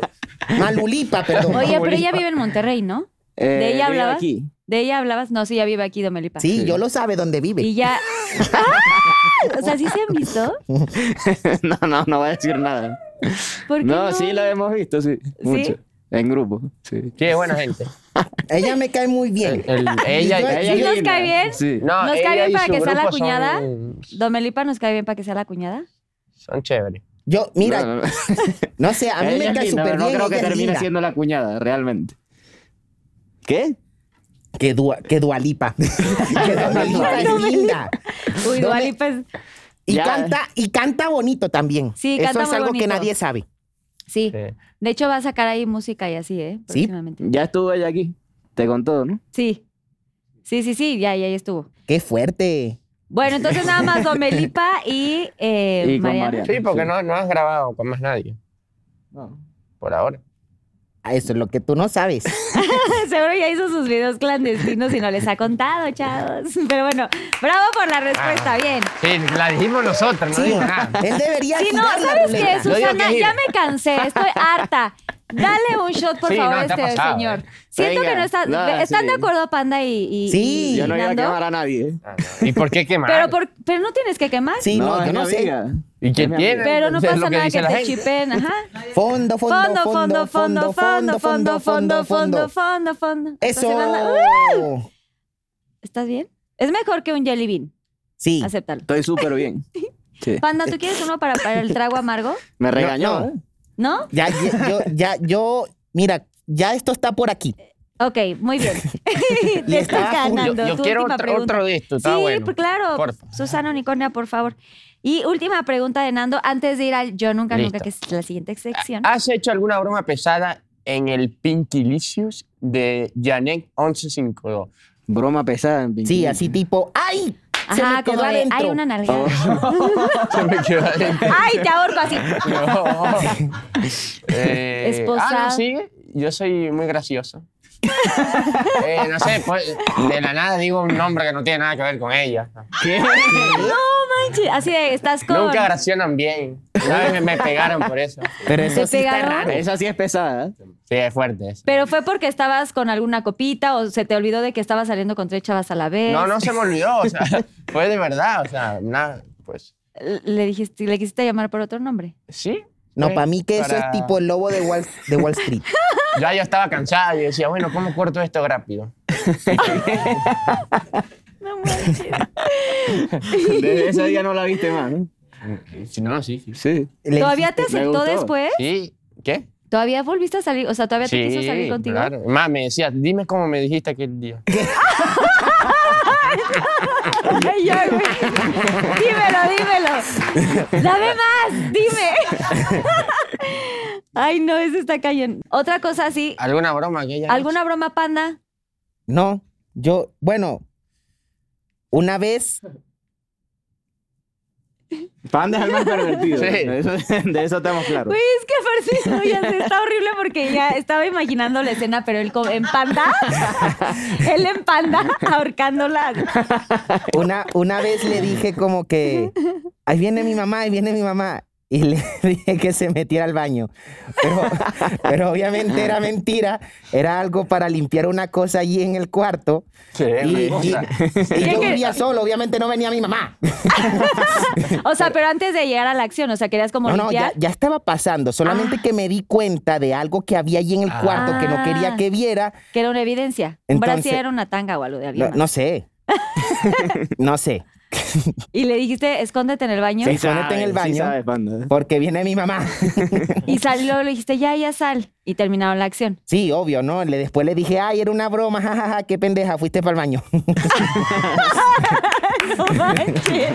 S4: Malulipa, perdón.
S1: Oye, pero ella vive en Monterrey, ¿no?
S2: Eh,
S1: ¿De ella
S2: vive
S1: hablabas?
S2: aquí.
S1: ¿De ella hablabas? No, sí, ya vive aquí, Domelipa.
S4: Sí, yo lo sabe dónde
S1: Y
S4: vive.
S1: ya. ¡Ah! O sea, ¿sí se han visto?
S2: no, no, no voy a decir nada.
S1: ¿Por qué
S2: No,
S1: no?
S2: sí la hemos visto, sí. Mucho. En grupo, sí.
S3: Qué buena gente.
S4: Ella me cae muy bien.
S3: El- ella,
S4: Yo-
S3: ella,
S1: ¿Sí
S2: Ella
S1: nos
S2: linda.
S1: cae bien?
S2: Sí.
S3: no,
S1: ¿Nos
S3: ella
S1: cae bien
S3: y
S1: para
S3: su
S1: que sea la
S3: grupo
S1: cuñada?
S3: Son,
S1: ¿Domelipa nos cae bien para que sea la cuñada?
S3: son chéveres.
S4: Yo, mira,
S2: No,
S4: no,
S2: no, no.
S4: sé, a mí
S2: Ella
S4: me
S2: es
S4: cae
S2: linda,
S4: súper
S2: pero
S4: bien.
S2: No creo
S4: ella
S2: que
S4: es
S2: termine
S4: linda.
S2: siendo la cuñada, realmente. ¿Qué?
S4: Que, Dua- que Dualipa. que Dualipa es linda.
S1: Uy,
S4: Dome-
S1: Dualipa es.
S4: Y
S2: Ya.
S4: canta, y canta bonito también.
S1: Sí,
S4: Eso
S1: canta
S4: es
S1: muy
S4: algo que
S1: bonito.
S4: nadie sabe.
S1: Sí.
S3: Sí.
S1: De hecho, va a sacar ahí música y así, ¿eh?
S4: Sí.
S1: Próximamente.
S2: Ya estuvo ella aquí. Te contó, ¿no?
S1: Sí. Sí, sí, sí, ya, ya, ya estuvo.
S4: Qué fuerte.
S1: Bueno, entonces nada más Domelipa y, eh,
S2: Y con
S1: Mariana.
S2: Mariana.
S3: Sí, porque
S2: Sí.
S3: No, no has grabado con más nadie, por ahora.
S4: Ah, Eso es lo que tú no sabes.
S1: Seguro ya hizo sus videos clandestinos y no les ha contado, chavos. Pero bueno, bravo por la respuesta, bien.
S3: Sí, la dijimos nosotros, no
S4: Sí.
S3: dijo nada.
S4: Él debería
S1: Si no,
S4: girar la
S1: ¿sabes qué,
S4: ruleta.
S3: Yo digo
S1: Susana?
S3: que
S1: Ya
S3: gire.
S1: me cansé, estoy harta. Dale un shot, por
S3: Sí,
S1: favor,
S3: no,
S1: a
S3: está
S1: este
S3: pasado,
S1: señor.
S3: eh.
S1: Siento que
S3: Venga.
S1: no estás.
S2: No,
S1: ¿Están
S2: sí.
S1: de acuerdo, Panda y, y-
S4: Sí.
S1: y
S2: Yo no iba a
S1: Nando?
S2: quemar a nadie. ¿eh?
S3: Ah, no. ¿Y por qué quemar?
S1: Pero, por- pero no tienes que quemar.
S4: Sí, no,
S2: es
S4: yo no
S2: mi
S4: sé.
S2: amiga.
S3: ¿Y qué tiene?
S1: Pero no
S3: Es lo
S1: pasa nada que
S3: dice la
S1: te
S3: gente.
S1: chipen. Ajá.
S4: Fondo, fondo, fondo, fondo, fondo, fondo, fondo, fondo.
S1: fondo, ¡uh! fondo.
S4: Eso.
S1: Estás hablando- ¿Estás bien? Es mejor que un jelly bean.
S4: Sí.
S1: Acéptalo.
S2: Estoy súper bien. Sí.
S1: Panda, ¿tú quieres uno para, para el trago amargo?
S2: Me regañó.
S4: no.
S2: ¿eh?
S1: ¿No?
S4: Ya, ya, yo, ya, yo, mira, ya esto está por aquí.
S1: Ok, muy bien. Te estás
S4: estaba full.
S1: ganando.
S3: Yo, yo
S1: Tu
S3: quiero
S1: última
S3: otro,
S1: pregunta.
S3: otro de esto, está
S1: sí,
S3: bueno.
S1: pues claro.
S3: Porfa.
S1: Susana Unicornia, por favor. Y última pregunta de Nando antes de ir al Yo Nunca
S3: Listo.
S1: Nunca, que es la siguiente sección.
S4: Ah,
S3: ¿Has hecho alguna broma pesada en el Pinkilicious de Janek 1152?
S2: Broma pesada. en
S4: Sí,
S2: Pinky.
S4: así tipo, ¡ay! Se
S1: Ajá,
S4: me quedó
S1: como de,
S4: adentro. Oh.
S1: hay una nalgada.
S3: Se me quedó adentro.
S1: ¡Ay, te ahorco así!
S3: Eh, ah, No. Eh,
S1: Esposado.
S3: Ah, no, sí. Yo soy muy gracioso. Eh, no sé, pues, de la nada digo un nombre que no tiene nada que ver con ella.
S1: ¡No manches! Así de, estás con...
S3: Nunca gracionan bien. Una vez me, me pegaron por eso.
S4: Pero eso
S1: ¿Te
S4: sí está
S1: pegaron?
S4: raro.
S2: Esa sí es pesada. ¿eh?
S3: Sí, es fuerte eso.
S1: Pero fue porque estabas con alguna copita o se te olvidó de que estabas saliendo con tres chavas a la vez.
S3: No, no se me olvidó. O sea, fue de verdad. O sea, nada, pues.
S1: Le dijiste, le quisiste llamar por otro nombre.
S3: Sí.
S4: No,
S3: fue
S4: para mí que eso
S3: para-
S4: es tipo el lobo de Wall, de Wall Street.
S3: Ya yo estaba cansado y decía, bueno, ¿cómo corto esto rápido?
S1: No manches.
S2: Desde ese día no la viste más. ¿no?
S3: Si no, sí. Sí.
S2: Sí.
S4: Le
S1: ¿Todavía te
S2: dijiste, me
S1: aceptó
S2: gustó.
S1: después?
S3: Sí. ¿Qué?
S1: ¿Todavía volviste a salir? O sea, ¿todavía te quiso salir contigo?
S3: claro. Más me decía, dime cómo me dijiste aquel día.
S1: Ay, ya, güey. Dímelo, dímelo. Dame más, dime. Ay, no, eso está cayendo. Otra cosa así,
S3: ¿Alguna broma que ella ha
S1: ¿alguna broma panda?
S4: No, yo, bueno, una vez,
S2: Panda es el más pervertido.
S3: Sí.
S2: De, eso, de eso estamos claros.
S1: Güey, es que aparte, no, ya sé, está horrible porque ya estaba imaginando la escena, pero él co- en panda, él en panda, ahorcándola.
S4: una, una vez le dije como que, ahí viene mi mamá, ahí viene mi mamá. Y le dije que se metiera al baño. Pero, pero obviamente era mentira. Era algo para limpiar una cosa allí en el cuarto.
S3: Sí,
S4: Y,
S3: me
S4: y-
S3: gusta.
S4: y
S1: ¿Qué,
S4: yo
S1: qué?
S4: vivía solo, obviamente no venía mi mamá.
S1: O sea, pero antes de llegar a la acción, o sea, querías como
S4: No, no, ya,
S1: limpiar.
S4: ya estaba pasando. Solamente que me di cuenta de algo que había allí en el cuarto que no quería
S1: Ah.
S4: que viera.
S1: Que era una evidencia. Un
S4: Entonces-
S1: brasier era una tanga o algo de alguien.
S4: No,
S1: más.
S4: no sé. no sé.
S1: Y le dijiste, escóndete en el baño.
S4: Sí. Escóndete en el
S2: Sí
S4: baño.
S2: sabes, Panda. ¿eh?
S4: Porque viene mi mamá.
S1: Y salió, le dijiste, ya, ya sal. Y terminaron la acción.
S4: Sí, obvio, ¿no? Le, después le dije, ay, era una broma, jajaja, qué pendeja, fuiste para el baño.
S1: No manches.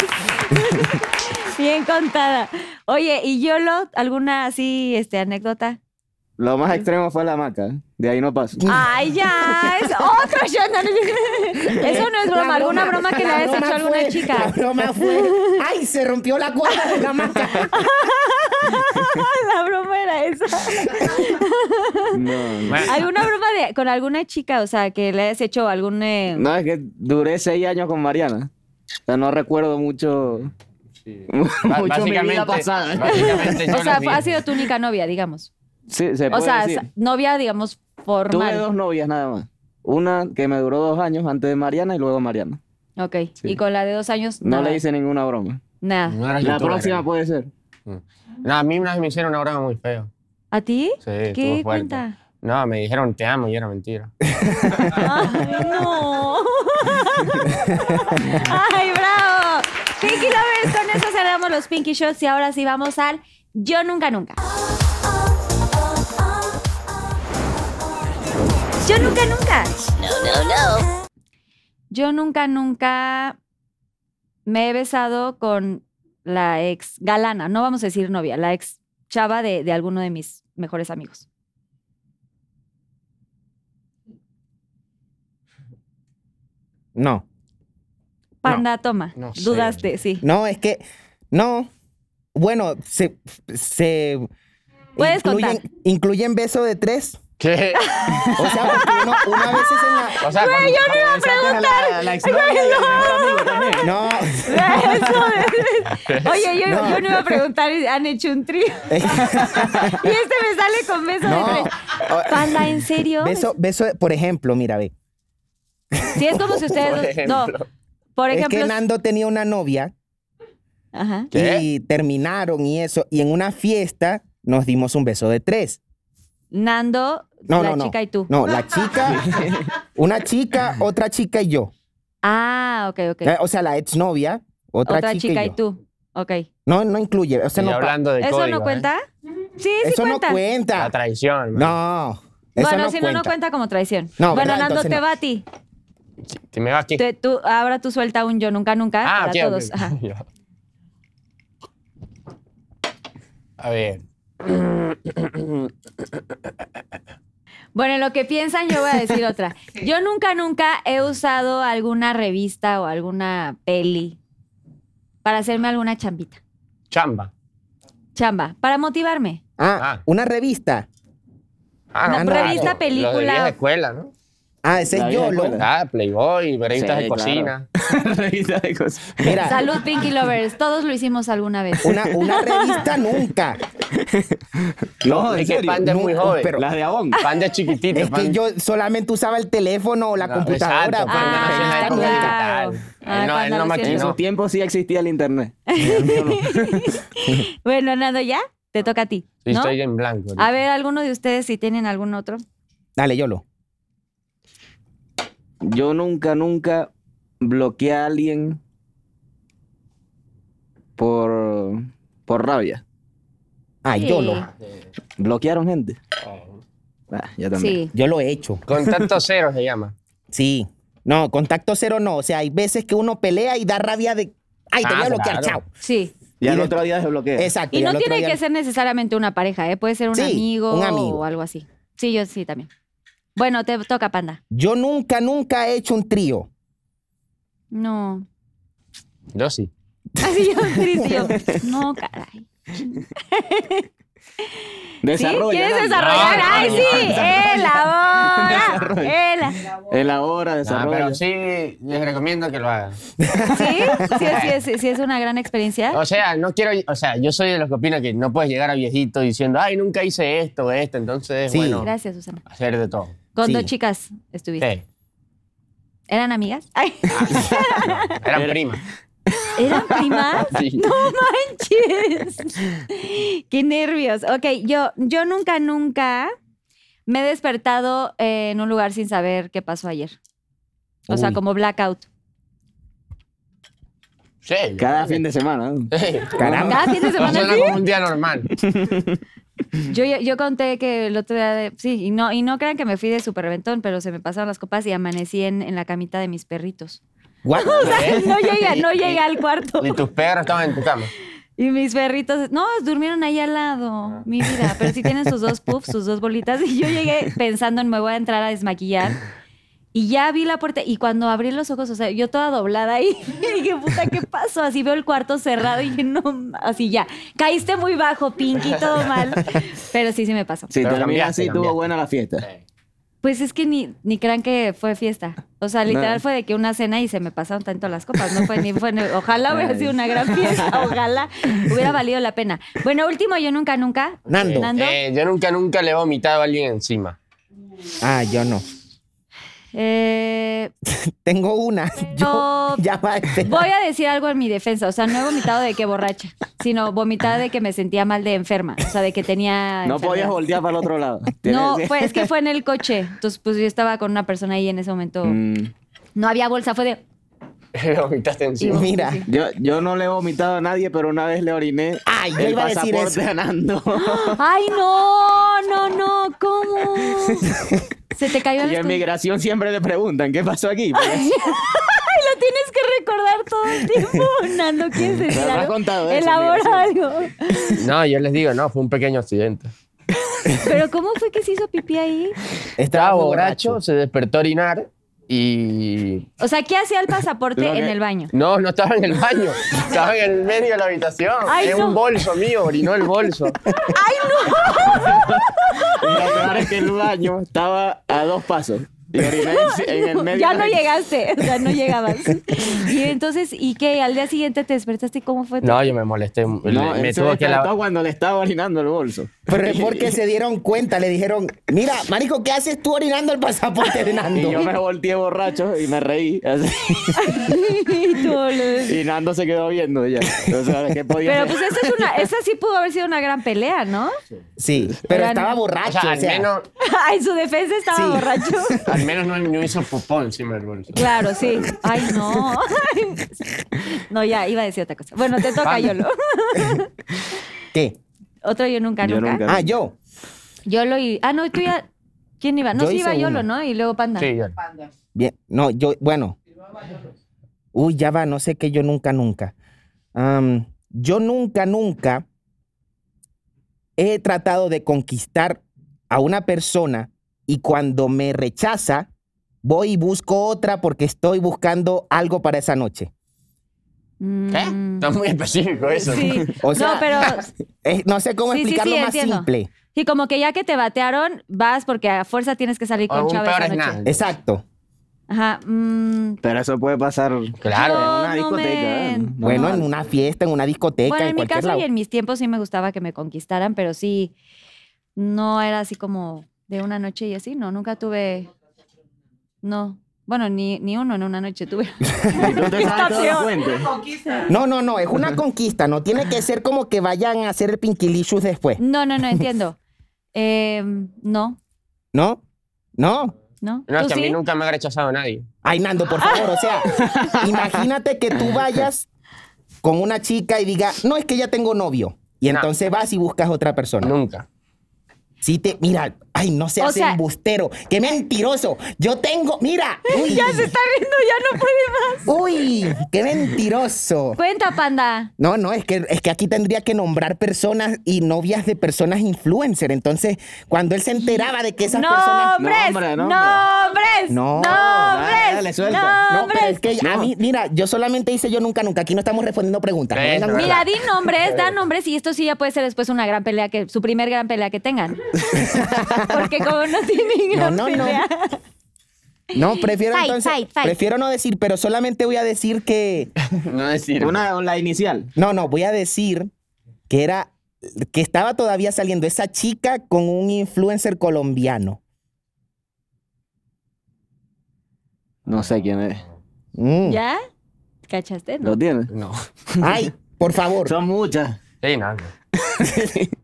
S1: Bien contada. Oye, ¿y Yolo, alguna así este, anécdota?
S2: Lo más extremo fue la hamaca. ¿eh? De ahí no paso.
S1: ¡Ay, ya! ¡Es otro Shannon! Eso no es broma,
S4: La
S1: alguna broma que le
S4: la
S1: hayas hecho
S4: broma
S1: a alguna
S4: fue- La
S1: chica.
S4: broma fue, ay, se rompió la cuerda de la maca.
S1: La broma era esa.
S2: No, no.
S3: Bueno,
S1: ¿Alguna broma de, con alguna chica? O sea, que le hayas hecho algún. eh,
S2: No, es que duré seis años con Mariana. O sea, no recuerdo mucho.
S3: ba-
S2: Mucho mi vida
S3: básicamente,
S2: pasada. ¿eh?
S3: básicamente yo
S1: o sea,
S3: las
S1: fue- ha
S3: vi.
S1: sido tu única novia, digamos.
S2: Sí, se puede
S1: O sea,
S2: decir.
S1: sa- novia, digamos,
S2: Tuve
S1: formal.
S2: dos novias nada más. Una que me duró dos años antes de Mariana y luego Mariana.
S1: Ok.
S2: Sí.
S1: Y con la de dos años,
S2: No
S1: nada.
S2: le hice ninguna broma.
S1: Nada.
S3: No era
S2: La
S3: youtuber,
S2: próxima pues.
S3: era.
S2: puede ser.
S3: No, a mí una vez me hicieron una broma muy fea.
S1: ¿A ti?
S3: Sí,
S1: ¿Qué
S3: estuvo fuerte.
S1: cuenta?
S3: No, me dijeron te amo y era mentira.
S1: Ay, no. Ay, bravo. Pinky Lovers, con eso cerramos los Pinky Shots y ahora sí vamos al Yo Nunca Nunca. Yo Nunca Nunca. Yo nunca, nunca me he besado con la ex galana, no vamos a decir novia, la ex chava de, de alguno de mis mejores amigos.
S4: No.
S1: Panda, toma.
S3: No sé.
S1: Dudaste, sí.
S4: No, es que. No. Bueno, se. se
S1: Puedes
S4: incluyen,
S1: contar.
S4: incluyen beso de tres.
S3: ¿Qué?
S4: O sea, porque uno, uno a veces en la.
S3: O sea, cuando-
S1: yo no iba a preguntar.
S4: La, la exnovia y el mejor amigo también. No.
S1: Eso es. Oye, yo
S4: No.
S1: yo no iba a preguntar, han hecho un trío. Y este me sale con beso
S4: No.
S1: de tres. Panda, ¿en serio?
S4: Beso, beso, de- por ejemplo, mira, ve.
S1: Sí, es como si ustedes. dos-
S3: Por
S1: no.
S3: ejemplo.
S1: Por ejemplo.
S4: es que Nando tenía una novia
S1: Ajá.
S3: ¿Qué?
S4: y terminaron y eso. Y en una fiesta nos dimos un beso de tres.
S1: Nando,
S4: No,
S1: la
S4: no, no.
S1: chica y tú.
S4: No, la chica, una chica, otra chica y yo.
S1: Ah, ok, ok.
S4: Eh, O sea, la exnovia, otra,
S1: Otra,
S4: chica, y, yo.
S1: tú. Ok.
S4: No, no incluye. O sea,
S3: Y
S4: no, pa-
S3: hablando de
S1: ¿Eso
S3: código,
S1: no
S3: ¿eh?
S1: cuenta? Sí, sí
S4: eso
S1: cuenta.
S4: no
S3: La
S4: cuenta.
S3: traición. man.
S4: No. Eso
S1: bueno,
S4: no
S1: si
S4: cuenta.
S1: no, no cuenta como traición.
S4: No,
S1: bueno,
S4: ¿verdad?
S1: Nando,
S4: Entonces
S1: te
S4: no.
S1: va a ti.
S3: Te me vas aquí.
S1: Te- tú, ahora tú suelta un yo nunca, nunca
S3: Ah,
S1: para
S3: ok, ok.
S1: todos. Ajá.
S3: Ya. A ver.
S1: Bueno, en lo que piensan, yo voy a decir otra. Yo nunca, nunca he usado alguna revista o alguna peli para hacerme alguna chambita.
S3: Chamba.
S1: Chamba, para motivarme.
S4: Ah,
S3: Ah.
S4: una revista.
S3: Ah,
S1: No, revista,
S3: claro. Lo de
S1: película.
S3: vieja escuela, ¿no?
S4: Ah, ese
S8: La
S4: es
S8: vida de
S4: YOLO.
S8: cuenta.
S3: Ah, Playboy, revistas
S8: Sí,
S3: de
S8: claro.
S3: cocina.
S8: Revista de cosas.
S4: Mira,
S1: Salud, Pinky Lovers. Todos lo hicimos alguna vez.
S4: una, una revista nunca.
S8: No,
S3: es
S8: en
S3: que
S8: serio.
S3: Panda es muy
S4: No,
S3: joven.
S4: pero-
S8: Las de Avon.
S3: Panda es chiquitito.
S4: Es que
S3: Panda-
S4: yo solamente usaba el teléfono o la
S3: No,
S4: computadora.
S3: Ah,
S4: pero
S3: exacto, Panda
S4: una
S3: nació en la
S1: Ah,
S4: revista
S3: época
S4: nunca.
S1: claro.
S3: digital.
S1: Ah,
S3: Él no,
S1: Panda
S3: él no
S1: lo
S8: En
S1: siento.
S3: maquinó.
S8: su tiempo sí existía el internet.
S1: Bueno, Nando, ¿ya? Te toca a ti.
S3: Sí,
S1: ¿no?
S3: estoy en blanco.
S1: A ver, alguno de ustedes si tienen algún otro.
S4: Dale, YOLO.
S8: Yo nunca, nunca bloqueé a alguien por, por rabia.
S4: Ah,
S1: Sí.
S4: YOLO.
S8: Bloquearon gente. Ah, yo también.
S1: Sí.
S4: Yo lo he hecho.
S3: Contacto cero se llama.
S4: Sí. No, contacto cero no. O sea, hay veces que uno pelea y da rabia de. Ay, te
S3: Ah,
S4: voy a bloquear,
S3: claro. Eh.
S4: chao.
S1: Sí.
S8: Y al
S4: Y de-
S8: otro día desbloqueé.
S4: Exacto.
S1: Y no
S4: al otro
S1: tiene
S4: día-
S1: que ser necesariamente una pareja, ¿eh? Puede ser un,
S4: Sí,
S1: amigo
S4: un amigo.
S1: o algo así. Sí, yo sí también. Bueno, te toca, Panda.
S4: Yo nunca, nunca he hecho un trío.
S1: No.
S3: Yo sí.
S1: Así yo triste. Yo, no, caray. ¿Sí?
S8: Desarrolla.
S1: ¿Quieres
S8: Nando.
S1: desarrollar?
S3: No, no,
S1: ¡Ay,
S3: no,
S1: sí! ¡Él ahora! ¡Él!
S8: Elabora,
S3: Ah,
S8: desarrolla.
S3: pero sí, les recomiendo que lo hagan.
S1: ¿Eh? ¿Sí? Sí, sí, sí, sí, es una gran experiencia.
S3: O sea, no quiero, o sea, yo soy de los que opina que no puedes llegar a viejito diciendo, ay, nunca hice esto, esto, entonces,
S4: Sí.
S3: bueno,
S1: Gracias, Susana.
S3: hacer de todo.
S1: Con
S4: Sí.
S1: dos chicas estuviste.
S3: Sí.
S1: ¿Eran amigas? Ay,
S3: Eran primas.
S1: ¿Eran primas?
S3: Sí.
S1: ¡No manches! ¡Qué nervios! Ok, yo, yo nunca, nunca me he despertado eh, en un lugar sin saber qué pasó ayer. O sea,
S4: Uy.
S1: como blackout.
S3: Sí.
S8: Cada fin de semana. ¿no?
S3: Sí.
S4: Caramba.
S1: Cada fin de
S3: No
S1: Ah, semana
S3: suena
S1: sí.
S3: como un día normal.
S1: Yo, yo conté que el otro día, de- sí, y no, y no crean que me fui de superventón, pero se me pasaron las copas y amanecí en, en la camita de mis perritos.
S4: What?
S1: No llegué, no llegué al cuarto.
S3: ¿Eh? Y tus perros estaban en tu cama.
S1: Y mis perritos, no, durmieron ahí al lado, mi vida. Pero sí tienen sus dos puffs, sus dos bolitas. Y yo llegué pensando en me voy a entrar a desmaquillar. Y ya vi la puerta. Y cuando abrí los ojos, o sea, yo toda doblada ahí. Y dije, puta, ¿qué pasó? Así veo el cuarto cerrado. Y dije, no, ma- así ya. Caíste muy bajo, Pinky, todo mal. Pero sí, sí me pasó.
S8: Si
S3: Pero
S8: te lo miras
S3: cambiaste,
S8: así, tuvo
S3: cambiaste.
S8: buena la fiesta.
S1: Pues es que ni, ni crean que fue fiesta. O sea, literal
S8: No.
S1: fue de que una cena y se me pasaron tanto las copas. No fue ni fue. ni- ojalá hubiera sido una gran fiesta. Ojalá hubiera valido la pena. Bueno, último, yo nunca, nunca.
S4: Nando.
S1: Nando.
S3: Eh, yo nunca, nunca le he vomitado a alguien encima.
S4: Ah, yo no.
S1: Eh,
S4: Tengo una. Yo,
S1: Pero-
S4: ya va este.
S1: voy a decir algo en mi defensa. O sea, no he vomitado de que borracha, sino vomitada de que me sentía mal de enferma. O sea, de que tenía.
S8: No
S1: enfermedad.
S8: podías voltear para el otro lado. Tienes
S1: No,
S8: que-
S1: fue, es que fue en el coche. Entonces, pues yo estaba con una persona ahí en ese momento.
S8: Mm.
S1: No había bolsa, fue de.
S3: Le vomitaste encima.
S4: Mira.
S1: Sí.
S8: Yo, yo no le he vomitado a nadie, pero una vez le oriné
S1: Ah,
S4: Ay, yo
S8: el
S4: iba a decir
S8: pasaporte
S4: eso.
S8: a Nando.
S1: ¡Ay, no! No, no, ¿cómo? Se te cayó el
S8: Y en
S1: estudio.
S8: migración siempre le preguntan, ¿qué pasó aquí? Porque-
S1: lo tienes que recordar todo el tiempo, Nando. ¿Quieres decir
S2: Pero me has
S1: algo?
S2: contado eso,
S1: Elabora
S2: mira,
S1: algo.
S3: No, yo les digo, no, fue un pequeño accidente.
S1: Pero ¿cómo fue que se hizo pipí ahí?
S3: Estaba borracho, se despertó a orinar y...
S1: O sea, ¿qué hacía el pasaporte
S3: Lo que-
S1: en el baño?
S3: No, no estaba en el baño, estaba en el medio de la habitación.
S1: Ay,
S3: en
S1: no.
S3: un bolso mío, orinó el bolso.
S2: Y lo peor es que el baño estaba a dos pasos. Y oriné en- en el medio.
S1: Ya
S2: de la
S1: no llegaste, o sea, no llegabas. Y entonces, ¿y qué? Al día siguiente te despertaste y cómo fue tu-
S3: No, yo me molesté, le-
S2: No,
S3: Pues me
S2: él se
S3: tuvo que
S2: despertó
S3: lavar.
S2: cuando le estaba orinando el bolso.
S4: Pero es porque se dieron cuenta, le dijeron, mira, marico, ¿qué haces tú orinando el pasaporte de
S2: Y yo
S4: Nando?
S2: me volteé borracho y me reí. así.
S1: Y tú, boludo.
S2: Y Nando se quedó viendo ya. O sea, ¿qué podía
S1: Pero
S2: hacer?
S1: pues esa, es una, esa sí pudo haber sido una gran pelea, ¿no?
S4: Sí, pero
S1: Era-
S4: estaba
S3: O
S4: borracho.
S3: sea, al
S4: o sea,
S3: menos,
S1: En su defensa estaba
S4: Sí.
S1: borracho.
S3: al menos no, no hizo popón encima del bolso.
S1: Claro, sí. Ay, no. No, ya, iba a decir otra cosa. Bueno, te toca,
S3: Vale.
S1: Yolo.
S4: ¿Qué?
S1: Otro yo nunca,
S2: Yo
S1: nunca.
S2: nunca.
S4: Ah, yo.
S1: Yolo y... Ah, no, tú ya... ¿Quién iba? No,
S4: Yo
S1: sí
S4: hice
S1: iba Yolo,
S4: uno.
S1: ¿no? Y luego Panda.
S3: Sí, yo.
S4: Bien, no, yo, bueno. Uy, ya va, no sé qué yo nunca, nunca. Am, yo nunca, nunca he tratado de conquistar a una persona y cuando me rechaza, voy y busco otra porque estoy buscando algo para esa noche.
S1: Mm.
S3: ¿Qué? ¿Eh? Está muy específico eso.
S1: Sí.
S4: O sea,
S1: no, pero
S4: Eh, no sé cómo
S1: Sí, sí, sí,
S4: explicarlo más
S1: entiendo.
S4: simple.
S1: sí, como que ya que te batearon, vas porque a fuerza tienes que salir
S3: O
S1: con
S3: un
S1: Chávez
S3: peor es
S1: anoche.
S3: nada.
S4: Exacto.
S1: Ajá. mm,
S2: Pero eso puede pasar.
S3: Claro.
S1: No,
S2: en una
S1: no
S2: discoteca.
S1: me-
S2: ¿eh? No.
S4: Bueno, en una fiesta, en una discoteca,
S1: Bueno,
S4: en,
S1: en mi
S4: cualquier
S1: caso
S4: lado.
S1: y en mis tiempos sí me gustaba que me conquistaran, pero sí, no era así como de una noche y así, no, nunca tuve, no, bueno, ni, ni uno en una noche tuve.
S2: Y tú te sabes todos los cuentos.
S4: No, no, no, es una conquista. No tiene que ser como que vayan a hacer pinquilicious después.
S1: No, no, no, entiendo. Eh, no,
S4: ¿No? ¿No?
S1: no.
S3: No, es
S1: ¿Tú
S3: que a mí
S1: sí?
S3: nunca me ha rechazado nadie.
S4: Ay, Nando, por favor, o sea, imagínate que tú vayas con una chica y diga, no, es que ya tengo novio. Y
S3: No.
S4: entonces vas y buscas otra persona.
S3: Nunca.
S4: Si te, mira, ay, no
S1: O
S4: seas
S1: sea-
S4: embustero, qué mentiroso. Yo tengo, mira, uy,
S1: Ya se está riendo, ya no puede más.
S4: uy, qué mentiroso.
S1: Cuenta, panda.
S4: No, no, es que, es que aquí tendría que nombrar personas y novias de personas influencer. Entonces, cuando él se enteraba de que esas personas...
S1: Nombres,
S2: No, hombre,
S1: nombres, nombres,
S2: no,
S4: No,
S2: dale, dale,
S1: nombres,
S2: suelta.
S4: No, pero es
S1: nombres.
S4: que a mí, mira, yo solamente hice yo nunca, nunca. Aquí no estamos respondiendo preguntas. no
S3: Eso,
S4: vengan-
S3: ¿verdad?
S1: Mira, di nombres, da nombres y esto sí ya puede ser después una gran pelea, que su primer gran pelea que tengan. Porque como no tienen
S4: No,
S1: gran
S4: no, no.
S1: pelea.
S4: No, prefiero
S1: Fight,
S4: entonces-
S1: fight, fight.
S4: prefiero no decir, pero solamente voy a decir que
S3: No decir.
S2: Una, la inicial.
S4: no, no, voy a decir que era que estaba todavía saliendo esa chica con un influencer colombiano.
S2: No sé quién es.
S4: Mm.
S1: ¿Ya? ¿Cachaste? No.
S2: ¿Lo tienes?
S3: No.
S4: Ay, por favor.
S2: Son muchas.
S3: Sí, no, no.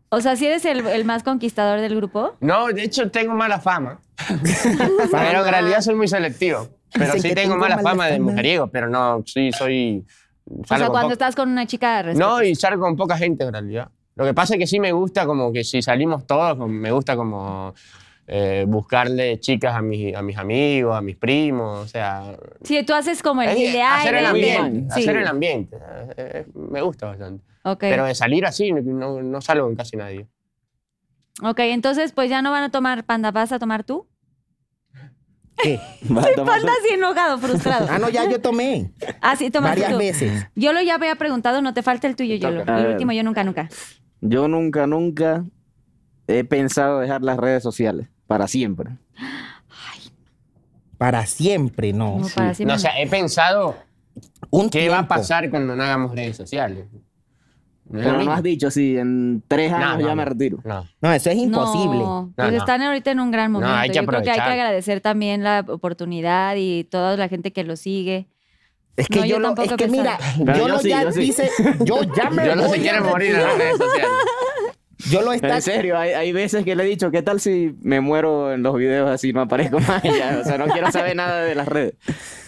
S1: O sea, si eres el, el más conquistador del grupo.
S3: No, de hecho tengo mala fama. pero en realidad soy muy selectivo. Pero
S4: Dicen
S3: sí
S4: que
S3: tengo
S4: tengo
S3: mala
S4: mala
S3: fama de
S4: fama.
S3: mujeriego, pero no, sí soy...
S1: O sea,
S3: salgo con
S1: cuando
S3: poca-
S1: estás con una chica de respeto.
S3: No, y salgo con poca gente en realidad. Lo que pasa es que sí me gusta como que si salimos todos, como- me gusta como eh, buscarle chicas a mis, a mis amigos, a mis primos, o sea...
S1: Sí, tú haces como el
S3: es-
S1: dile, ay,
S3: Eh, hacer el
S1: vente".
S3: ambiente,
S1: Sí.
S3: hacer el ambiente. eh, eh, Me gusta bastante.
S1: Ok.
S3: Pero de salir así no- no, no salgo con casi nadie.
S1: ok, entonces pues ya no van a tomar panda, ¿vas a tomar tú?
S4: ¿Qué?
S2: Vas a tomar-
S1: Panda así enojado, frustrado.
S4: Ah, no, ya yo tomé
S1: Ah, sí, tomas
S4: varias
S1: tú.
S4: veces.
S1: Yo lo ya había preguntado, no te falta el tuyo, yo lo.
S2: toca.
S1: Y el último, yo nunca, nunca.
S2: Yo nunca, nunca he pensado dejar las redes sociales para siempre.
S4: Para siempre, no.
S1: Como para siempre.
S3: No, o sea, he pensado
S4: Un
S3: qué va a
S4: tiempo.
S3: pasar cuando no hagamos redes sociales. No es
S2: Pero
S3: lo
S2: no
S3: mismo.
S2: has dicho si en tres
S3: No,
S2: años
S3: no,
S2: ya me
S3: no.
S2: retiro.
S3: No.
S4: No, eso es imposible.
S1: No, pues
S3: no.
S1: están ahorita en un gran
S3: No, hay
S1: momento.
S3: que
S1: Yo creo que hay que
S3: aprovechar.
S1: agradecer también la oportunidad y toda la gente que lo sigue.
S4: Es que
S1: No,
S4: yo,
S1: yo
S4: lo-
S1: tampoco
S4: es que
S1: he
S4: mira,
S2: Pero
S4: yo,
S2: yo
S4: lo
S2: sí,
S4: ya
S2: yo sí.
S4: dice, yo ya me
S3: Yo no
S4: voy
S3: se
S4: a
S3: quiere morir en las
S4: retirar.
S3: redes sociales.
S4: Yo lo
S2: Pero
S4: está
S2: en serio, hay, hay veces que le he dicho, ¿qué tal si me muero en los videos así no aparezco más? allá? O sea, no quiero saber nada de las redes.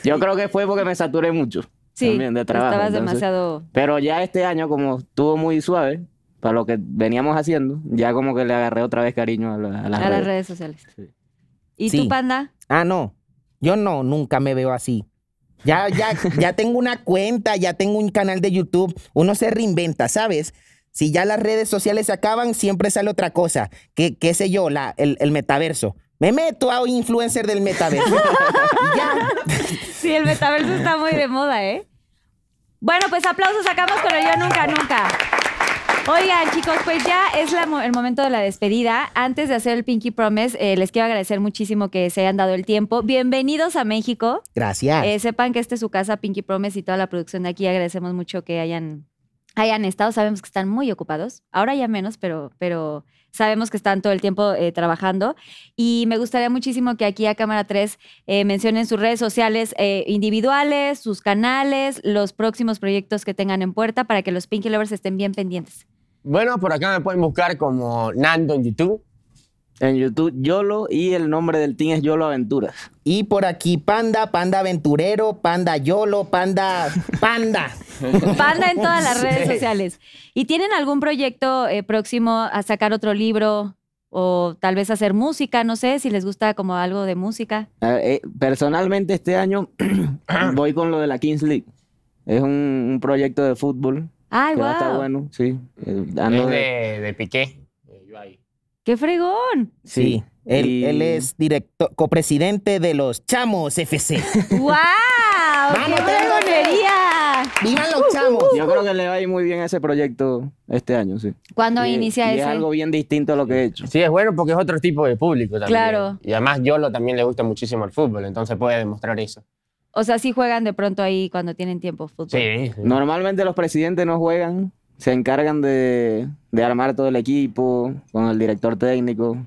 S2: Yo creo que fue porque me saturé mucho.
S1: Sí,
S2: también de trabajo.
S1: estabas
S2: entonces-
S1: demasiado.
S2: Pero ya este año, como estuvo muy suave para lo que veníamos haciendo, ya como que le agarré otra vez cariño a, la- a las
S1: a las
S2: redes.
S1: redes sociales.
S2: Sí.
S1: ¿Y
S4: Sí.
S1: tú, Panda?
S4: Ah, no. Yo no, nunca me veo así. Ya, ya, ya tengo una cuenta, ya tengo un canal de YouTube. Uno se reinventa, ¿sabes? Si ya las redes sociales se acaban, siempre sale otra cosa. ¿Qué, qué sé yo? La, el, el metaverso. Me meto a un influencer del metaverso. Y ya.
S1: Sí, el metaverso está muy de moda, ¿eh? Bueno, pues aplausos sacamos con el Yo Nunca Nunca. Oigan, chicos, pues ya es la mo- el momento de la despedida. Antes de hacer el Pinky Promise, eh, les quiero agradecer muchísimo que se hayan dado el tiempo. Bienvenidos a México.
S4: Gracias.
S1: Eh, sepan que esta es su casa, Pinky Promise y toda la producción de aquí. Agradecemos mucho que hayan, hayan estado. Sabemos que están muy ocupados. Ahora ya menos, pero, pero sabemos que están todo el tiempo eh, trabajando. Y me gustaría muchísimo que aquí a Cámara 3 eh, mencionen sus redes sociales eh, individuales, sus canales, los próximos proyectos que tengan en puerta para que los Pinky Lovers estén bien pendientes.
S3: Bueno, por acá me pueden buscar como Nando en YouTube.
S2: En YouTube, YOLO y el nombre del team es YOLO Aventuras.
S4: Y por aquí, panda, panda aventurero, panda yolo, panda, panda.
S1: Panda en todas las redes sociales. ¿Y tienen algún proyecto eh, próximo a sacar otro libro o tal vez hacer música? No sé si les gusta como algo de música.
S2: Ah, eh, personalmente este año voy con lo de la Kings League. Es un, un proyecto de fútbol
S1: ¡Ay,
S2: que va a estar
S1: wow!
S2: bueno, sí. Eh,
S3: Es
S2: dando de-
S3: de, de Piqué. Yo ahí.
S1: ¡Qué fregón!
S4: Sí. Él,
S2: Y-
S4: él es director, copresidente de los Chamos FC.
S1: ¡Wow!
S4: ¡Vamos,
S1: ¡Qué
S4: tengo fe!
S1: fregonería!
S4: ¡Vivan los Chamos!
S2: Yo creo que le va a ir muy bien a ese proyecto este año, sí.
S1: ¿Cuándo
S2: Y-
S1: inicia
S2: y
S1: ese?
S2: Es algo bien distinto a lo que he hecho.
S3: Sí, es bueno porque es otro tipo de público también.
S1: Claro.
S3: Y además Yolo también le gusta muchísimo el fútbol, entonces puede demostrar eso.
S1: O sea, sí juegan de pronto ahí cuando tienen tiempo fútbol.
S3: Sí.
S2: Normalmente los presidentes no juegan, se encargan de, de armar todo el equipo, con el director técnico,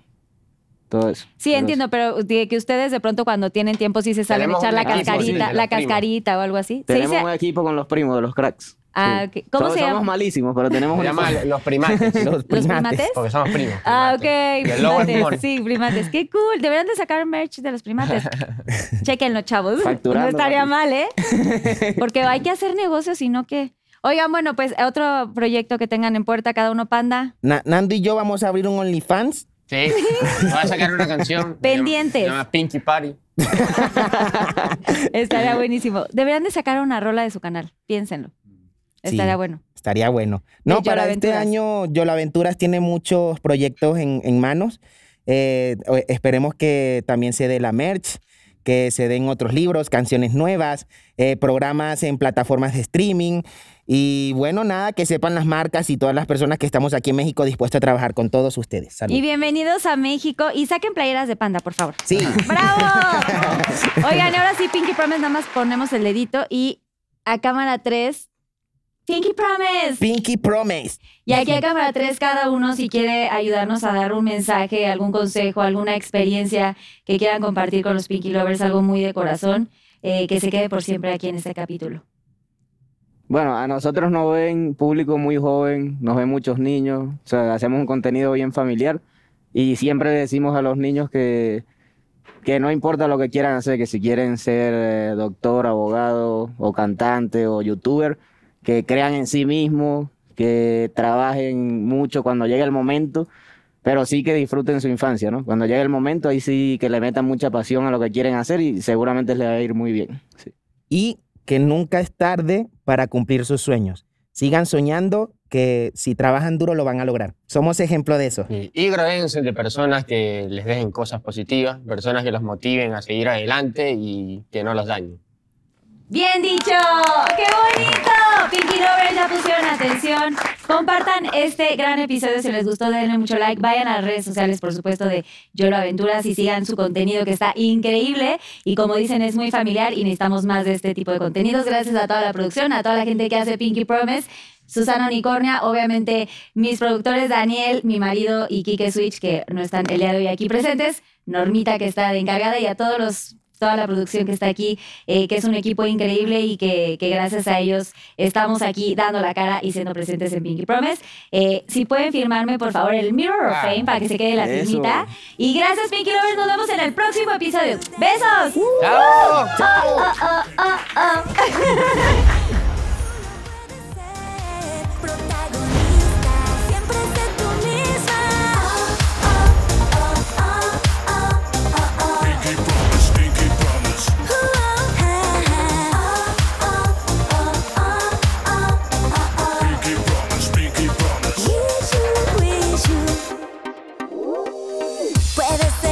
S2: todo eso.
S1: Sí,
S2: Pero
S1: entiendo, pero de que ustedes de pronto cuando tienen tiempo sí se salen a
S3: Tenemos
S1: echar la
S3: un equipo, sí,
S1: cascarita,
S3: de
S1: la
S3: las primas.
S1: cascarita o algo así. ¿Se
S2: Tenemos
S1: dice?
S2: un equipo con los primos de los cracks.
S1: Ah,
S2: sí.
S1: ok. ¿Cómo
S2: Todos
S1: se llama?
S2: Somos malísimos, pero tenemos
S3: Se
S2: un
S3: llama los primates.
S4: Los
S1: ¿Los
S4: primates.
S1: primates?
S3: porque somos primos.
S1: Ah, ok.
S3: primates. Y el lobo es mono.
S1: Primates. Sí, primates. Qué cool. Deberían de sacar merch de los primates. Chequenlo, chavos.
S2: Facturando,
S1: no estaría
S2: papi.
S1: mal, ¿eh? Porque hay que hacer negocios y no que... Oigan, bueno, pues otro proyecto que tengan en puerta cada uno, Panda.
S4: Na- Nando y yo vamos a abrir un OnlyFans.
S3: Sí. Voy a sacar una canción. se llama-
S1: Pendientes.
S3: Se llama Pinky Party.
S1: Estaría buenísimo. Deberían de sacar una rola de su canal. Piénsenlo.
S4: Sí.
S1: Estaría bueno.
S4: Estaría bueno.
S1: De
S4: No, para este
S1: Yolaventuras.
S4: año Yolaventuras tiene muchos proyectos en, en manos. Eh, o- esperemos que también se dé la merch, que se den otros libros, canciones nuevas, eh, programas en plataformas de streaming. Y bueno, nada, que sepan las marcas y todas las personas que estamos aquí en México dispuestas a trabajar con todos ustedes. Salud.
S1: Y bienvenidos a México. Y saquen playeras de Panda, por favor.
S4: Sí,
S1: ¡Bravo! Oigan, ahora sí, Pinky Promise, nada más ponemos el dedito y a cámara 3, Pinky Promise.
S4: Pinky Promise.
S1: Y aquí a cámara 3, cada uno, si quiere ayudarnos a dar un mensaje, algún consejo, alguna experiencia que quieran compartir con los Pinky Lovers, algo muy de corazón, eh, que se quede por siempre aquí en este capítulo.
S2: Bueno, a nosotros nos ven público muy joven, nos ven muchos niños, o sea, hacemos un contenido bien familiar y siempre le decimos a los niños que, que no importa lo que quieran hacer, que si quieren ser eh, doctor, abogado o cantante o youtuber, que crean en sí mismos, que trabajen mucho cuando llegue el momento, pero sí que disfruten su infancia, ¿no? Cuando llegue el momento, ahí sí que le metan mucha pasión a lo que quieren hacer y seguramente les va a ir muy bien. sí.
S4: Y que nunca es tarde para cumplir sus sueños. Sigan soñando que si trabajan duro lo van a lograr. Somos ejemplo de eso.
S3: Y, y gradéense de personas que les dejen cosas positivas, personas que los motiven a seguir adelante y que no los dañen.
S1: Bien dicho, qué bonito. Pinky Lovers ya pusieron atención. Compartan este gran episodio si les gustó, denle mucho like. Vayan a las redes sociales, por supuesto, de Yolo Aventuras y sigan su contenido que está increíble. Y como dicen, es muy familiar y necesitamos más de este tipo de contenidos. Gracias a toda la producción, a toda la gente que hace Pinky Promise. Susana Unicornia, obviamente mis productores Daniel, mi marido y Kike Switch, que no están el día de hoy aquí presentes, Normita, que está de encargada, y a todos los, toda la producción que está aquí, eh, que es un equipo increíble y que, que gracias a ellos estamos aquí dando la cara y siendo presentes en Pinky Promise. Eh, si pueden firmarme, por favor, el Mirror of
S3: Ah,
S1: Fame para que se quede la
S2: eso.
S1: firmita. Y gracias, Pinky Lovers, nos vemos en el próximo episodio. ¡Besos!
S3: ¡Chao!
S9: ser protagonista, siempre sé tú misma. Oh, oh, oh, oh, oh, oh, oh.
S10: Pinky promise, pinky promise.
S9: Oh, oh, oh, oh, oh. puede ser.